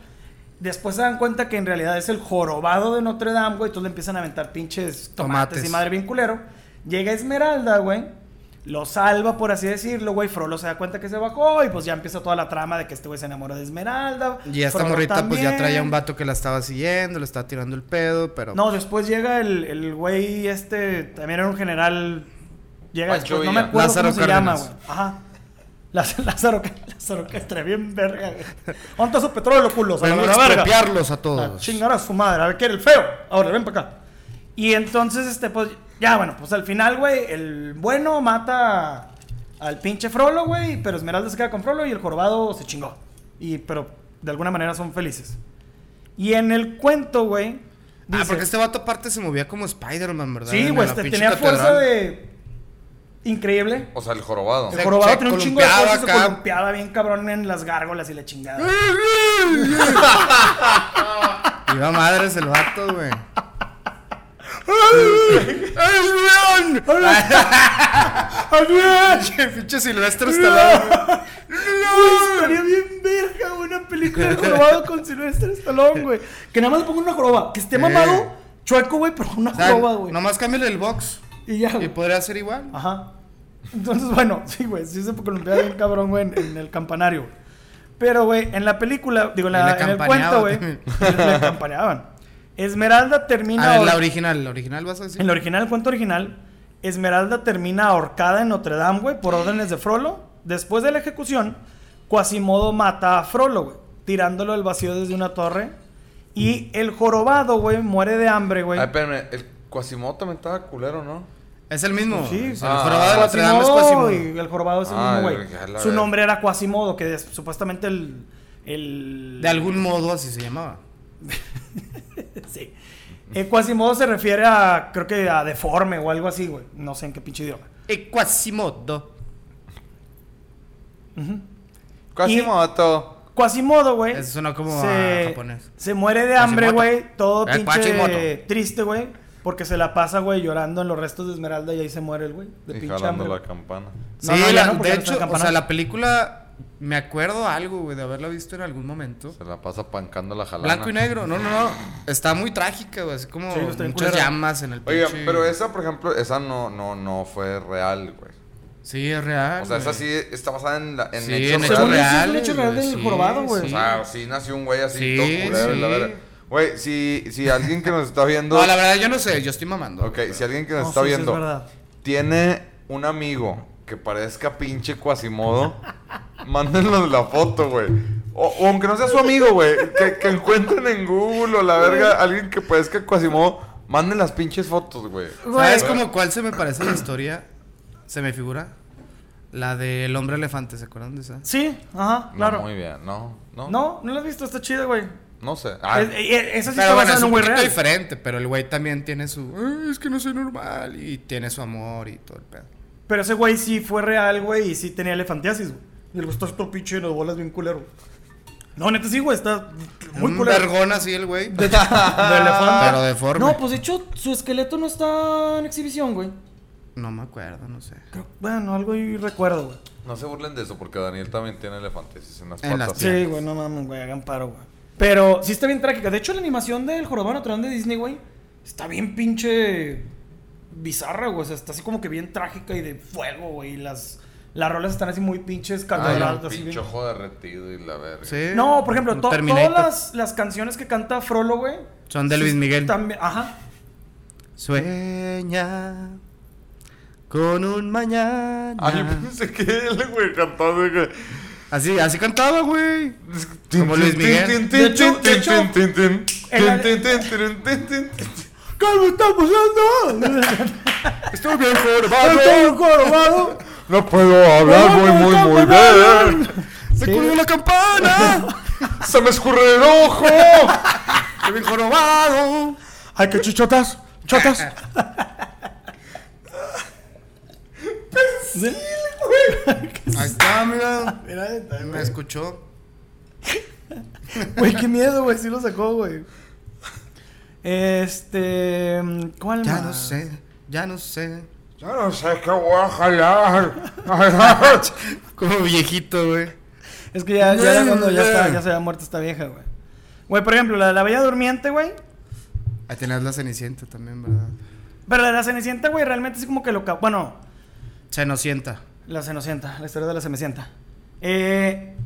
Speaker 3: Después se dan cuenta que en realidad es el jorobado de Notre Dame, güey. Entonces le empiezan a aventar pinches tomates,
Speaker 2: Tomates.
Speaker 3: y madre bien culero. Llega Esmeralda, güey. Lo salva, por así decirlo, güey. Frollo se da cuenta que se bajó y pues ya empieza toda la trama de que este güey se enamora de Esmeralda.
Speaker 2: Y esta
Speaker 3: Frollo
Speaker 2: morrita pues ya
Speaker 3: también.
Speaker 2: traía un vato que la estaba siguiendo, le estaba tirando el pedo, pero...
Speaker 3: No, después llega el, el güey este, también era un general. Llega
Speaker 1: Pancho
Speaker 3: después, no me
Speaker 1: Villa.
Speaker 3: acuerdo
Speaker 2: Lázaro
Speaker 3: cómo
Speaker 2: Cárdenas.
Speaker 3: se llama, güey. Ajá. Laz- Lázaro, Cá- Lázaro Castro, bien verga, güey. ¿Dónde está su petróleo, culos? A la
Speaker 2: Vamos pues, a
Speaker 3: verga.
Speaker 2: expropiarlos a todos.
Speaker 3: A chingar a su madre, a ver qué era el feo. Ahora, ven para acá. Y entonces, este, pues, ya, bueno, pues al final, güey, el bueno mata al pinche Frollo, güey, pero Esmeralda se queda con Frollo y el jorobado se chingó. Y, pero, de alguna manera son felices. Y en el cuento, güey.
Speaker 2: ah,
Speaker 3: dice-
Speaker 2: porque este vato aparte se movía como Spider-Man, ¿verdad?
Speaker 3: Sí,
Speaker 2: En
Speaker 3: güey,
Speaker 2: la
Speaker 3: este,
Speaker 2: pinche
Speaker 3: tenía fuerza
Speaker 2: catedral.
Speaker 3: de. Increíble.
Speaker 1: O sea, el jorobado.
Speaker 3: El
Speaker 2: Se-
Speaker 3: jorobado
Speaker 2: se
Speaker 3: tenía un chingo de
Speaker 2: columpiaba
Speaker 3: fuerza y se
Speaker 2: acá.
Speaker 3: columpiaba bien cabrón en las gárgolas y la chingada.
Speaker 2: Iba madres el vato, güey. ¡Es ¡Adrián! Pinche Silvestre Stallone.
Speaker 3: Güey, estaría bien verga güey, una película de jorobado con Silvestre Stallone, güey. Que nada más le ponga una joroba. Que esté
Speaker 2: Eh.
Speaker 3: mamado, chueco, güey, pero una
Speaker 2: O sea,
Speaker 3: joroba, güey.
Speaker 2: Nomás cámbiale el box.
Speaker 3: Y ya,
Speaker 2: Y
Speaker 3: güey.
Speaker 2: podría ser igual.
Speaker 3: Ajá. Entonces, bueno, sí, güey, sí se columpiaba bien cabrón, güey, en, en el campanario. güey. Pero, güey, en la película, digo, en, la-
Speaker 2: Y le
Speaker 3: en el
Speaker 2: campaneaba
Speaker 3: cuento, güey,
Speaker 2: también.
Speaker 3: le, le campaneaban. Esmeralda termina.
Speaker 2: A ver, Ah, la
Speaker 3: ahor-
Speaker 2: original, la original vas a decir.
Speaker 3: En el original, el cuento original, Esmeralda termina ahorcada en Notre Dame, güey, por órdenes de Frollo. Después de la ejecución, Quasimodo mata a Frollo, güey, tirándolo al vacío desde una torre. Y el jorobado, güey, muere de hambre, güey.
Speaker 1: Ay, espérame, el Quasimodo también estaba culero, ¿no?
Speaker 2: Es el mismo.
Speaker 3: Sí,
Speaker 2: el
Speaker 3: sí.
Speaker 2: jorobado de Notre Dame es
Speaker 3: Ah, Quasimodo,
Speaker 2: Quasimodo.
Speaker 3: y el jorobado es el
Speaker 1: Ah,
Speaker 3: mismo, güey.
Speaker 1: ya la
Speaker 3: Su
Speaker 1: ver-
Speaker 3: nombre era Quasimodo, que es- supuestamente el. el-
Speaker 2: De algún modo así se llamaba.
Speaker 3: Sí. Eh, Quasimodo se refiere a, creo que a deforme o algo así, güey. No sé en qué pinche idioma.
Speaker 2: Eh, Quasimodo.
Speaker 1: Quasimodo.
Speaker 3: Quasimodo, güey.
Speaker 2: Eso suena como a japonés.
Speaker 3: Se muere de hambre,
Speaker 2: Quasimodo.
Speaker 3: güey. Todo
Speaker 2: Eh,
Speaker 3: pinche
Speaker 2: Quasimodo.
Speaker 3: triste, güey. Porque se la pasa, güey, llorando en los restos de Esmeralda y ahí se muere el güey. De
Speaker 1: Y
Speaker 3: pinche
Speaker 1: jalando
Speaker 3: hambre.
Speaker 1: la campana.
Speaker 3: No,
Speaker 2: sí,
Speaker 3: no, ya
Speaker 2: la-
Speaker 3: no, porque
Speaker 2: de
Speaker 3: ya no
Speaker 2: hecho,
Speaker 3: está en
Speaker 2: o sea,
Speaker 3: campanazo.
Speaker 2: la película, me acuerdo algo, güey, de haberla visto en algún momento.
Speaker 1: Se la pasa pancando la jalana.
Speaker 2: Blanco y negro, no, no, no. Está muy trágica, güey, así como
Speaker 3: Sí, está bien
Speaker 2: muchas
Speaker 3: culera.
Speaker 2: llamas en el
Speaker 1: Oiga,
Speaker 2: pinche-
Speaker 1: pero esa, por ejemplo, esa no, no, no fue real, güey.
Speaker 2: Sí, es real.
Speaker 1: O sea, esa
Speaker 2: güey.
Speaker 1: sí está basada en, la, en
Speaker 2: Sí,
Speaker 1: hechos
Speaker 2: en
Speaker 1: reales.
Speaker 2: hechos
Speaker 3: Según yo, sí es un
Speaker 2: reales,
Speaker 3: hecho real
Speaker 2: güey,
Speaker 3: del
Speaker 2: sí,
Speaker 3: jorobado, güey.
Speaker 2: sí.
Speaker 1: O sea, sí nació un güey así,
Speaker 2: Sí,
Speaker 1: todo culero,
Speaker 2: sí.
Speaker 1: la verga. Güey, si, si alguien que nos está viendo...
Speaker 2: No, la verdad yo no sé, yo estoy mamando.
Speaker 1: Ok, si alguien que nos
Speaker 3: No,
Speaker 1: está
Speaker 3: sí, sí, es
Speaker 1: viendo
Speaker 3: verdad.
Speaker 1: tiene un amigo que parezca pinche Quasimodo, mándennos la foto, güey. O, o aunque no sea su amigo, güey, que, que encuentren en Google o la verga alguien que parezca Quasimodo, manden las pinches fotos, güey.
Speaker 2: ¿Sabes como cuál se me parece la historia? Se me figura. La del hombre elefante, ¿se acuerdan de esa?
Speaker 3: Sí, ajá,
Speaker 1: No,
Speaker 3: claro.
Speaker 1: muy bien, no, no, no,
Speaker 3: No, no la has visto, está chida, güey.
Speaker 1: sé. Ah,
Speaker 3: Es- eh, Esa sí
Speaker 2: Pero
Speaker 3: está
Speaker 2: bueno,
Speaker 3: basada
Speaker 2: es
Speaker 3: en
Speaker 2: un
Speaker 3: un güey
Speaker 2: poquito
Speaker 3: real.
Speaker 2: diferente, pero el güey también tiene su... "Ay, Es que no soy normal y tiene su amor y todo el pedo.
Speaker 3: Pero ese güey sí fue real, güey, y sí tenía elefantiasis, güey. Y el gusto esto pinche y nos bolas bien culero. No, neta sí, güey, está muy
Speaker 2: un
Speaker 3: culero.
Speaker 2: vergón así el güey.
Speaker 3: De, de elefante.
Speaker 2: Pero deforme.
Speaker 3: No, pues de hecho, su esqueleto no está en exhibición, güey.
Speaker 2: No me acuerdo, no sé.
Speaker 3: Creo- Bueno, algo y recuerdo, güey.
Speaker 1: no se burlen de eso porque Daniel también tiene elefantes en las
Speaker 2: En las
Speaker 1: patas.
Speaker 3: Sí, güey, no mames, güey, hagan paro, güey. Pero sí está bien trágica. De hecho, la animación del Jorobado de Notre Dame de Disney, güey, está bien pinche bizarra, güey. O sea, está así como que bien trágica y de fuego, güey. Y las, las rolas están así muy
Speaker 2: Ah,
Speaker 3: pinches
Speaker 1: Ay, un
Speaker 3: catedrales, así
Speaker 1: pinche
Speaker 3: bien-
Speaker 1: ojo derretido y la verga.
Speaker 2: Sí.
Speaker 3: No, por ejemplo,
Speaker 2: Un
Speaker 3: to-
Speaker 2: Terminator.
Speaker 3: todas las, las canciones que canta Frollo, güey.
Speaker 2: Son de Luis
Speaker 3: sí,
Speaker 2: Miguel.
Speaker 3: también- ajá.
Speaker 2: Sueña con un mañana.
Speaker 1: Ay, yo
Speaker 3: pues.
Speaker 1: pensé que él, güey, cantaba de que...
Speaker 2: Así, así cantaba, güey. Como Luis Miguel.
Speaker 3: De hecho- de hecho, en la-
Speaker 1: ¿Qué
Speaker 3: ¿Qué me está pasando?
Speaker 1: Estoy bien
Speaker 3: Estoy un
Speaker 1: jorobado.
Speaker 3: jorobado.
Speaker 1: No puedo hablar muy, muy, muy bien.
Speaker 2: ¡Se colgó la campana!
Speaker 1: Se me escurre el ojo.
Speaker 2: ¡Estoy bien jorobado!
Speaker 3: Ay, qué chichotas. Chotas.
Speaker 2: Ahí está, mira. Me escuchó.
Speaker 3: Güey, qué miedo, güey. Sí lo sacó, güey. Este. ¿Cuál
Speaker 2: Ya
Speaker 3: más?
Speaker 2: no sé, ya no sé.
Speaker 1: Yo no sé qué voy a jalar.
Speaker 2: Como viejito, güey.
Speaker 3: Es que ya, ya, era cuando ya, está- ya se había muerto esta vieja, güey. Güey, por ejemplo, la de la Bella Durmiente, güey.
Speaker 2: Ahí tenías la cenicienta también, ¿verdad?
Speaker 3: Pero la de la Cenicienta, güey, realmente así como que lo. ca- Bueno,
Speaker 2: Cenocienta.
Speaker 3: la Cenicienta, la historia de la Cenicienta. Eh,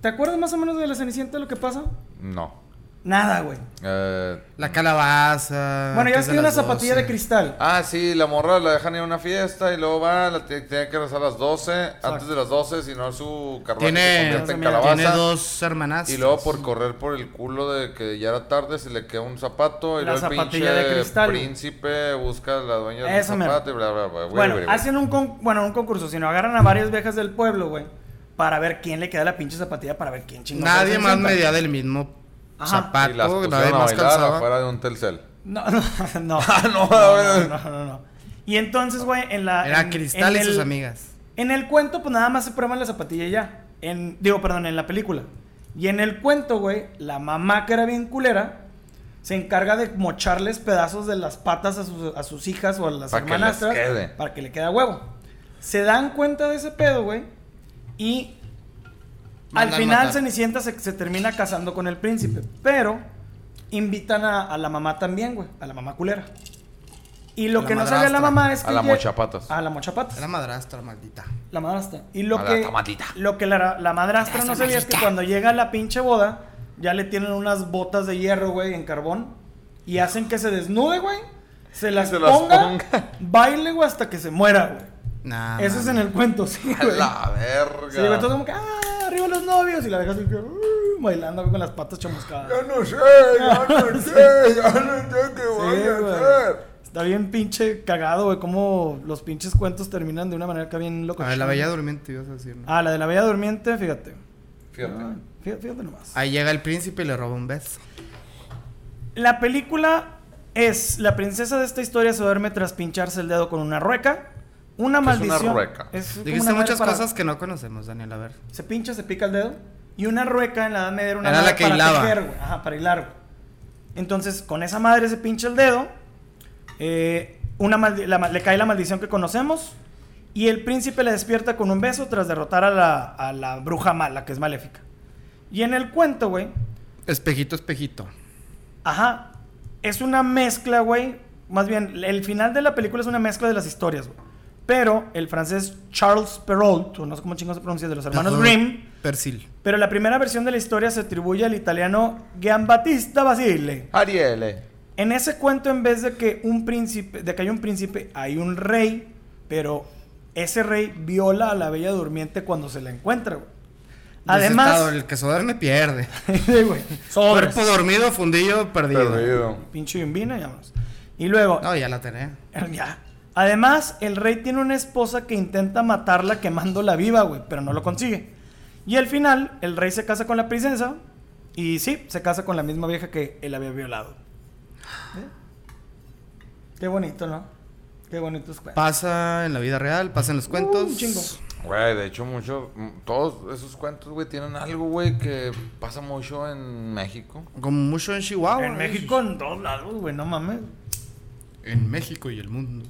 Speaker 3: ¿Te acuerdas más o menos de la Cenicienta lo que pasa?
Speaker 1: No.
Speaker 3: Nada, güey.
Speaker 1: Eh,
Speaker 2: La calabaza.
Speaker 3: Bueno,
Speaker 2: antes
Speaker 3: ya ves
Speaker 2: de
Speaker 3: que hay una
Speaker 2: Ah, las
Speaker 3: zapatilla de
Speaker 2: 12.
Speaker 3: cristal.
Speaker 1: Ah, sí, la morra la dejan ir a una fiesta y luego va, la tiene que regresar a las 12. Antes de las 12, si no, su carruaje se
Speaker 2: Tiene,
Speaker 1: convierte en calabaza.
Speaker 2: tiene dos hermanas.
Speaker 1: Y luego por correr por el culo de que ya era tarde se le queda un zapato y
Speaker 3: La
Speaker 1: luego el pinche
Speaker 3: zapatilla de cristal, güey.
Speaker 1: príncipe busca a la dueña del
Speaker 3: Eso mero.
Speaker 1: zapato y bla bla bla. güey,
Speaker 3: Bueno,
Speaker 1: güey, güey.
Speaker 3: hacen un, con- bueno, un concurso, sino agarran a varias viejas del pueblo, güey, para ver quién le queda la pinche zapatilla, para ver quién chingón.
Speaker 2: Nadie más
Speaker 3: media.
Speaker 2: medía del mismo
Speaker 3: Ajá.
Speaker 1: y las
Speaker 2: zapato,
Speaker 1: pusieron
Speaker 2: nadie
Speaker 1: a
Speaker 2: más
Speaker 1: bailar
Speaker 2: calzaba.
Speaker 1: afuera de un telcel.
Speaker 3: No, no, no.
Speaker 1: no,
Speaker 3: no,
Speaker 1: güey.
Speaker 3: no, no, no. Y entonces, güey, en la.
Speaker 2: Era
Speaker 3: en-
Speaker 2: Cristal
Speaker 3: en
Speaker 2: y sus
Speaker 3: el-
Speaker 2: amigas.
Speaker 3: En el cuento, pues nada más se prueban la zapatilla y ya. En, digo, perdón, en la película. Y en el cuento, güey, la mamá que era bien culera se encarga de mocharles pedazos de las patas a sus, a sus hijas o a las
Speaker 1: Para que les
Speaker 3: hermanastras
Speaker 1: quede.
Speaker 3: para que le quede a huevo. Se dan cuenta de ese pedo, güey, y al
Speaker 2: Mandan
Speaker 3: final
Speaker 2: matar.
Speaker 3: Cenicienta se, se termina casando con el príncipe, pero invitan a, a la mamá también, güey, a la mamá culera. Y lo
Speaker 2: La
Speaker 3: que no sabía
Speaker 2: madrastra.
Speaker 3: la mamá es
Speaker 1: A
Speaker 3: que Ah,
Speaker 1: la
Speaker 3: lle-
Speaker 1: mochapatas.
Speaker 3: a la mochapatas.
Speaker 2: Era madrastra, maldita.
Speaker 3: La madrastra. Y lo
Speaker 1: A la
Speaker 3: que,
Speaker 1: tamatita.
Speaker 3: lo que la, la madrastra no sabía es que cuando llega a la pinche boda, ya le tienen unas botas de hierro, güey, en carbón. y hacen que se desnude, güey. Se las,
Speaker 1: se las
Speaker 3: ponga,
Speaker 1: ponga. Ah,
Speaker 3: baile, güey, hasta que se muera, güey.
Speaker 2: Nah,
Speaker 3: Eso es en el cuento, sí,
Speaker 1: A
Speaker 3: güey.
Speaker 1: la verga.
Speaker 3: Sí, güey, entonces como que, ah, arriba los novios. Y la dejas así, que, uh, bailando güey, con las patas chamuscadas.
Speaker 1: Yo no sé, yo no sé, yo no sé qué voy
Speaker 3: Sí,
Speaker 1: a
Speaker 3: güey.
Speaker 1: hacer.
Speaker 3: Está bien pinche cagado, güey, cómo los pinches cuentos terminan de una manera que bien loco.
Speaker 2: A ver, la Bella Durmiente, ibas a decir, ¿no?
Speaker 3: Ah, la de la Bella Durmiente, fíjate.
Speaker 1: Fíjate.
Speaker 3: Ah.
Speaker 2: Ah,
Speaker 3: Fíjate, fíjate nomás.
Speaker 2: Ahí llega el príncipe y le roba un beso.
Speaker 3: La película es la princesa de esta historia se duerme tras pincharse el dedo con una rueca, una
Speaker 1: ¿Qué es una
Speaker 3: maldición.
Speaker 1: rueca?
Speaker 3: Es como
Speaker 2: Dijiste
Speaker 3: una madre
Speaker 2: muchas
Speaker 3: para-
Speaker 2: cosas que no conocemos, Daniel, a ver.
Speaker 3: Se pincha, se pica el dedo y una rueca en la Edad Media era una
Speaker 2: Era la
Speaker 3: madre
Speaker 2: que
Speaker 3: para
Speaker 2: hilaba.
Speaker 3: tejer, güey. Ajá, para hilar. güey. Entonces con esa madre se pincha el dedo, eh, una maldi- la ma- le cae la maldición que conocemos y el príncipe le despierta con un beso tras derrotar a la, a la bruja mala que es maléfica. Y en el cuento, güey,
Speaker 2: Espejito, espejito.
Speaker 3: Ajá. Es una mezcla, güey. Más bien, el final de la película es una mezcla de las historias, güey. Pero el francés Charles Perrault, o no sé cómo chingo se pronuncia, de los hermanos Grimm.
Speaker 2: Persil.
Speaker 3: Pero la primera versión de la historia se atribuye al italiano Giambattista Basile.
Speaker 1: Ariel. eh.
Speaker 3: En ese cuento, en vez de que un príncipe, de que hay un príncipe, hay un rey, pero ese rey viola a la bella durmiente cuando se la encuentra, güey.
Speaker 2: Desestado,
Speaker 3: Además,
Speaker 2: el que se duerme pierde.
Speaker 3: Sí, güey. Sobres.
Speaker 2: Cuerpo dormido, fundillo, perdido.
Speaker 1: Perdido.
Speaker 3: pinche yumbina, y vámonos. Y luego,
Speaker 2: No, ya la tenía.
Speaker 3: Ya. Además, el rey tiene una esposa que intenta matarla quemándola viva, güey, pero no lo consigue. Y al final, el rey se casa con la princesa y sí, se casa con la misma vieja que él había violado. ¿Eh? Qué bonito, ¿no? Qué bonito es.
Speaker 2: Pasa en la vida real, pasa en los cuentos.
Speaker 3: un Uh, chingo.
Speaker 1: Güey, de hecho, mucho. mm, Todos esos cuentos, güey, tienen algo, güey, que pasa mucho en México.
Speaker 2: Como mucho en Chihuahua.
Speaker 3: En México, en todos lados, güey, no mames.
Speaker 2: En México y el mundo.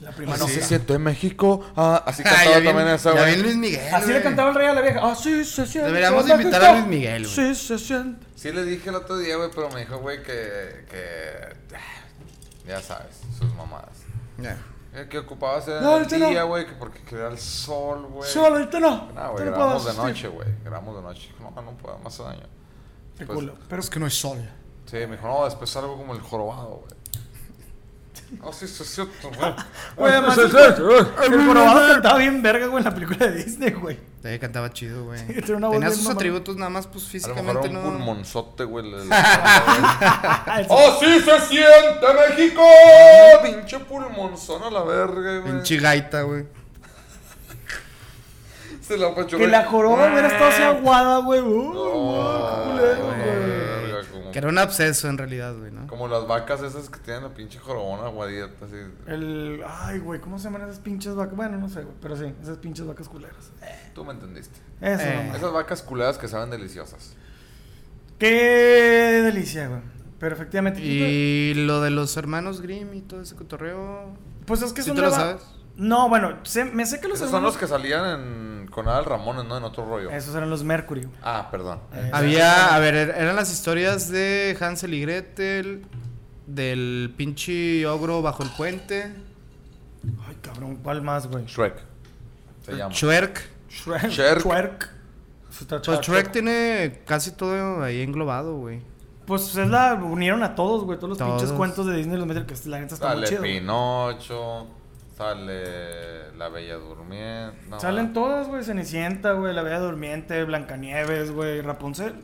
Speaker 3: La
Speaker 1: Ah,
Speaker 3: primera.
Speaker 1: no
Speaker 2: Pues sí.
Speaker 1: sé si estoy en México. Ah, así cantaba
Speaker 2: bien-
Speaker 1: también esa,
Speaker 2: ya
Speaker 1: güey.
Speaker 2: bien Luis Miguel.
Speaker 3: Así le
Speaker 2: güey.
Speaker 3: cantaba el rey a la vieja. Ah, sí, se siente.
Speaker 2: Deberíamos
Speaker 3: la
Speaker 2: invitar a
Speaker 3: gente.
Speaker 2: Luis Miguel, güey.
Speaker 3: Sí, se siente.
Speaker 1: Sí le dije el otro día, güey, pero me dijo, güey, que, que... ah, Ya sabes, sus mamadas.
Speaker 2: Ya.
Speaker 1: Eh, Que ocupaba hacer en
Speaker 3: No,
Speaker 1: el
Speaker 3: ahorita no.
Speaker 1: día, güey, que porque queda el sol, güey.
Speaker 3: Solo, ahorita no.
Speaker 1: Ah, güey,
Speaker 3: Ahorita no puedo
Speaker 1: grabamos de
Speaker 3: asistir.
Speaker 1: noche, güey. Grabamos de noche. No, no puedo, más daño.
Speaker 3: Qué
Speaker 1: Pues,
Speaker 3: culo.
Speaker 2: Pero es que no es sol.
Speaker 1: Sí, me dijo, no, después algo como el jorobado, güey. No, sí, sí, es cierto, güey.
Speaker 3: Güey, además el, el jorobado cantaba bien verga, güey, en la película de Disney, güey.
Speaker 2: Sí, cantaba chido, güey.
Speaker 3: tiene una voz
Speaker 2: Tenía
Speaker 3: bien
Speaker 2: sus
Speaker 3: mamona.
Speaker 2: atributos nada más, pues
Speaker 1: A lo mejor
Speaker 2: físicamente
Speaker 1: un
Speaker 2: no.
Speaker 1: pulmonzote, güey. le- le-
Speaker 3: Ah, sí.
Speaker 1: ¡Oh, sí se siente México! Pinche pulmonzón a la verga, güey.
Speaker 2: Pinche gaita, güey.
Speaker 1: Se la apachurró. Eh.
Speaker 3: que la joroba hubiera estado así aguada, güey.
Speaker 1: Ay,
Speaker 3: Uh, güey, qué culero,
Speaker 1: güey,
Speaker 3: güey.
Speaker 1: verga, como-
Speaker 2: Que era un absceso en realidad, güey, ¿no?
Speaker 1: Como las vacas esas que tienen la pinche jorobona aguadita, así.
Speaker 3: El. Ay, güey, ¿cómo se llaman esas pinches vacas? Bueno, no sé, güey, pero sí, esas pinches vacas culeras.
Speaker 1: Tú me entendiste.
Speaker 3: Eso,
Speaker 2: Eh.
Speaker 3: nomás.
Speaker 1: Esas vacas culeadas que saben deliciosas.
Speaker 3: Qué delicia, güey. Pero efectivamente.
Speaker 2: Y lo de los hermanos Grimm y todo ese cotorreo.
Speaker 3: Pues es que
Speaker 2: ¿Sí
Speaker 3: son
Speaker 2: te lo
Speaker 3: de va-
Speaker 2: sabes?
Speaker 3: No, bueno, sé- me sé que los
Speaker 1: Esos son
Speaker 3: hermanos-
Speaker 1: los que salían en, con Adal Ramones, ¿no? En otro rollo.
Speaker 3: Esos eran los Mercury, güey.
Speaker 1: Ah, perdón.
Speaker 3: Eh,
Speaker 2: Había, a ver, er- eran las historias de Hansel y Gretel, del pinche ogro bajo el puente,
Speaker 3: Ay, cabrón, ¿cuál más, güey?
Speaker 1: Shrek. Se llama.
Speaker 2: Shrek.
Speaker 3: Shrek.
Speaker 1: Shrek.
Speaker 3: Shrek. Eso está
Speaker 2: Pues
Speaker 3: chato.
Speaker 2: Shrek tiene casi todo ahí englobado, güey.
Speaker 3: Pues es la unieron a todos, güey. Todos los pinches
Speaker 2: Todos.
Speaker 3: cuentos de Disney los meten que la neta está muy
Speaker 1: Sale
Speaker 3: chido. güey.
Speaker 1: Pinocho. Sale La Bella Durmiente. No,
Speaker 3: Salen todas, güey. Cenicienta, güey. La Bella Durmiente, Blancanieves, güey. Rapunzel.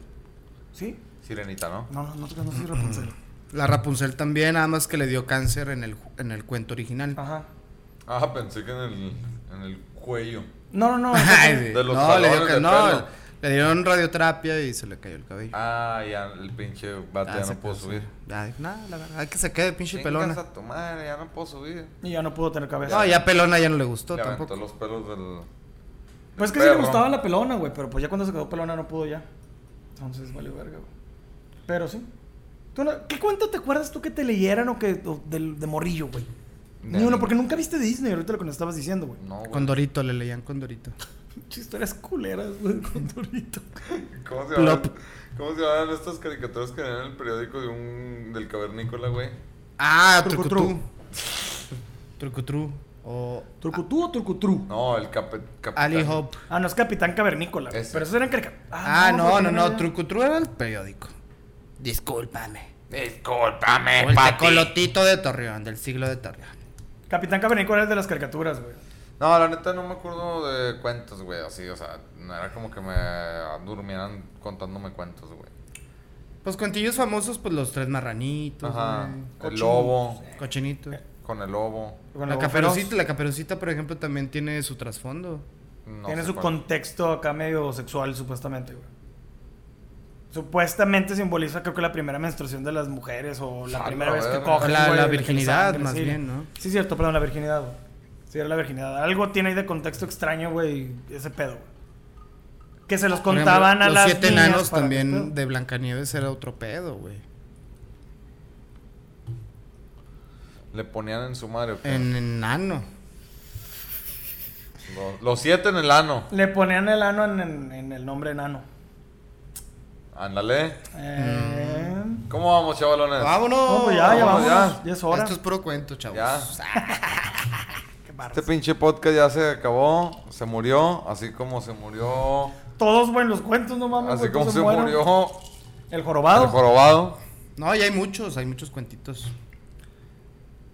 Speaker 3: ¿Sí?
Speaker 1: Sirenita, ¿no?
Speaker 3: No, no, no, no soy Rapunzel.
Speaker 2: La Rapunzel también, nada más que le dio cáncer en el, ju- en el cuento original.
Speaker 3: Ajá.
Speaker 1: Ah, pensé que en el, en el cuello.
Speaker 3: No, no, no.
Speaker 2: Ay,
Speaker 3: entonces-
Speaker 2: güey.
Speaker 1: De los
Speaker 2: no, le dio,
Speaker 1: talones
Speaker 2: ca-
Speaker 1: de
Speaker 2: no,
Speaker 1: pelo.
Speaker 2: le dieron radioterapia y se le cayó el cabello.
Speaker 1: Ah, ya el pinche bate
Speaker 2: Ah,
Speaker 1: ya
Speaker 2: se
Speaker 1: no puedo
Speaker 2: cansó.
Speaker 1: subir.
Speaker 2: Ya, dijo, "Nah, la verdad, hay que se quede pinche
Speaker 1: Chingas
Speaker 2: pelona.
Speaker 1: a tu madre, ya no puedo subir.
Speaker 3: Y ya no pudo tener cabeza.
Speaker 2: No, ya pelona ya no le gustó
Speaker 1: Le aventó
Speaker 2: tampoco.
Speaker 1: los pelos del.
Speaker 3: Pues es que
Speaker 1: del
Speaker 3: sí le
Speaker 1: perro.
Speaker 3: gustaba la pelona, güey. Pero pues ya cuando se quedó pelona no pudo ya. Entonces valió verga, güey. Pero sí. ¿Tú no- ¿Qué cuento te acuerdas tú que te leyeran o que o del, de morrillo, güey? Ni
Speaker 1: De-
Speaker 3: uno, porque nunca viste Disney ahorita lo que nos estabas diciendo, güey.
Speaker 1: No, güey.
Speaker 2: Condorito, le leían Condorito.
Speaker 3: Pinche historias culeras, güey, con Dorito.
Speaker 1: ¿Cómo se llaman?
Speaker 2: Plop.
Speaker 1: ¿Cómo se llaman estas caricaturas que eran en el periódico de un del cavernícola, güey?
Speaker 2: Ah,
Speaker 3: Trucutru.
Speaker 2: Trucutru. Trucutru. O
Speaker 3: ¿Turcutú o Turcutru?
Speaker 1: No, el capet.
Speaker 2: Ali Hope.
Speaker 3: Ah, no, es Capitán Cavernícola. güey.
Speaker 1: Ese.
Speaker 3: Pero esos eran carica...
Speaker 2: Ah, no,
Speaker 3: porque
Speaker 2: no,
Speaker 3: no
Speaker 2: no.
Speaker 3: era-
Speaker 2: Trucutru era el periódico. Discúlpame.
Speaker 1: Discúlpame,
Speaker 2: O el
Speaker 1: Pati.
Speaker 2: colotito de Torreón, del siglo de Torreón.
Speaker 3: Capitán Cabernico era el de las caricaturas, güey.
Speaker 1: No, la neta no me acuerdo de cuentos, güey. Así, o sea, no era como que me durmieran contándome cuentos, güey.
Speaker 2: Pues cuentillos famosos, pues los tres marranitos.
Speaker 1: Ajá.
Speaker 2: güey.
Speaker 1: El lobo.
Speaker 2: Cochinito.
Speaker 1: Con el lobo.
Speaker 3: Con
Speaker 2: la,
Speaker 3: voz
Speaker 2: caperucita,
Speaker 3: feroz.
Speaker 2: la caperucita, por ejemplo, también tiene su trasfondo.
Speaker 1: No
Speaker 3: Tiene
Speaker 1: sé
Speaker 3: su
Speaker 1: cuál.
Speaker 3: contexto acá medio sexual, supuestamente, güey. Supuestamente simboliza, creo que la primera menstruación de las mujeres o la
Speaker 1: A
Speaker 3: primera
Speaker 1: la
Speaker 3: vez que
Speaker 1: verga.
Speaker 3: cogen.
Speaker 2: La-
Speaker 3: güey,
Speaker 2: la
Speaker 3: de que
Speaker 2: virginidad,
Speaker 3: sangre,
Speaker 2: más
Speaker 3: sí.
Speaker 2: bien, ¿no?
Speaker 3: Sí, cierto, perdón, la virginidad, güey. Sí, era la virginidad. Algo tiene ahí de contexto extraño, güey, ese pedo, güey. Que se los
Speaker 2: Por
Speaker 3: contaban
Speaker 2: ejemplo,
Speaker 3: a las
Speaker 2: Los siete
Speaker 3: niñas
Speaker 2: enanos
Speaker 3: para-
Speaker 2: también de Blancanieves era otro pedo, güey.
Speaker 1: Le ponían en su madre. ¿o qué?
Speaker 2: En enano.
Speaker 1: Lo- Los, siete en el ano.
Speaker 3: Le ponían el ano en, en- en el nombre enano.
Speaker 1: Ándale.
Speaker 2: Mm.
Speaker 3: Eh...
Speaker 1: ¿Cómo vamos, chavalones?
Speaker 2: ¡Vámonos!
Speaker 3: No, pues ya, ya
Speaker 1: Vamos,
Speaker 3: vamos.
Speaker 1: ya.
Speaker 3: Ya. es hora.
Speaker 2: Esto es puro cuento, chavos.
Speaker 1: Ya.
Speaker 3: Qué barras.
Speaker 1: Este pinche podcast ya se acabó. Se murió. Así como se murió.
Speaker 3: Todos, güey, los cuentos, no mames.
Speaker 1: Así
Speaker 3: güey,
Speaker 1: como
Speaker 3: todos
Speaker 1: se
Speaker 3: mueren.
Speaker 1: murió
Speaker 3: El
Speaker 1: el
Speaker 3: jorobado.
Speaker 1: jorobado.
Speaker 2: No, ya hay muchos, hay muchos cuentitos.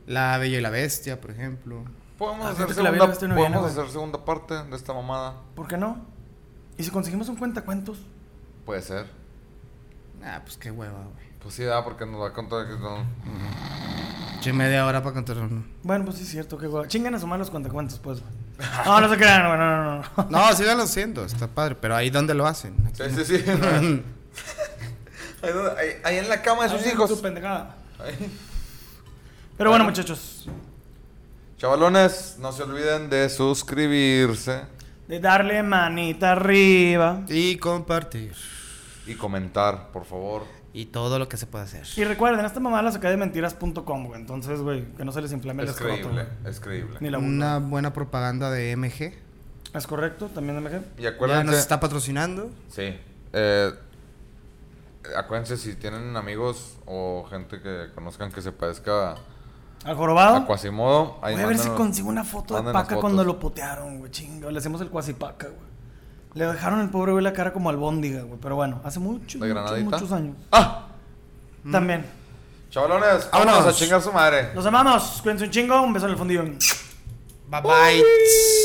Speaker 2: La Bella y la Bestia, por ejemplo.
Speaker 1: Podemos,
Speaker 3: Ah,
Speaker 1: hacer
Speaker 3: fíjate que la
Speaker 1: segunda,
Speaker 3: vi, la vi, la vi, la vi,
Speaker 1: podemos
Speaker 3: güey.
Speaker 1: hacer segunda parte de esta mamada.
Speaker 3: ¿Por qué no? ¿Y si conseguimos un cuentacuentos?
Speaker 1: Puede ser.
Speaker 2: Ah, pues qué hueva, güey.
Speaker 1: Pues sí, da, porque nos va a contar que no.
Speaker 2: Che, media hora para contar uno.
Speaker 3: Bueno, pues sí es cierto, qué guay. Chingan a su mano los cuentacuentos, pues, güey. No, no se crean, güey, no, no, no.
Speaker 2: No, síganlo haciendo, está padre. Pero ahí donde lo hacen. Aquí
Speaker 1: Sí, sí, sí. ahí, donde- ahí- ahí en la cama de sus
Speaker 3: Ay,
Speaker 1: hijos.
Speaker 3: tu pendejada.
Speaker 1: Ahí.
Speaker 3: Pero bueno, muchachos,
Speaker 1: Chavalones, no se olviden de suscribirse
Speaker 3: de darle manita arriba.
Speaker 2: no. Y compartir.
Speaker 1: y comentar, por favor.
Speaker 2: Y todo lo que se puede hacer.
Speaker 3: Y recuerden, esta mamá la saqué de mentiras.com, güey. Entonces, güey, que no se les inflame el
Speaker 1: Es
Speaker 3: escroto.
Speaker 1: creíble,
Speaker 3: güey.
Speaker 1: es creíble.
Speaker 3: Ni la burla.
Speaker 2: Una buena propaganda de MG.
Speaker 3: ¿Es correcto? También, MG.
Speaker 1: Y
Speaker 2: Ya nos
Speaker 1: acuérdense.
Speaker 2: está patrocinando.
Speaker 1: Sí. Eh, acuérdense si tienen amigos o gente que conozcan que se parezca
Speaker 3: Al
Speaker 1: a
Speaker 3: jorobado.
Speaker 1: Quasimodo. ahí
Speaker 3: Voy a ver si
Speaker 1: mándenos-
Speaker 3: consigo una foto de
Speaker 1: mándenos
Speaker 3: Paca
Speaker 1: fotos.
Speaker 3: cuando lo putearon, güey. Chingo, le hacemos el cuasipaca, güey. Le dejaron el pobre güey la cara como albóndiga, güey. Pero bueno, hace muchos,
Speaker 1: ¿De
Speaker 3: muchos,
Speaker 1: granadita?
Speaker 3: muchos años.
Speaker 1: ¡Ah!
Speaker 3: También.
Speaker 1: Chavalones,
Speaker 2: Vámonos.
Speaker 1: vámonos a chingar su madre.
Speaker 3: Los amamos. Cuídense un chingo. Un beso en el fundillo.
Speaker 2: Bye bye.